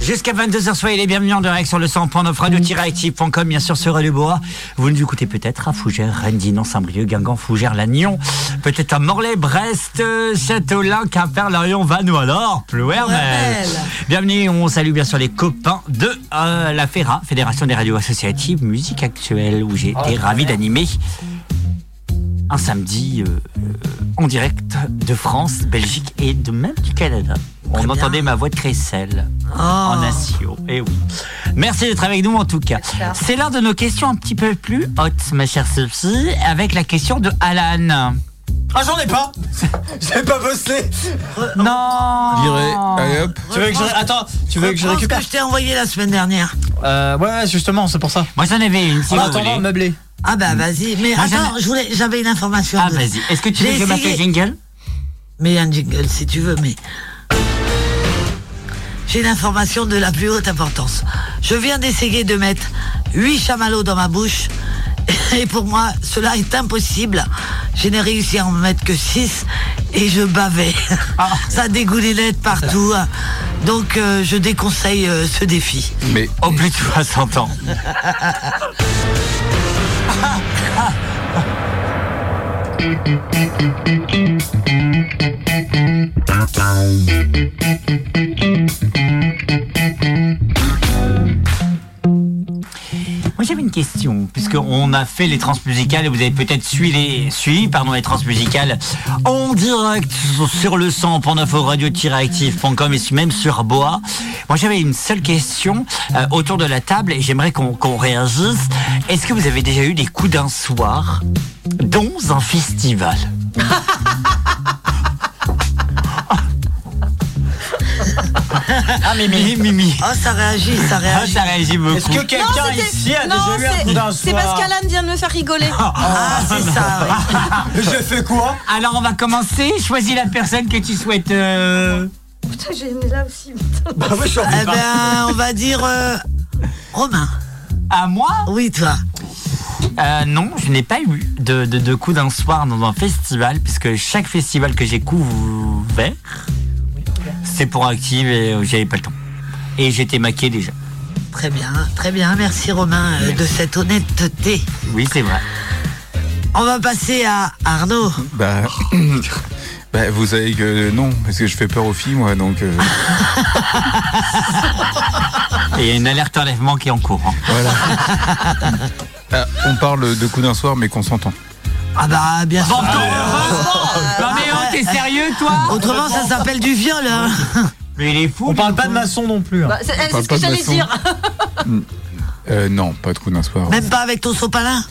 Jusqu'à 22h, soyez les bienvenus en direct sur le 100.9 radio-active.com, bien sûr sur Radio Bois. Vous nous écoutez peut-être à Fougères, Rennes, Dinan, Saint-Brieuc, Guingamp, Fougères, Lannion, peut-être à Morlaix, Brest, euh, Châteaulin, Quimper, Lorient, Vanois, alors Plouermel. Bienvenue, on salue bien sûr les copains de euh, la FERA, Fédération des radios associatives musique actuelle, où j'ai été ravi d'animer un samedi euh, euh, en direct de France, Belgique et de même du Canada. On
Très bien. Oh.
entendait ma voix de crécelle en asio. Et oui. Merci d'être avec nous en tout cas. C'est l'heure de nos questions un petit peu plus hautes, ma chère Sophie, avec la question de Alan.
Ah, j'en ai pas J'ai pas bossé
Non
Tu veux que je... Attends, tu veux que je
Reprends ce
récupère
que je t'ai envoyé la semaine dernière.
Euh, ouais, ouais, justement, c'est pour ça.
Moi, j'en avais une.
En attendant, meublé.
Ah bah vas-y, mais
Ah,
attends,
j'en ai-
je voulais- j'avais une information.
Ah,
de-
vas-y.
Est-ce que tu veux
J'ai
que je mette le
essayé-
jingle
Mais un jingle si tu veux, mais... J'ai une information de la plus haute importance. Je viens d'essayer de mettre 8 chamallows dans ma bouche. Et pour moi, cela est impossible. Je n'ai réussi à en mettre que 6 et je bavais.
Ah.
Ça dégoulinait de partout. Donc euh, je déconseille euh, ce défi.
Mais au plus de 60 ans. Moi j'avais une question, puisqu'on a fait les trans musicales et vous avez peut-être suivi les, suivi, pardon, les trans musicales en direct sur le 100.9 au radio-active.com et même sur Boa. Moi j'avais une seule question euh, autour de la table et j'aimerais qu'on qu'on réagisse. Est-ce que vous avez déjà eu des coups d'un soir dans un festival Ah Mimi, Mimi. Ah,
Oh ça réagit, ça réagit.
ça réagit beaucoup.
Est-ce que quelqu'un
c'était-
ici a
non,
déjà eu un
c'est-
coup d'un
C'est
soir Ah,
parce qu'Alan vient de me faire rigoler. Ah,
c'est ça.
J'ai fait quoi
Alors on va commencer. Choisis la personne que tu souhaites. euh,
Putain, j'ai une là aussi.
Eh ben, on va dire euh, Romain.
À moi
Oui, toi.
Euh, non, je n'ai pas eu de, de, de coup d'un soir dans un festival, puisque chaque festival que j'ai couvert, c'est pour Active et euh, j'avais pas le temps. Et j'étais maqué déjà.
Très bien, très bien. Merci Romain euh, de cette honnêteté.
Oui, c'est vrai.
On va passer à Arnaud.
Bah, bah, vous savez que non, parce que je fais peur aux filles, moi, donc. euh,
Et il y a une alerte enlèvement qui est en cours. hein.
voilà. Ah, on parle de coup d'un soir, mais qu'on s'entend.
Ah bah bien sûr. ah,
Non mais oh, t'es sérieux toi
Autrement ça s'appelle du viol. hein.
Mais il est fou.
On parle pas de maçon non plus. hein.
Bah, c'est eh,
On
c'est
parle
ce
pas
que
de
j'allais
maçon.
dire.
Euh, non, pas de coup d'un soir.
Même pas avec ton sopalin.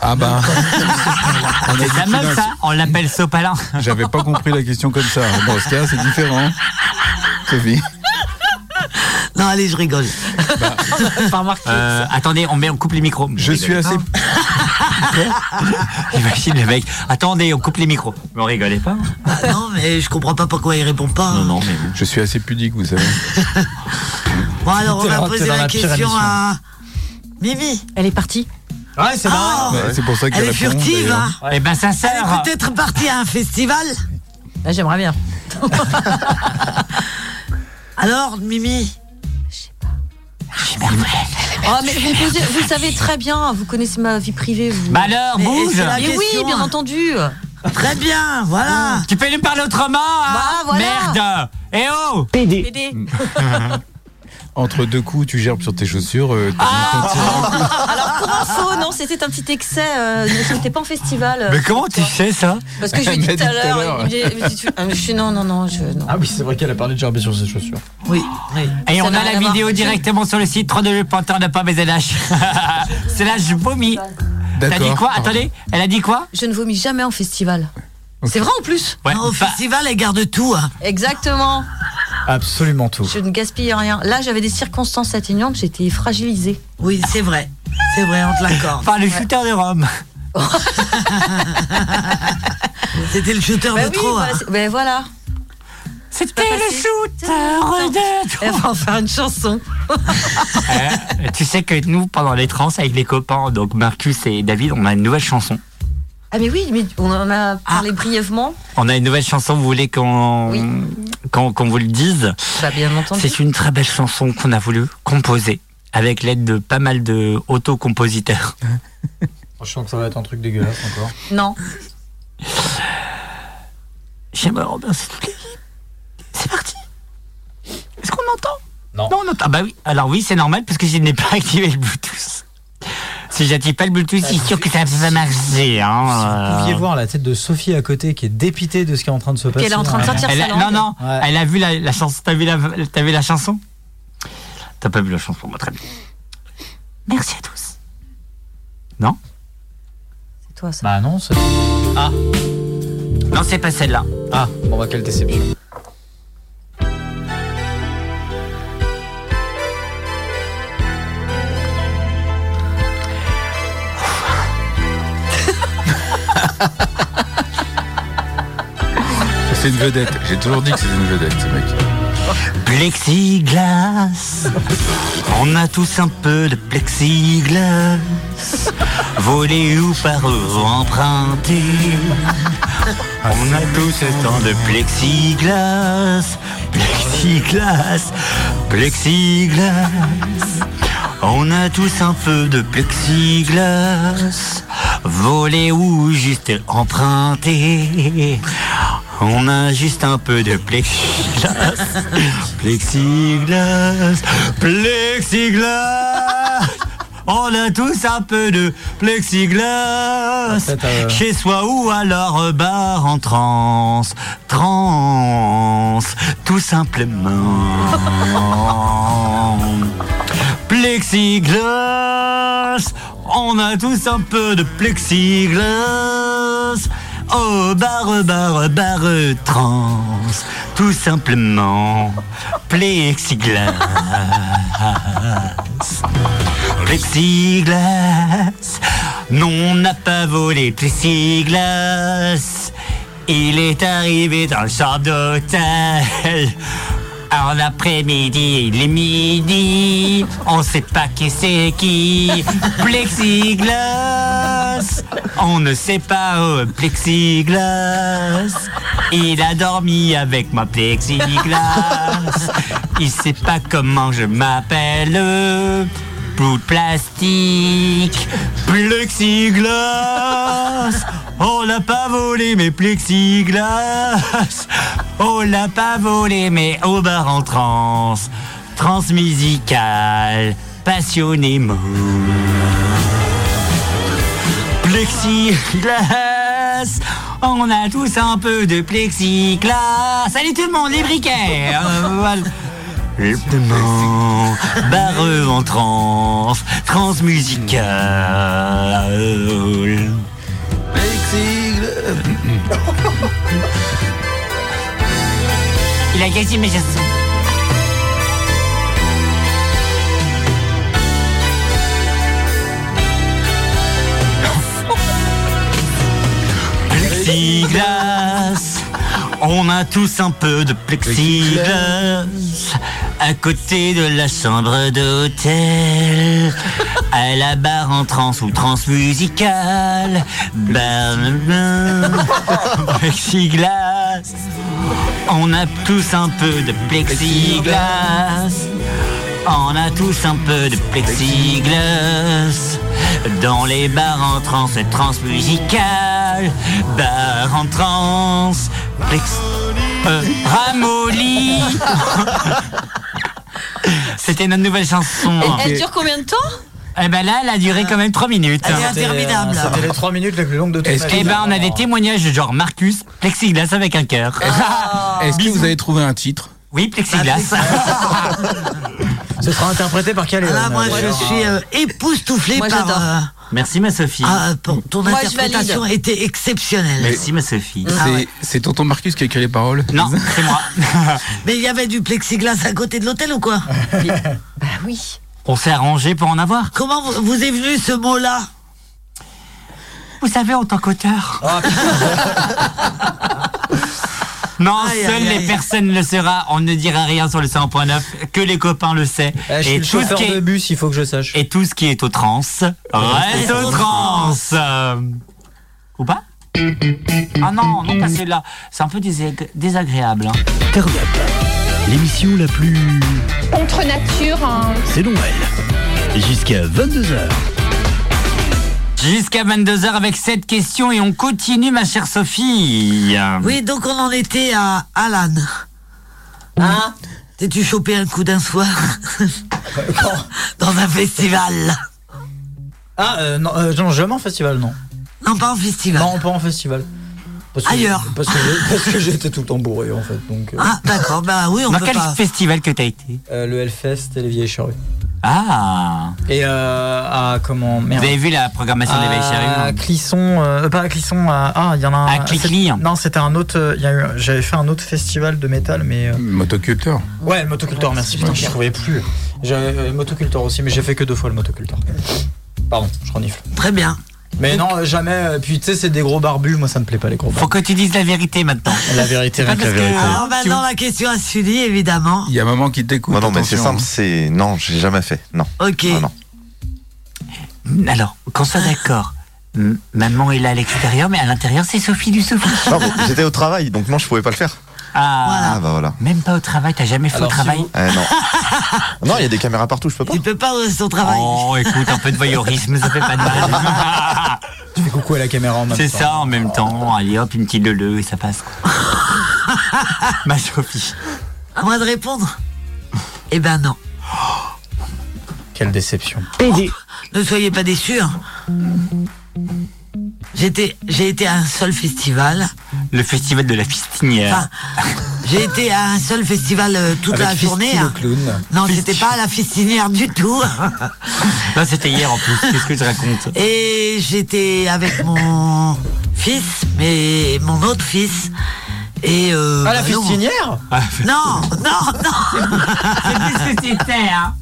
Ah bah. on a
Ah, C'est
dit
de la
coup
meuf
d'un-
ça, on l'appelle Sopalin.
J'avais pas compris la question comme ça. Dans ce cas, c'est différent. hein. Sophie.
Non allez je rigole.
Euh, attendez, on met, on coupe les micros.
Bah, Je suis assez.
Imagine le mec. Attendez, on coupe les micros. Mais on rigolait pas. hein
Ah non mais je comprends pas pourquoi il répond pas.
Non, non, mais
Je suis assez pudique, vous savez.
Bon alors on
T'es
va
rentré
poser
dans
la,
la pire
question
émission.
à Mimi. Ah.
Elle est partie.
Ouais, c'est marrant.
Bah, c'est pour ça que
Elle
je
est
réponds,
furtive.
d'ailleurs.
Hein.
Eh ben ça
Elle
sert.
est peut-être partie à un festival.
Là, j'aimerais bien.
Alors Mimi.
Oh, mais vous, me posez- vous savez très bien, vous connaissez ma vie privée. Vous.
Bah alors,
Mais
bouge.
c'est la-
mais oui,
question,
bien
hein.
entendu.
Très bien, voilà.
Tu peux nous parler autrement, hein
Bah, voilà.
Merde Eh oh
PD.
Entre deux coups, tu gerbes sur tes chaussures. euh, t'as
Ah.
ton tir.
Alors pour info, non, c'était un petit excès. Euh, je n'étais pas en festival. euh,
Mais comment tu
toi.
sais ça
Parce que je lui
Elle
ai
m'a
dit tout à
dit tout à l'heure,
l'heure.
ouais.
il- il- il- tu- ah, Je suis non, non, non, je non.
Ah oui, c'est vrai qu'elle a parlé de gerber sur ses chaussures.
Oui. oui.
Et
Ça
on
n'a
a la
rien à voir.
vidéo directement sur le site 3 de Pantin n'a pas baisé l'âge. C'est là, je vomis. T'as dit
D'accord.
quoi Attendez, elle a dit quoi
Je ne vomis jamais en festival. C'est vrai en plus.
Ouais.
Non, Au
Bah,
festival elle garde tout. hein.
Exactement.
Absolument tout.
Je ne gaspille rien. Là, j'avais des circonstances atténuantes, j'étais fragilisée.
Oui, c'est vrai. C'est vrai, on te l'accorde.
Enfin, le shooter de Rome.
C'était le shooter
Bah
de
oui,
trop.
bah,
hein.
c'est- bah voilà.
C'était le shooter de
Elle va en faire une chanson.
Euh, tu sais que nous, pendant les trans, avec les copains, donc Marcus et David, on a une nouvelle chanson.
Ah mais oui, mais on en
Ah.
a parlé brièvement.
On a une nouvelle chanson, vous voulez qu'on
Oui.
qu'on- qu'on vous le dise
Bah bien entendu.
C'est une très belle chanson qu'on a voulu composer avec l'aide de pas mal de autocompositeurs.
Je sens que ça va être un truc dégueulasse encore.
Non.
J'aimerais remercier toute l'équipe. C'est parti. Est-ce qu'on entend Non. Non, on entend. Ah bah oui. Alors oui, c'est normal parce que je n'ai pas activé le Bluetooth. Si j'active pas le Bluetooth, c'est sûr que ça va marcher. Hein.
Vous pouviez
euh.
voir la tête de Sophie à côté qui est dépitée de ce qui est en train de se passer.
Qu'elle est en train de sortir
Elle
sa
a-
langue.
Non, non, elle a vu la, la chanson. T'as vu la, t'as vu la chanson T'as pas vu la chanson, bah, très bien. Merci à tous. Non
C'est toi ça.
Bah non, c'est.
Ah Non, c'est pas celle-là.
Ah, bon bah quelle déception.
C'est une vedette. J'ai toujours dit que c'était une vedette, ce mec.
Plexiglas, on a tous un peu de plexiglas, volé ou par eux emprunté. On a tous ce temps de plexiglas, plexiglas, plexiglas. On a tous un peu de plexiglas, volé ou juste emprunté. On a juste un peu de plexiglas, plexiglas, plexiglas. On a tous un peu de plexiglas
Ah, peut-être, euh,
chez soi ou à leur bar en transe, transe, tout simplement. Plexiglas, on a tous un peu de plexiglas. Au bar, bar, bar, trans, tout simplement. Plexiglas. Plexiglas, non, on n'a pas volé Plexiglas. Il est arrivé dans le champ d'hôtel. En après-midi, il est midi. On sait pas qui c'est qui. Plexiglas. On ne sait pas où. Plexiglas. Il a dormi avec moi. Plexiglas. Il sait pas comment je m'appelle. Bout de plastique, plexiglas. On l'a pas volé, mais plexiglas. On l'a pas volé, mais au bar en transe. Transmusical, passionnément. Plexiglas. On a tous un peu de plexiglas. Salut tout le monde, les briquets. Euh, voilà. Lentement, barreux en transe, transmusicale. Il a gagné mes chansons. Plexiglas, on a tous un peu de plexiglas. À côté de la chambre d'hôtel, à la barre en trance ou trance musicale. Plexiglas, on a tous un peu de plexiglas. On a tous un peu de plexiglas Dans les bars en trans, trans musicale Bar en trans, plex... euh, Ramoli C'était notre nouvelle chanson
Elle- Elle dure combien de temps
Eh ben là, elle a duré quand même 3 minutes
interminable. C'était les 3 minutes les plus longues de toute ma vie.
Eh ben on a
Oh.
des témoignages de genre Marcus, plexiglas avec un cœur
Eh,
Ah.
Est-ce que vous avez trouvé un titre Ah,
Oui, plexiglas
Ce sera interprété par quel
Ah, moi, je suis euh, époustouflé
Moi,
par
j'adore.
euh,
Merci ma Sophie.
Ah, pour- ton interprétation a été exceptionnelle.
Merci ma Sophie.
Ah ouais.
C'est tonton Marcus qui a écrit les paroles
Non, c'est moi.
Mais il y avait du plexiglas à côté de l'hôtel ou quoi
Bah oui.
On s'est arrangé pour en avoir.
Comment vous, vous est venu ce mot-là
Vous savez, en tant qu'auteur. Non,
Aïe,
seules
aïe,
les
aïe.
personnes le sera. On ne dira rien sur le 100.9. Que les copains le savent.
Eh, je suis le chauffeur de
bus, il faut que je sache. Et tout ce qui est au trans reste au trans. Euh, Ou pas Ah non, non pas celle-là. C'est un peu déség- désagréable. hein.
L'émission la plus...
Contre nature.
C'est Noël. Jusqu'à 22h.
Jusqu'à 22h avec cette question et on continue, ma chère Sophie.
Oui, donc on en était à Alan. Hein T'es-tu chopé un coup d'un soir Dans un festival
Ah, euh, non, euh, non, jamais en festival, non.
Non, pas en festival.
Non, pas en festival. Parce que-
Ailleurs.
Parce que j'ai- parce que j'étais tout le temps bourré, en fait. Donc, euh,
Ah, d'accord, bah oui, on
Dans
peut
quel
pas.
festival que t'as été
euh, Le Hellfest et les Vieilles Charrues.
Ah
Et euh, à comment
Vous
merde.
avez vu la programmation des Vieilles
À
Charrues
Clisson, euh, pas à Clisson, à- ah, il y en a un.
À Clicly.
c'est- Non, c'était un autre. euh, il y a eu un- J'avais fait un autre festival de métal, mais. euh,
Motoculteur.
Ouais, le motoculteur, merci. Putain, je trouvais plus. J'avais euh, le motoculteur aussi, mais j'ai fait que deux fois le motoculteur. Pardon, je renifle.
Très bien.
Mais non, euh, jamais. euh, Puis tu sais, c'est des gros barbus. Moi, ça me plaît pas les gros
Faut
barbus.
que tu dises la vérité maintenant.
La vérité, rien que la
Eh,
vérité.
Alors maintenant, Ah, bah la question à Sully, évidemment.
Il y a maman qui t'écoute.
Moi, non, mais c'est
attention. hein.
simple, c'est. Non, j'ai jamais fait. Non.
Ok.
Ah, non.
Hmm, Alors, qu'on soit d'accord. M- Maman est là à l'extérieur, mais à l'intérieur, c'est Sophie du Sophie.
Ah,
Non, mais j'étais au travail, donc non, je pouvais pas le faire.
Ah,
Ah, bah voilà.
même pas au travail, t'as jamais fait au travail
Ah,
Eh, non. non, il y a des caméras partout, je peux pas.
Il peut pas euh, son travail.
Oh, écoute, un peu de voyeurisme, ça fait pas de mal.
Tu fais coucou à la caméra en même temps.
C'est ça, en même temps. Allez hop, une petite leleu et ça passe. quoi. Ma Sophie.
À moi de répondre Eh ben non. Oh,
Quelle déception.
Ne soyez pas déçus. hein. J'étais, j'ai été à un seul festival.
Le festival de la fistinière.
Enfin, j'ai été à un seul festival euh, toute
Avec
la journée.
Christine
hein.
le clown.
Non, j'étais pas à la fistinière du tout.
Là, c'était hier en plus. Qu'est-ce que je raconte
Et j'étais avec mon fils, mais mon autre fils. Et euh,
Ah, la
bah non.
fistinière
Non, non, non.
C'est plus ce que c'était, hein.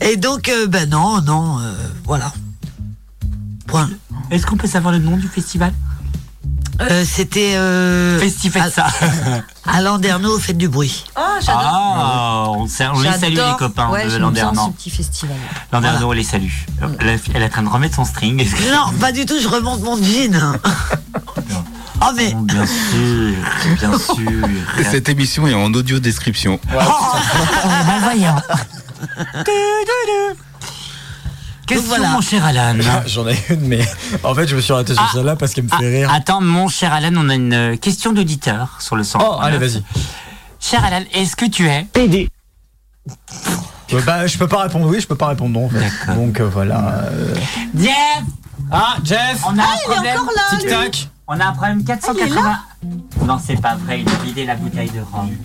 Et donc, euh, ben non, non, euh, voilà. Point.
Est-ce qu'on peut savoir le nom du festival
Euh, C'était euh,
Festifait ça.
à Landerneau, faites du bruit.
Oh, j'adore.
Ah, on, sa- on les salue les
J'adore.
copains
ouais,
de
j'aime bien
Landerneau.
ce petit festival.
Landerneau, on les salue.
Mm.
Elle, a- elle est en train de remettre son string.
Non, pas du tout, je remonte mon jean. oh mais,
Oh, bien sûr, bien sûr.
Cette émission est en audio description.
Oh malvoyant. Question,
voilà.
mon cher Alan.
J'en ai une, mais en fait, je me suis arrêté
Ah.
sur celle-là parce qu'elle me fait rire.
Attends, mon cher Alan, on a une euh, question d'auditeur sur le sang.
oh, allez, vas-y.
Cher Alan, est-ce que tu es Ah.
Euh, Bah, je peux pas répondre oui, je peux pas répondre non. en fait. Donc euh, voilà. euh.
Jeff
Ah, Jeff
On a un
il est
problème.
encore là, lui. Ah,
Tic-tac
On a un problème 480. Non, c'est pas vrai, il a vidé la bouteille de rhum.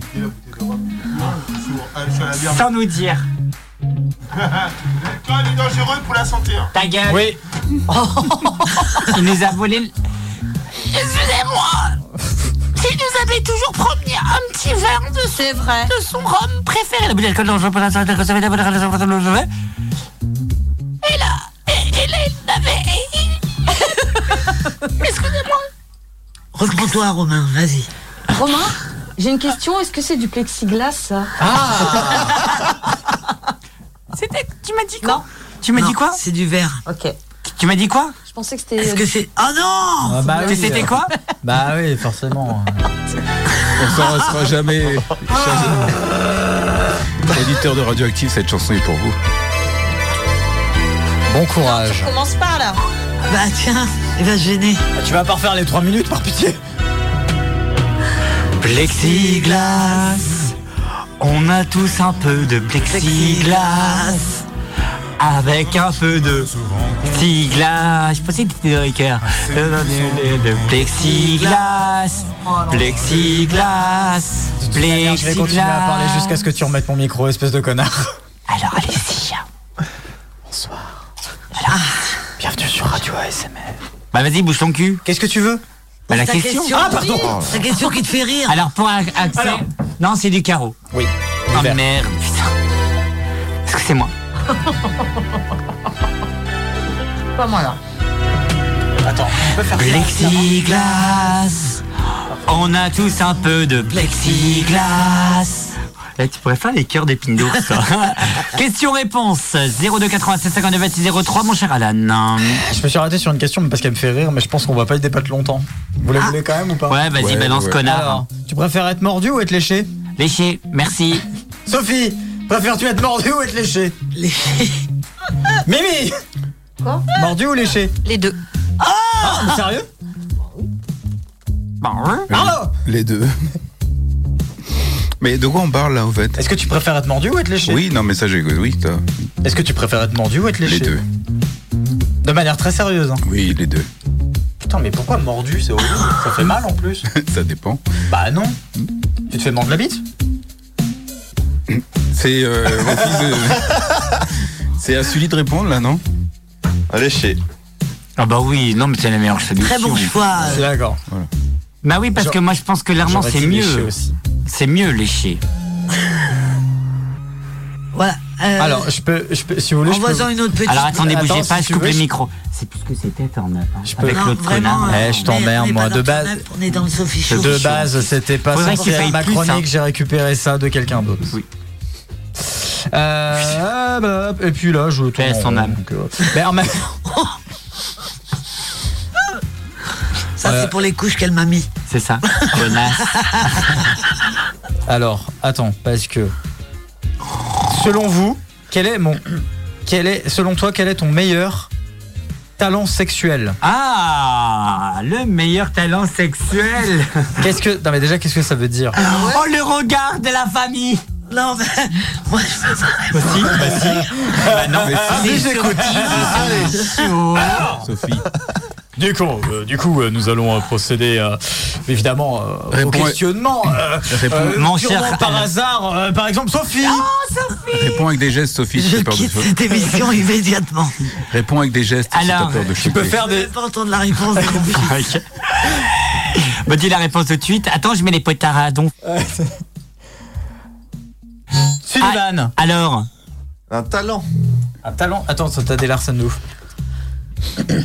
Sans nous dire.
L'alcool est dangereux pour la santé. hein.
Ta gueule
Oui,
Il nous a volé le-
Excusez-moi Si nous avait toujours promis un petit verre de
C'est vrai.
de son rhum
préféré la bouteille d'alcool dans le jeu pour la santé, que ça fait d'abord la raison pour laquelle je vais.
et là, il n'avait... Excusez-moi
reprends-toi, Romain, vas-y.
Romain, j'ai une question. Est-ce que c'est du plexiglas ça
Ah
C'était. Tu m'as dit quoi
Non.
Tu m'as
Non,
dit quoi
C'est du verre.
Ok.
Tu m'as dit quoi
Je pensais que
Est-ce
c'était. euh,
que c'est. Oh non
Ah, bah
Que
oui,
C'était
euh,
quoi
Bah oui, forcément.
On s'en restera jamais. Ah. Éditeur de Radioactive, cette chanson est pour vous.
Bon courage.
Commence par là.
Bah tiens, il va se gêner.
Ah, Tu vas pas refaire les 3 minutes par pitié
Plexiglas. On a tous un peu de plexiglas. Avec un peu de plexiglas. Je pensais que t'étais dans les cœurs. De plexiglas. Plexiglas.
D'ailleurs, Je vais continuer à parler jusqu'à ce que tu remettes mon micro, espèce de connard.
Alors allez-y. Bonsoir.
radio ASMR.
Bah vas-y, bouge ton cul.
Qu'est-ce que tu veux
Bah la
Ta
question.
question.
Ah, pardon.
Oh là là. Ta question qui te fait rire.
Alors pour un accès.
Alors.
Non, c'est du carreau.
Oui.
Ah merde, putain. Est-ce que c'est moi
Pas moi là.
Attends, tu peux faire ça
Plexiglas. On a tous un peu de plexiglas. Eh, tu pourrais faire les cœurs d'épines d'ours. toi. Question-réponse 02 96 59 26 03, mon cher Alan.
Je me suis arrêté sur une question mais parce qu'elle me fait rire, mais je pense qu'on va pas y débattre longtemps. Vous la voulez quand même ou pas
Ah. Ouais, vas-y,
Ouais,
balance
ouais.
connard.
Alors, tu préfères être mordu ou être léché
Léché, merci.
Sophie, préfères-tu être mordu ou être léché
Léché.
Mimi
Quoi
Mordu ou léché
Les deux.
Ah, mais sérieux
Bon, hein
Arnaud
Bah, Les deux. Mais de quoi on parle là en fait
Est-ce que tu préfères être mordu ou être léché
Oui, non, mais ça j'ai. Oui, toi.
Est-ce que tu préfères être mordu ou être léché
Les deux.
De manière très sérieuse. hein.
Oui, les deux.
Putain, mais pourquoi mordu C'est horrible. Ça fait mal en plus.
ça dépend.
Bah non. Tu te fais mordre la bite
C'est. euh, mon fils, euh, C'est à celui de répondre là, non
Allez, chez.
Ah bah oui, non mais c'est la meilleure solution.
Très bon choix.
C'est d'accord.
Bah oui, parce que moi je pense que l'armand
J'aurais
c'est
dû lécher
mieux.
aussi.
C'est mieux léché.
Voilà. Euh,
Alors, je peux, je peux- si vous voulez, je peux,
envoie-en une autre petite.
Alors attendez,
Attends,
bougez
si
pas,
tu
je coupe
veux,
les
je-
micros. C'est plus ce que c'était en hein,
Je peux-
avec
Non,
l'autre
vraiment,
connard.
euh,
Eh, je
on est-
t'emmerde,
on est
moi,
pas
de
dans
base.
ton œuvre, On est dans le Sophie Show.
de base, c'était pas
Faudrait
censé
qu'il
être
paye
ma
plus,
chronique,
hein.
j'ai récupéré ça de quelqu'un d'autre.
Oui.
Euh, bah, et puis là, je tourne.
Paix à son
en rond,
âme.
donc, euh, mais en même-
Ça,
Euh,
c'est pour les couches qu'elle m'a mis.
C'est ça. Connasse.
Alors, attends, parce que selon vous, quel est mon, quel est, selon toi, quel est ton meilleur talent sexuel
Ah, le meilleur talent sexuel.
Qu'est-ce que, non mais déjà, qu'est-ce que ça veut dire
Oh le regard de la famille.
Ah Non, mais. Moi, je-
Aussi, bah si. Bah non, mais
si, j'écoute.
Ah.
Sophie.
Ah. Du coup, euh, du coup, euh, nous allons euh, procéder euh, évidemment euh, au
Réponds-
questionnement. euh,
Réponds-
euh,
Mon
purement
cher-
par hasard, euh, par exemple, Sophie.
Réponds avec des gestes, Sophie, si
Je
t'as peur de
quitte
choquer.
cette émission immédiatement.
Réponds avec des gestes, si t'as
Alors,
peur de
Tu peux
choquer.
faire
Je ne
des.
veux pas entendre la réponse.
Ok. Me Bah, dis la réponse tout de suite. Attends, je mets les potards à don.
Bah,
Sullivan.
Ah, Alors,
Un talent.
Un talent. Attends, ça, t'as des larcins de ouf.
Euh,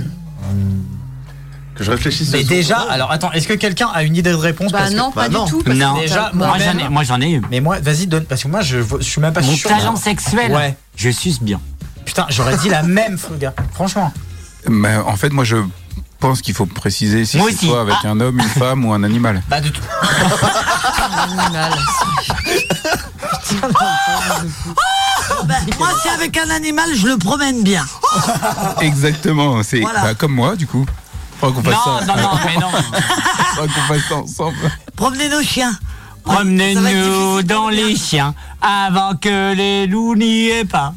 Que je réfléchisse
Mais
ce soir.
déjà, alors attends, est-ce que quelqu'un a une idée de réponse
Bah
parce que-
non,
bah
pas
non.
du tout. parce que
non.
déjà,
moi
moi-même-
j'en ai, moi j'en ai eu.
Mais moi, vas-y, donne. Parce que moi, je, je suis même pas
Mon
sûr.
talent sexuel.
Ouais.
Je suce bien.
Putain, j'aurais dit la même, fou, gars. Franchement.
Mais en fait, moi je pense qu'il faut préciser si
Moi
c'est
aussi.
toi avec un homme, une femme ou un animal.
Bah, du tout.
Moi, c'est avec un animal, je le promène bien.
Ah. Exactement, c'est
Voilà.
bah, comme moi du coup. Faudra qu'on fasse
Non,
ça.
non, non, mais non.
Faudra qu'on fasse ça ensemble.
Promener nos chiens. Ça va être
Promenez-nous
difficile de
dans
le dire.
les chiens avant que les loups n'y aient pas.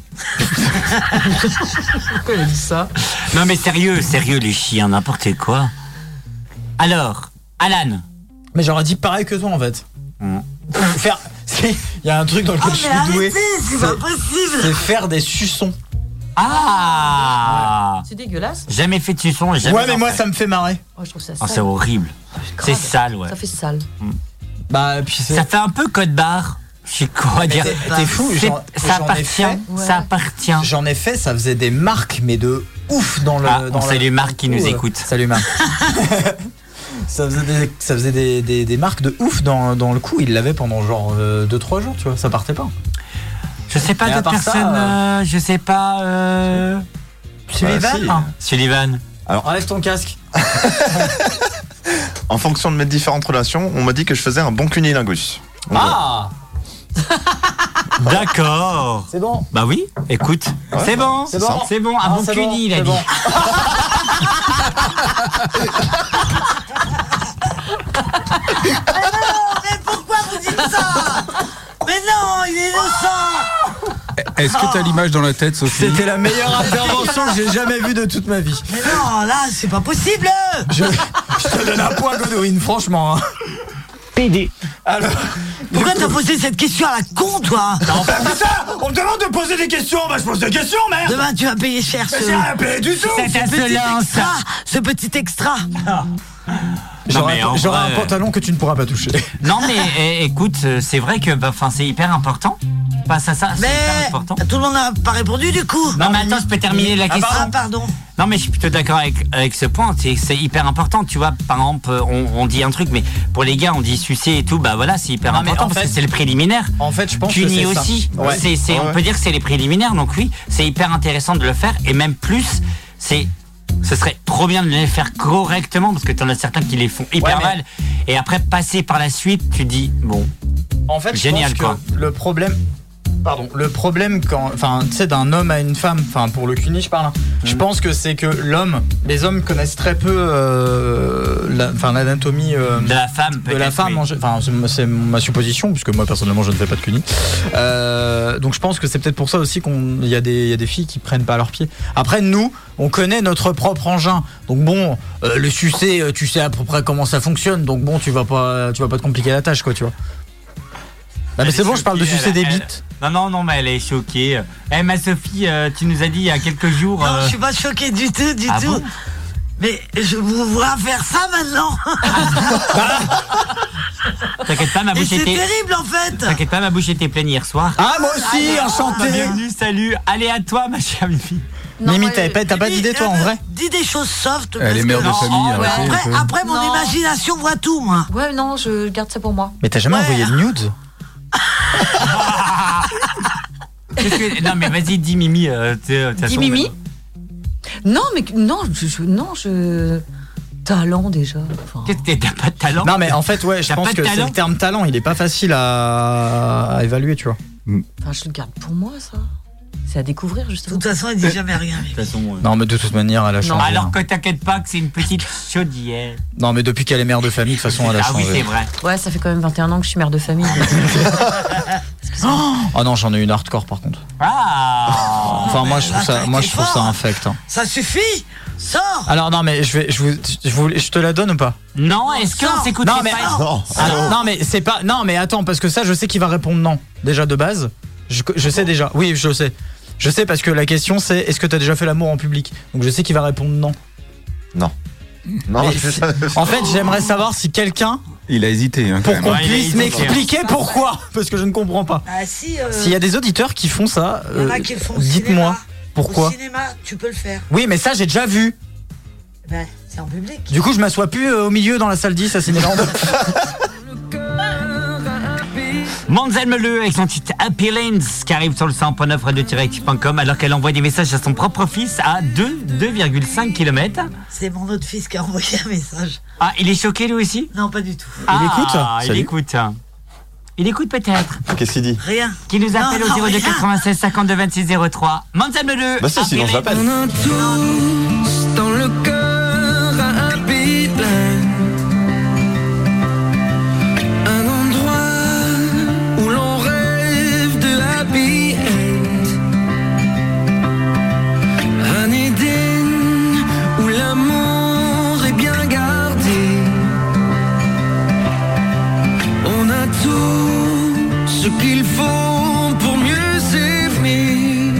ça Non mais sérieux, sérieux les chiens, n'importe quoi. Alors, Alan. Hein.
Mais j'aurais dit pareil que toi, en fait. Faire. Il y a un truc dans
Ah,
lequel je
mais
suis doué.
arrêtez, c'est pas possible.
C'est faire des suçons.
Ah
C'est dégueulasse.
Jamais fait de suçon, jamais.
Ouais, Ah, mais
en
moi,
fait.
ça me fait marrer.
Oh, je trouve ça
Oh,
sale.
c'est horrible. C'est sale, ouais.
Ça fait sale.
Bah, puis c'est.
Ça fait un peu code barre. Je sais quoi
Mais
dire.
t'es- T'es fou,
C'est-
j'en-
ça
j'en ai
appartient,
fait.
Ouais.
ça appartient.
J'en ai fait, ça faisait des marques, mais de ouf dans le.
Ah,
dans
on
le-
salue Marc qui nous
Euh,
écoute.
Salut Marc. ça faisait, des, ça faisait des, des- des marques de ouf dans, dans le cou. Il l'avait pendant genre 2-3 jours, tu vois. Ça partait pas.
Je sais pas
Mais à
d'autres
part ça,
personnes, euh, je sais pas. Euh...
Sullivan
si.
hein.
Sullivan.
Enlève ton casque.
En fonction de mes différentes relations, on m'a dit que je faisais un bon cunilingus. Donc,
Ah
D'accord.
C'est bon.
Bah oui, écoute. Ah, c'est bon,
c'est bon.
c'est bon. Un
Ah,
bon
c'est
cuni, il a
c'est
dit.
bon.
Mais pourquoi vous dites ça Mais non, il est innocent.
Est-ce que t'as l'image dans la tête, Sophie
C'était la meilleure intervention que j'ai jamais vue de toute ma vie.
Mais non, là, c'est pas possible.
Je, je te donne un point, Godwin, franchement. hein.
PD.
Alors,
Pourquoi t'as posé cette question à la con, toi
Bah, putain, on me demande de poser des questions, bah je pose des questions, merde
Demain, tu vas payer cher
Mais
ce-
j'ai rien payé du tout Ah.
ce
Cette
petit
insolence.
extra, Ce petit extra
J'aurai
mais
un-
en
j'aurai
vrai,
un pantalon que tu ne pourras pas toucher.
Non mais eh, écoute, euh, c'est vrai que bah, 'fin, c'est hyper important. Passe à ça, c'est hyper important.
Tout le monde n'a pas répondu du coup.
Non mais attends, je peux terminer la
Ah,
question.
bah, pardon.
Non mais je suis plutôt d'accord avec, avec ce point, c'est c'est hyper important, tu vois, par exemple on, on dit un truc, mais pour les gars on dit sucer et tout, bah voilà c'est hyper
Non, mais
important
en
parce
fait-
que c'est le préliminaire.
En fait, je pense que
Cuny
c'est ça.
aussi,
Ouais.
C'est- c'est-
Ouais,
on peut dire que c'est les préliminaires, donc oui, c'est hyper intéressant de le faire, et même plus, c'est... Ce serait trop bien de les faire correctement parce que t'en as certains qui les font hyper
Ouais, mais-
mal. Et après, passer par la suite, tu dis, bon,
En fait, je
Génial,
pense que
quoi.
le problème. Pardon, le problème quand, enfin, tu sais, d'un homme à une femme, enfin, pour le cuni, je parle. hein,
Mhm.
Je pense que c'est que l'homme, les hommes connaissent très peu, euh, la- enfin, l'anatomie euh,
de la femme
de
peut-être.
la femme.
oui.
en gé- Enfin, c'est- c'est ma supposition, puisque moi personnellement, je ne fais pas de cuni. Euh, donc, je pense que c'est peut-être pour ça aussi qu'il y, a des- il y a des filles qui prennent pas à leurs pieds. Après, nous, on connaît notre propre engin. Donc bon, euh, le sucer, euh, tu sais à peu près comment ça fonctionne. Donc bon, tu vas pas, tu vas pas te compliquer la tâche, quoi, tu vois. Ah, mais
Elle
c'est
est
bon, je parle de
choquée,
sucer
elle-
des
elle-
bites.
Non, non, non, mais elle est choquée. Eh, ma Sophie, euh, tu nous as dit il y a quelques jours.
Non,
euh,
je suis pas choquée du tout, du
Ah
tout.
bon
mais je vous vois faire ça maintenant.
T'inquiète pas, ma
Et
bouche
c'est
était.
terrible en fait.
T'inquiète pas, ma bouche était pleine hier soir.
Ah, moi aussi, enchanté.
Bienvenue, salut. Allez à toi, ma chère Mimi.
Mimi, t'avais pas, t'as pas d'idée, toi, en vrai
Dis des choses soft.
Elle est
parce
mère
que-
de famille. hein,
Ouais,
arrêtez,
Après,
un peu.
après, mon
Non.
imagination voit tout, moi.
Ouais, non, je garde ça pour moi.
Mais t'as jamais envoyé de nude
Qu'est-ce que- Non, mais vas-y, dis Mimi. euh, t'es- de toute
Dis
façon,
Mimi Non, mais non, je, je- non, je talent déjà. Enfin,
Qu'est-ce que t'es- T'as pas de talent
Non, mais en fait, ouais, je
T'as
pense
pas de
que c'est
talent
le terme talent, il est pas facile à, à évaluer, tu vois.
Mm.
enfin, je le garde pour moi, ça. C'est à découvrir
De
justement.
toute façon, elle dit jamais rien.
De toute façon. euh,
Non, mais de toute manière, elle a changé. hein.
Alors que t'inquiète pas que c'est une petite chaudière.
Non, mais depuis qu'elle est mère de famille, de toute façon, elle a
ah oui, c'est
changé.
vrai.
Ouais, ça fait quand même 21 ans que je suis mère de famille. donc-
Oh non, j'en ai une hardcore par contre.
Ah
Enfin, moi, je trouve ça, moi, je trouve ça infect. hein.
Ça suffit. Sors.
Alors non mais je vais je vous je, vous- je te la donne ou pas
Non, est-ce qu'on
Non,
s'écoute Ah,
non, mais-
pas
Non.
Alors, Non mais c'est pas non mais attends parce que ça je sais qu'il va répondre non déjà de base. Je, je sais déjà. Oui, je sais. Je sais parce que la question c'est est-ce que t'as déjà fait l'amour en public Donc je sais qu'il va répondre non.
Non,
Mais
je-
En fait, j'aimerais savoir si quelqu'un
Il a hésité. Hein, quand
pour
même.
qu'on
Ouais, il a
puisse
hésité.
m'expliquer pourquoi parce que je ne comprends pas.
Ah si. euh,
S'il y a des auditeurs qui font ça,
il y en a
euh,
qui le font au
dites-moi
cinéma. Au
pourquoi.
cinéma, tu peux le faire.
Oui, mais ça j'ai déjà vu.
Ben, c'est en public.
Du coup, je m'assois plus euh, au milieu dans la salle 10 à Cinéland.
Manzel Meleu avec son titre Happy Lanes qui arrive sur le 100.9 radio-active.com alors qu'elle envoie des messages à son propre fils à 2, 2,5 km.
C'est mon autre fils qui a envoyé un message.
Ah, il est choqué lui aussi
Non, pas du tout.
ah,
écoute
Il
Salut.
écoute. Il écoute peut-être.
Qu'est-ce qu'il dit
Rien.
Qui nous appelle
Non, non,
au 02
rien.
96 52 26 03. Manzel Meleu.
Bah si,
Happy
sinon je
Lanes.
l'appelle.
On a tous dans le cœur un happy land. Un endroit où l'on rêve de happy end. Un Éden où l'amour est bien gardé. On a tout ce qu'il faut pour mieux s'aimer.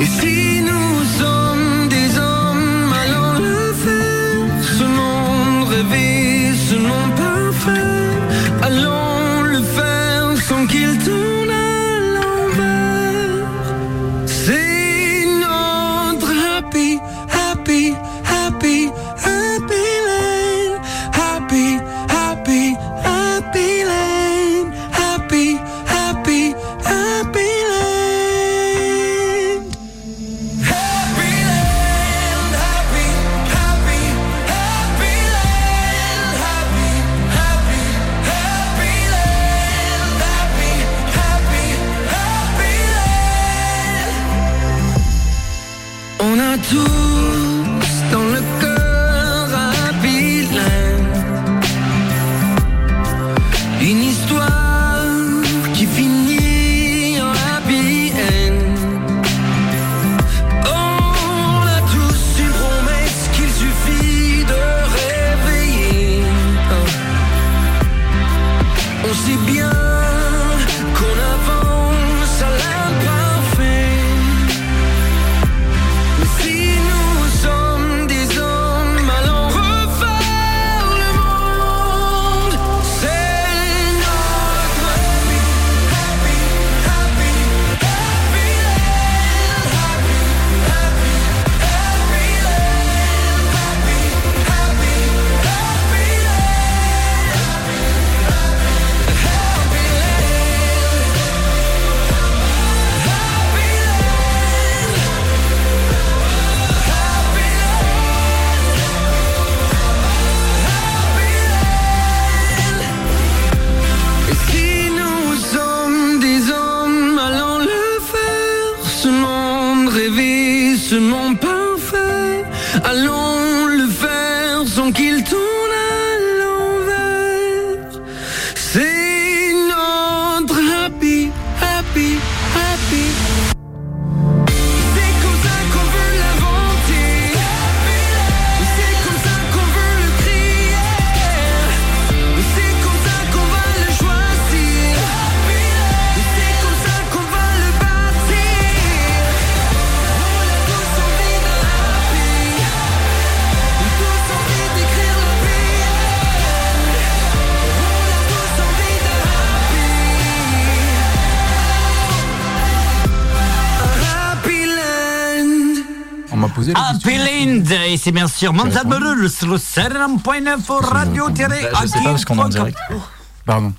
Et si nous sommes des hommes allant le faire, ce monde rêvé, ce monde parfait, allons le faire sans qu'il tourne à l'envers. C'est notre happy, happy, happy, happy lane, happy, happy, happy lane, happy, happy, happy lane. Happy Land, happy, happy, happy land,
posé la question.
Apelind, et c'est bien sûr Montabrul, le 101.9 radio tiré
Bah, je sais pas parce qu'on est en direct.
Ah,
Pardon.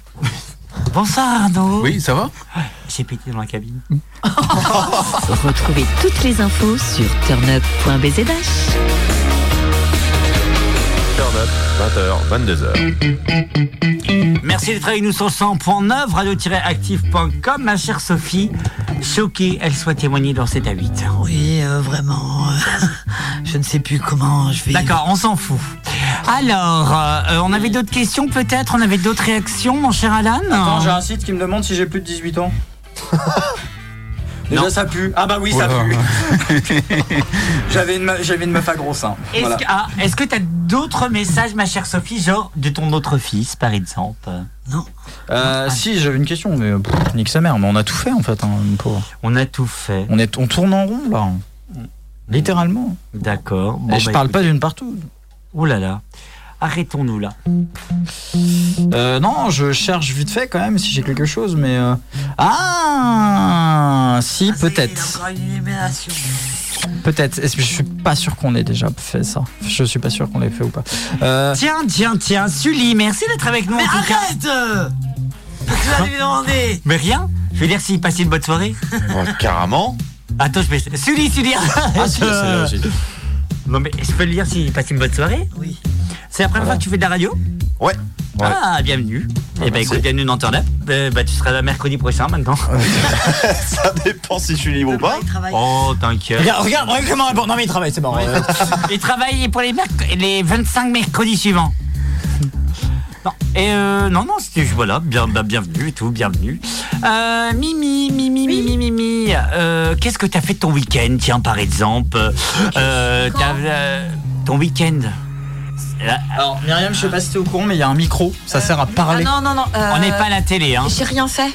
Bonsoir Arnaud.
Oui, ça va
J'ai pété dans la cabine.
Retrouvez toutes les infos sur turnup.bzdash.
Turn up, 20h, 22h.
Merci d'être avec nous sur 100.9, radio-active.com. Ma chère Sophie, choquée, elle soit témoignée dans 7 à 8.
Oui, euh, vraiment. euh, je ne sais plus comment je vais.
D'accord, on s'en fout. Alors, euh, on avait d'autres questions peut-être On avait d'autres réactions, mon cher Alan
Attends, j'ai un site qui me demande si j'ai plus de 18 ans. Déjà, ça pue. Ah, bah oui, ça
Ouah.
pue. J'avais une, me- j'avais une meuf à gros seins.
Est-ce
Voilà.
que ah, est-ce que t'as d'autres messages, ma chère Sophie, genre de ton autre fils, par exemple
Euh,
Ah.
si, j'avais une question, mais euh, pff, nique sa mère. Mais on a tout fait en fait, hein, le pauvre.
On a tout fait.
On, est, on tourne en rond là. Littéralement.
D'accord. Bon,
Et Eh, je
bah,
parle
écoute.
pas d'une partout.
Oh là là. Arrêtons-nous là.
Euh, non, je cherche vite fait quand même si j'ai quelque chose, mais. euh, Ah Si, peut-être.
Encore une élimination.
Peut-être. Est-ce que Je suis pas sûr qu'on ait déjà fait ça. Je suis pas sûr qu'on l'ait fait ou pas. Euh,
Tiens, tiens, tiens, Sully, merci d'être avec nous.
Mais
en tout cas.
arrête euh, Tu vas lui demander
Mais rien. Je veux dire, s'il passait une bonne soirée.
Oh, carrément. Ah,
Attends, je vais. Sully, Sully. arrête.
Celui-là, celui-là aussi.
Non, mais je peux le dire s'il passe une bonne soirée
Oui.
C'est la première fois que tu fais de la radio
Ah Ouais.
Ah, bienvenue.
Bah,
eh ben,
merci.
écoute, bienvenue dans Turn Up. Euh, bah, tu seras là mercredi prochain maintenant.
Ça dépend si je suis libre ou pas.
Il travaille.
oh, t'inquiète.
Regarde, regarde, regarde comment. Bon, non, mais il travaille, c'est bon. euh,
Il travaille pour les, merc- les 25 mercredis suivants. Non, et euh, non, non, c'était. Voilà, bien, bah, bienvenue et tout, bienvenue. Euh, Mimi, Mimi, Mimi, Mimi, euh, qu'est-ce que t'as fait de ton week-end, tiens, par exemple euh, t'as- euh, Ton week-end Euh,
Alors, Myriam, je sais pas si t'es au courant, mais il y a un micro. Ça sert à
Ah
parler.
non, non, non. euh,
On n'est pas à la télé, hein.
J'ai rien fait.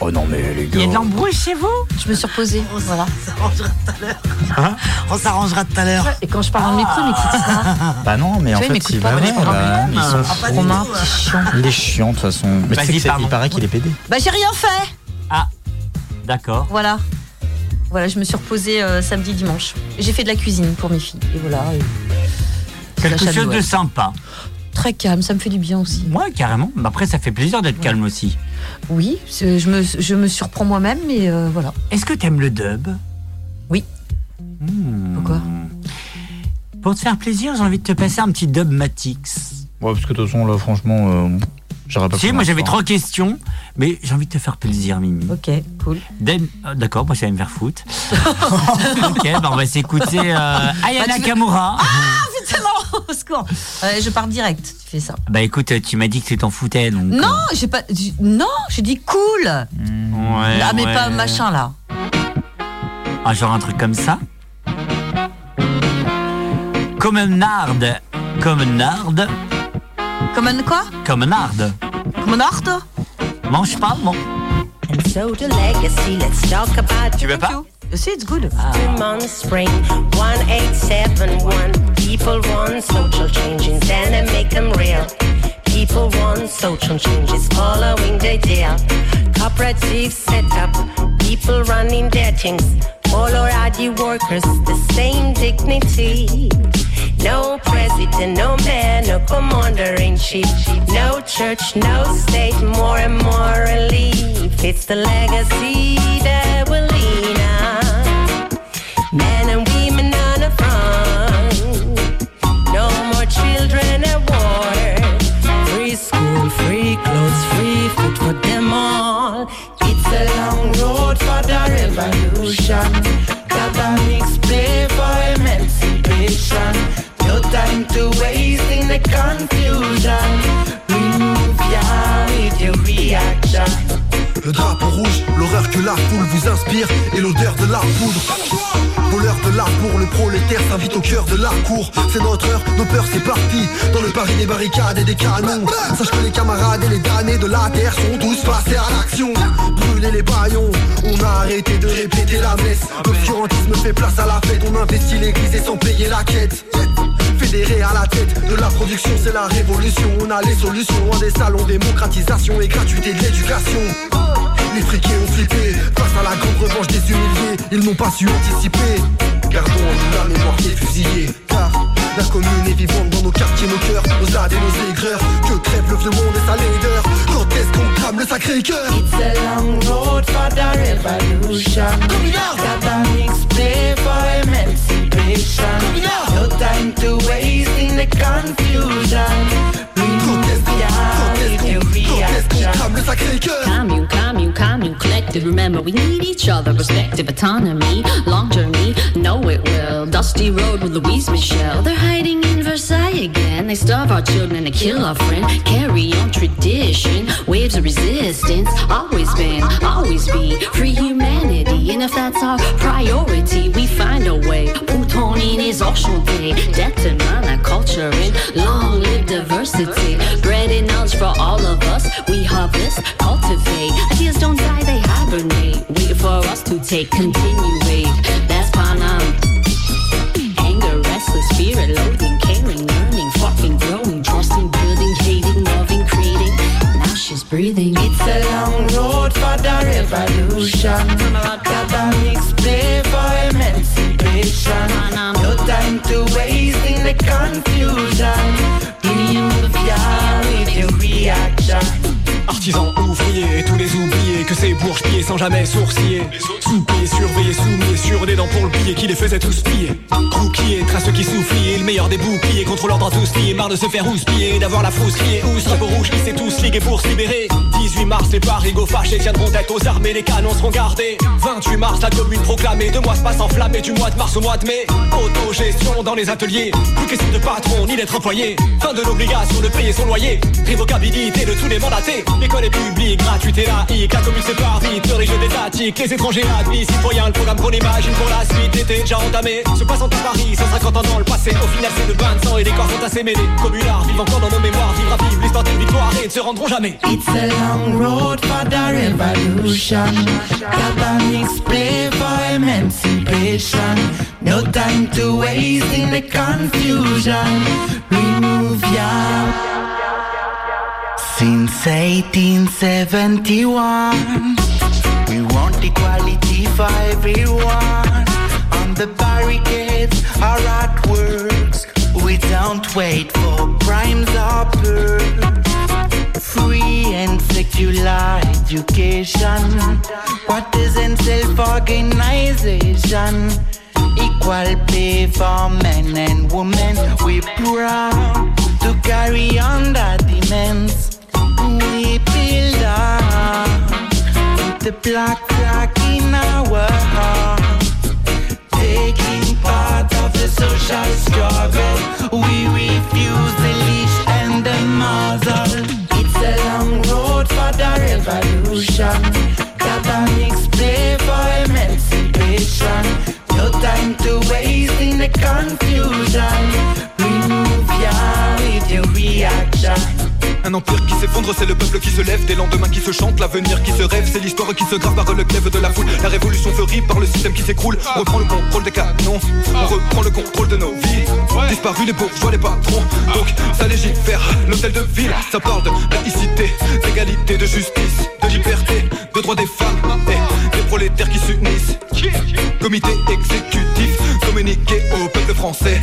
Oh non, mais les
Il y a de l'embrouille chez vous Oh,
Je me suis reposée. Voilà.
On s'arrangera tout à l'heure.
Hein
On s'arrangera tout à l'heure.
Et quand je parle en micro, mais
Ah.
qui ça
Bah non, mais en
Tu vois, il m'écoute
fait, il
pas,
va.
moi, je comprends
bah, Ils sont
Ah, pas du
Romain,
tout,
petit chiant.
Il est chiant de toute façon. Mais
Vas-y,
tu sais que c'est-
pardon.
il paraît qu'il est pédé.
Bah j'ai rien fait.
D'accord.
Voilà. Voilà, je me suis reposée euh, samedi, dimanche. J'ai fait de la cuisine pour mes filles. Et voilà. et-
Quelque
Sacha
chose de
Noël.
sympa.
Très calme, ça me fait du bien aussi.
Moi, carrément. Mais Après, ça fait plaisir d'être calme aussi.
Oui, c'est- je me, je me surprends moi-même, mais euh, voilà.
Est-ce que t'aimes le dub
Oui.
Hmm.
Pourquoi
Pour te faire plaisir, j'ai envie de te passer un petit dub Matix.
Ouais, parce que de toute façon, là, franchement, euh, j'aurais pas
Si,
pu
moi j'avais
m'en
trois questions, mais j'ai envie de te faire plaisir, Mimi.
Ok, cool.
D'aime- euh, D'accord, moi j'allais me faire foutre. ok, bah on va s'écouter euh, Ayana
Bah, tu veux- Ah,
Kamura.
Putain, non, au secours. Euh, je pars direct, tu fais ça.
Bah écoute, euh, tu m'as dit que tu t'en foutais, donc. euh,
Non, j'ai pas. j'ai- Non, j'ai dit cool.
ouais,
ah, mais
ouais.
pas machin là.
Ah, genre un truc comme ça. Comme un nard. Comme un nard.
Comme un quoi
Comme un nard.
Comme un art
Mange pas, bon.
and showed a legacy. Let's talk about
Tu veux pas
Si, it's good.
Dream on the spring 1871 people want social changes and I make them real people want social changes following the deal cooperative setup people running their things all already workers the same dignity no president no man no commander in chief no church no state more and more relief it's the legacy that will lean on Men and women on the front. No more children at war. Free school, free clothes, free food for them all. It's a long road for the revolution. Academics play for emancipation. No time to waste in the confusion. Remove your with your reaction.
Le drapeau rouge, l'horreur que la foule vous inspire et l'odeur de la poudre. Voleur de l'art pour le prolétaire s'invite au cœur de la cour. C'est notre heure, nos peurs s'éparpillent dans le Paris des barricades et des canons. Sache que les camarades et les damnés de la terre sont tous passés à l'action. Brûler les baillons, on a arrêté de répéter la messe. L'obscurantisme fait place à la fête, on investit l'église et sans payer la quête. Fédéré à la tête de la production, c'est la révolution. On a les solutions, des salons, démocratisation et gratuité de l'éducation. Les friqués ont flippé Face à la grande revanche des humiliés Ils n'ont pas su anticiper Gardons en nous la mémoire qui est fusillée Car la commune est vivante dans nos quartiers, nos cœurs Nos ades et nos aigreurs Que crève le vieux monde et sa laideur Quand est-ce qu'on crame le sacré cœur
It's a long road for the revolution. Catholics pray for emancipation. No time to waste in the confusion.
Crame le sacré cœur
Commune, commune, commune, collective. Remember, we need each other, respective autonomy. Long journey, know it well. Dusty road with Louise Michel. They're hiding in Versailles again. They starve our children and they kill our friend. Carry on tradition, waves of resistance. Always been, always be free humanity. And if that's our priority, we find a way. Bouton in his enchanté. Death and mana culture and long live diversity. Bread and knowledge for all of us. We harvest, cultivate. Ideas don't die, they hibernate. Wait for us to take, continuate. That's Panam. Anger, restless, fear, and loathing, caring, learning, fucking growing, trusting, building, hating, loving, creating. Now she's breathing.
It's a long road for the revolution. Academics pray for emancipation. No time to waste in the confusion. Yeah, with the reaction.
Artisans, ouvriers, tous les oubliés Que ces bourges pillés sans jamais sourciller Soupillés, surveillés, soumis Sur des dents pour le piller qui les faisait tous piller Crouquier, trace qui soufflier Le meilleur des boucliers contre l'ordre à tous liés Marre de se faire houspiller, d'avoir la frousse criée Oustre pour rouge, s'est tous ligués pour se libérer 18 mars, les parigots fâchés tiendront tête aux armées Les canons seront gardés 28 mars, la commune proclamée Deux mois se passent enflammés du mois de mars au mois de mai Autogestion dans les ateliers Plus question de patron ni d'être employé Fin de l'obligation de payer son loyer Révocabilité de tous les mandatés L'école est publique, gratuite et laïque La commune se part vite, le jeux étatiques Les étrangers admis, citoyens, le programme qu'on imagine pour la suite était déjà entamé Se passant à Paris, 150 ans dans le passé Au final c'est le bain de sang et les corps sont assez mêlés Communards vivent encore dans nos mémoires Vivra vive l'histoire d'une victoire et ne se rendront jamais
It's a long road for the revolution. Catholics pray for emancipation. No time to waste in the confusion. Remove your. Since 1871, we want equality for everyone. On the barricades, our artworks, we don't wait for crimes or pearls. Free and secular education, what is in self-organization? Equal pay for men and women, we proud to carry on the demands. We belong with the black rock in our heart. Taking part of the social struggle, we refuse the leash and the muzzle. It's a long road for the revolution. Catholics pray for emancipation. No time to waste in the confusion. Remove your with your reaction.
Un empire qui s'effondre, c'est le peuple qui se lève, des lendemains qui se chantent, l'avenir qui se rêve, c'est l'histoire qui se grave par le glaive de la foule. La révolution fleurit par le système qui s'écroule. On reprend le contrôle des canons, on reprend le contrôle de nos vies. Disparus les bourgeois, les patrons, donc ça légifère. L'hôtel de ville, ça parle de laïcité, d'égalité, de justice, de liberté, de droit des femmes et des prolétaires qui s'unissent. Comité exécutif, communiqué au peuple français,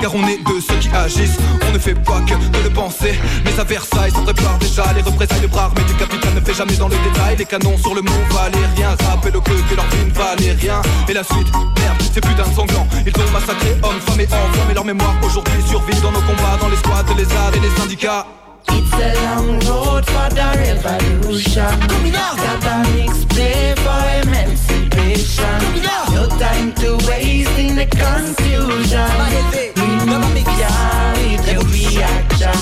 car on est de ceux qui agissent. On ne fait pas que de le penser, mais ça Versailles s'en prépare déjà Les représailles de bras mais du capitaine ne fait jamais dans le détail Les canons sur le mont Valérien Rappelle au que que leur vie ne valait rien Et la suite, merde, c'est putain de sanglant Ils ont massacré hommes, femmes et enfants Mais leur mémoire aujourd'hui survit dans nos combats Dans les squats, les arts et les syndicats
It's a long road for the revolution. Catholics pray for emancipation. No time to waste in the confusion. Remove your reaction.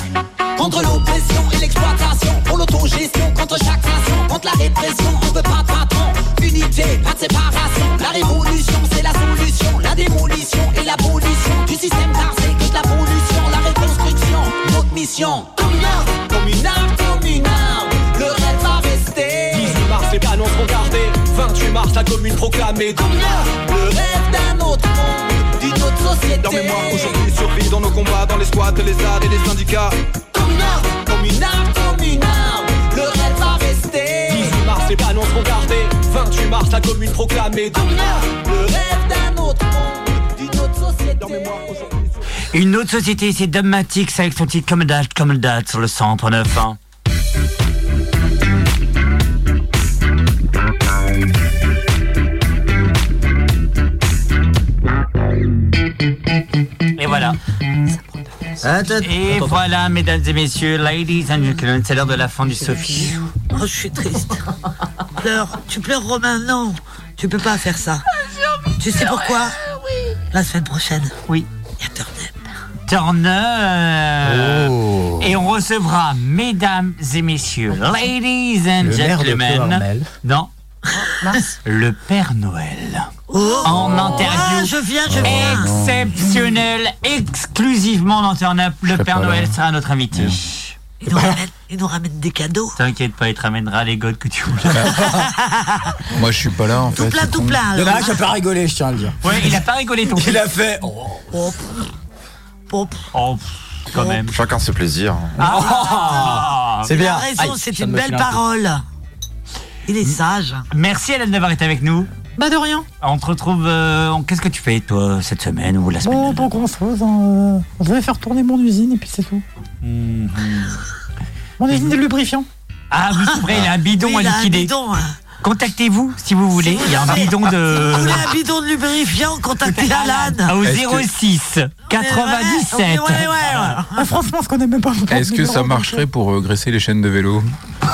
Contre l'oppression et l'exploitation, pour l'autogestion, contre chaque nation, contre la répression, on veut pas de patron, unité, pas de séparation, la révolution c'est la solution, la démolition et la pollution du système tarsé que de la pollution, la reconstruction, notre mission, communard, communard, communard, le rêve va rester,
18 mars les canons seront gardés, 28 mars la commune proclamée,
communard, le rêve d'un autre monde, d'une autre société,
leur mémoire aujourd'hui survit dans nos combats, dans les squats, les arts et les syndicats,
communard, communard, communard, le rêve va rester.
18 mars, les canons seront gardés. mars, la commune proclamée domineur.
Le rêve d'un autre monde, d'une autre société.
Une autre société, c'est Dogmatix avec son titre Comme date, comme date sur le 100.9. hein. Et voilà.
Ah,
Et voilà, mesdames et messieurs, ladies and gentlemen, c'est l'heure de la fin du Sophie.
Oh, je suis triste. Pleure. Tu pleures, Romain Non, tu peux pas faire ça. Tu sais pourquoi
Ah
La semaine prochaine.
Oui. Turn up. Euh, Et on recevra, mesdames et messieurs, ladies and
Le maire de
gentlemen,
Covermel.
dans le Père Noël. en interview
Ah, Oh. je viens, je viens.
exceptionnelle, exclusivement dans Turn Up, le Père
pas
Noël
là.
sera notre invité.
Il nous, ramène, il nous ramène des cadeaux.
T'inquiète pas, il te ramènera les godes que tu voudras.
Moi, je suis pas là en fait.
plein,
c'est
tout
con.
plein, alors. Dommage,
j'ai pas rigolé, je tiens à le dire.
Ouais, il a pas rigolé ton
Il a fait.
Pop. Pop.
Oh, quand même.
Chacun ses plaisirs.
Oh. Ah.
Il a raison, c'est une belle parole. Il est sage.
Merci Hélène d'avoir été avec nous.
Bah de rien.
On te retrouve. euh, en- Qu'est-ce que tu fais toi cette semaine ou la
Bon,
semaine
pas grand chose. hein. Je vais faire tourner mon usine et puis c'est tout.
Oh.
Mon
Mhm.
usine de lubrifiant.
Ah oui, c'est vrai, il a un bidon
Oui, il a
à
un
liquider.
bidon,
Contactez-vous si vous voulez. Il y a un bidon de.
Si vous hein.
Ah,
voulez un bidon de lubrifiant, contactez Alan.
Au 06 97.
Ouais, ouais, ouais, ouais.
Ah, franchement, je connais même pas. mon
Est-ce que
numéro,
ça
donc,
marcherait pour euh, graisser les chaînes de vélo
Ah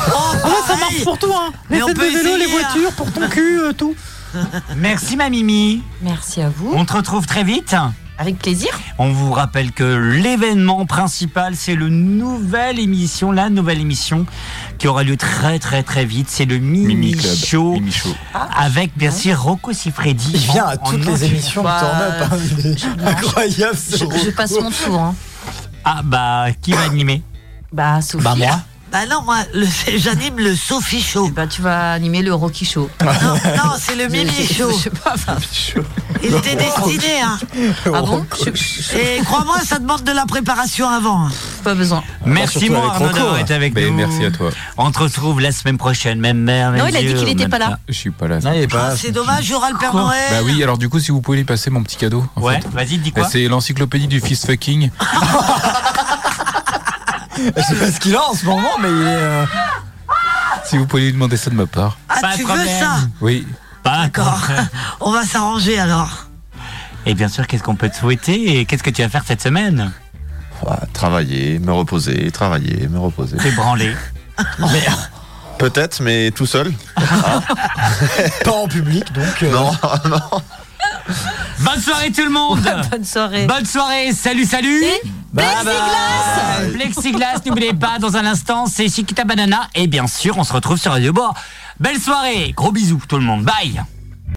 ouais, ça marche pour tout, hein. Les
Mais on
scènes de
peut
vélo, les
essayer, hein.
voitures, pour ton cul, euh, tout.
Merci ma Mimi.
Merci à vous.
On te retrouve très vite.
Avec plaisir.
On vous rappelle que l'événement principal, c'est le nouvelle émission, la nouvelle émission qui aura lieu très très très vite. C'est le Mimi,
Mimi Club.
Show,
Ah.
avec bien sûr Rocco Siffredi.
Il vient
en-
à
en
toutes les
entier.
émissions de Turn Up. hein. Il est Incroyable, ce
Bah, Je
robot.
passe mon tour. hein.
Ah bah qui va animer
Bah Sophie.
Bah, moi.
Bah non, moi, le- j'anime le Sophie Show.
Bah tu vas animer le Rocky Show.
Non, non, c'est le Mimi
Je-
Show.
Je sais pas. enfin,
Il était destiné, hein.
Ah bon
Oh,
Et crois-moi, ça demande de la préparation avant. hein.
Pas besoin.
Merci moi Arnaud d'avoir été avec
Ben,
nous.
Merci à toi.
On te retrouve la semaine prochaine, même mère.
Non,
même
il a dit
lieu,
qu'il était
même
pas là.
temps.
Je suis pas là.
Ah, c'est dommage, il y aura le Père Noël.
Bah oui, alors du coup, si vous pouvez lui passer mon petit cadeau. en
Ouais,
fait.
vas-y, dis quoi
Bah, C'est l'encyclopédie du fist fucking.
Je sais pas ce qu'il a en ce moment, mais il est. euh,
Si vous pouvez lui demander ça de ma part.
Ah,
Pas
tu
de
veux
problème.
ça
Oui.
D'accord. On va s'arranger alors.
Et bien sûr, qu'est-ce qu'on peut te souhaiter et qu'est-ce que tu vas faire cette semaine
Ah, Travailler, me reposer, travailler, me reposer.
T'es branlé.
Peut-être, mais tout seul.
Pas en public, donc. euh,
Non, non.
Bonne soirée tout le monde
Bonne soirée.
Bonne soirée, salut, salut Plexiglas Plexiglas, n'oubliez pas, dans un instant, c'est Chiquita Banana. Et bien sûr, on se retrouve sur Radio Bord. Belle soirée, gros bisous tout le monde, bye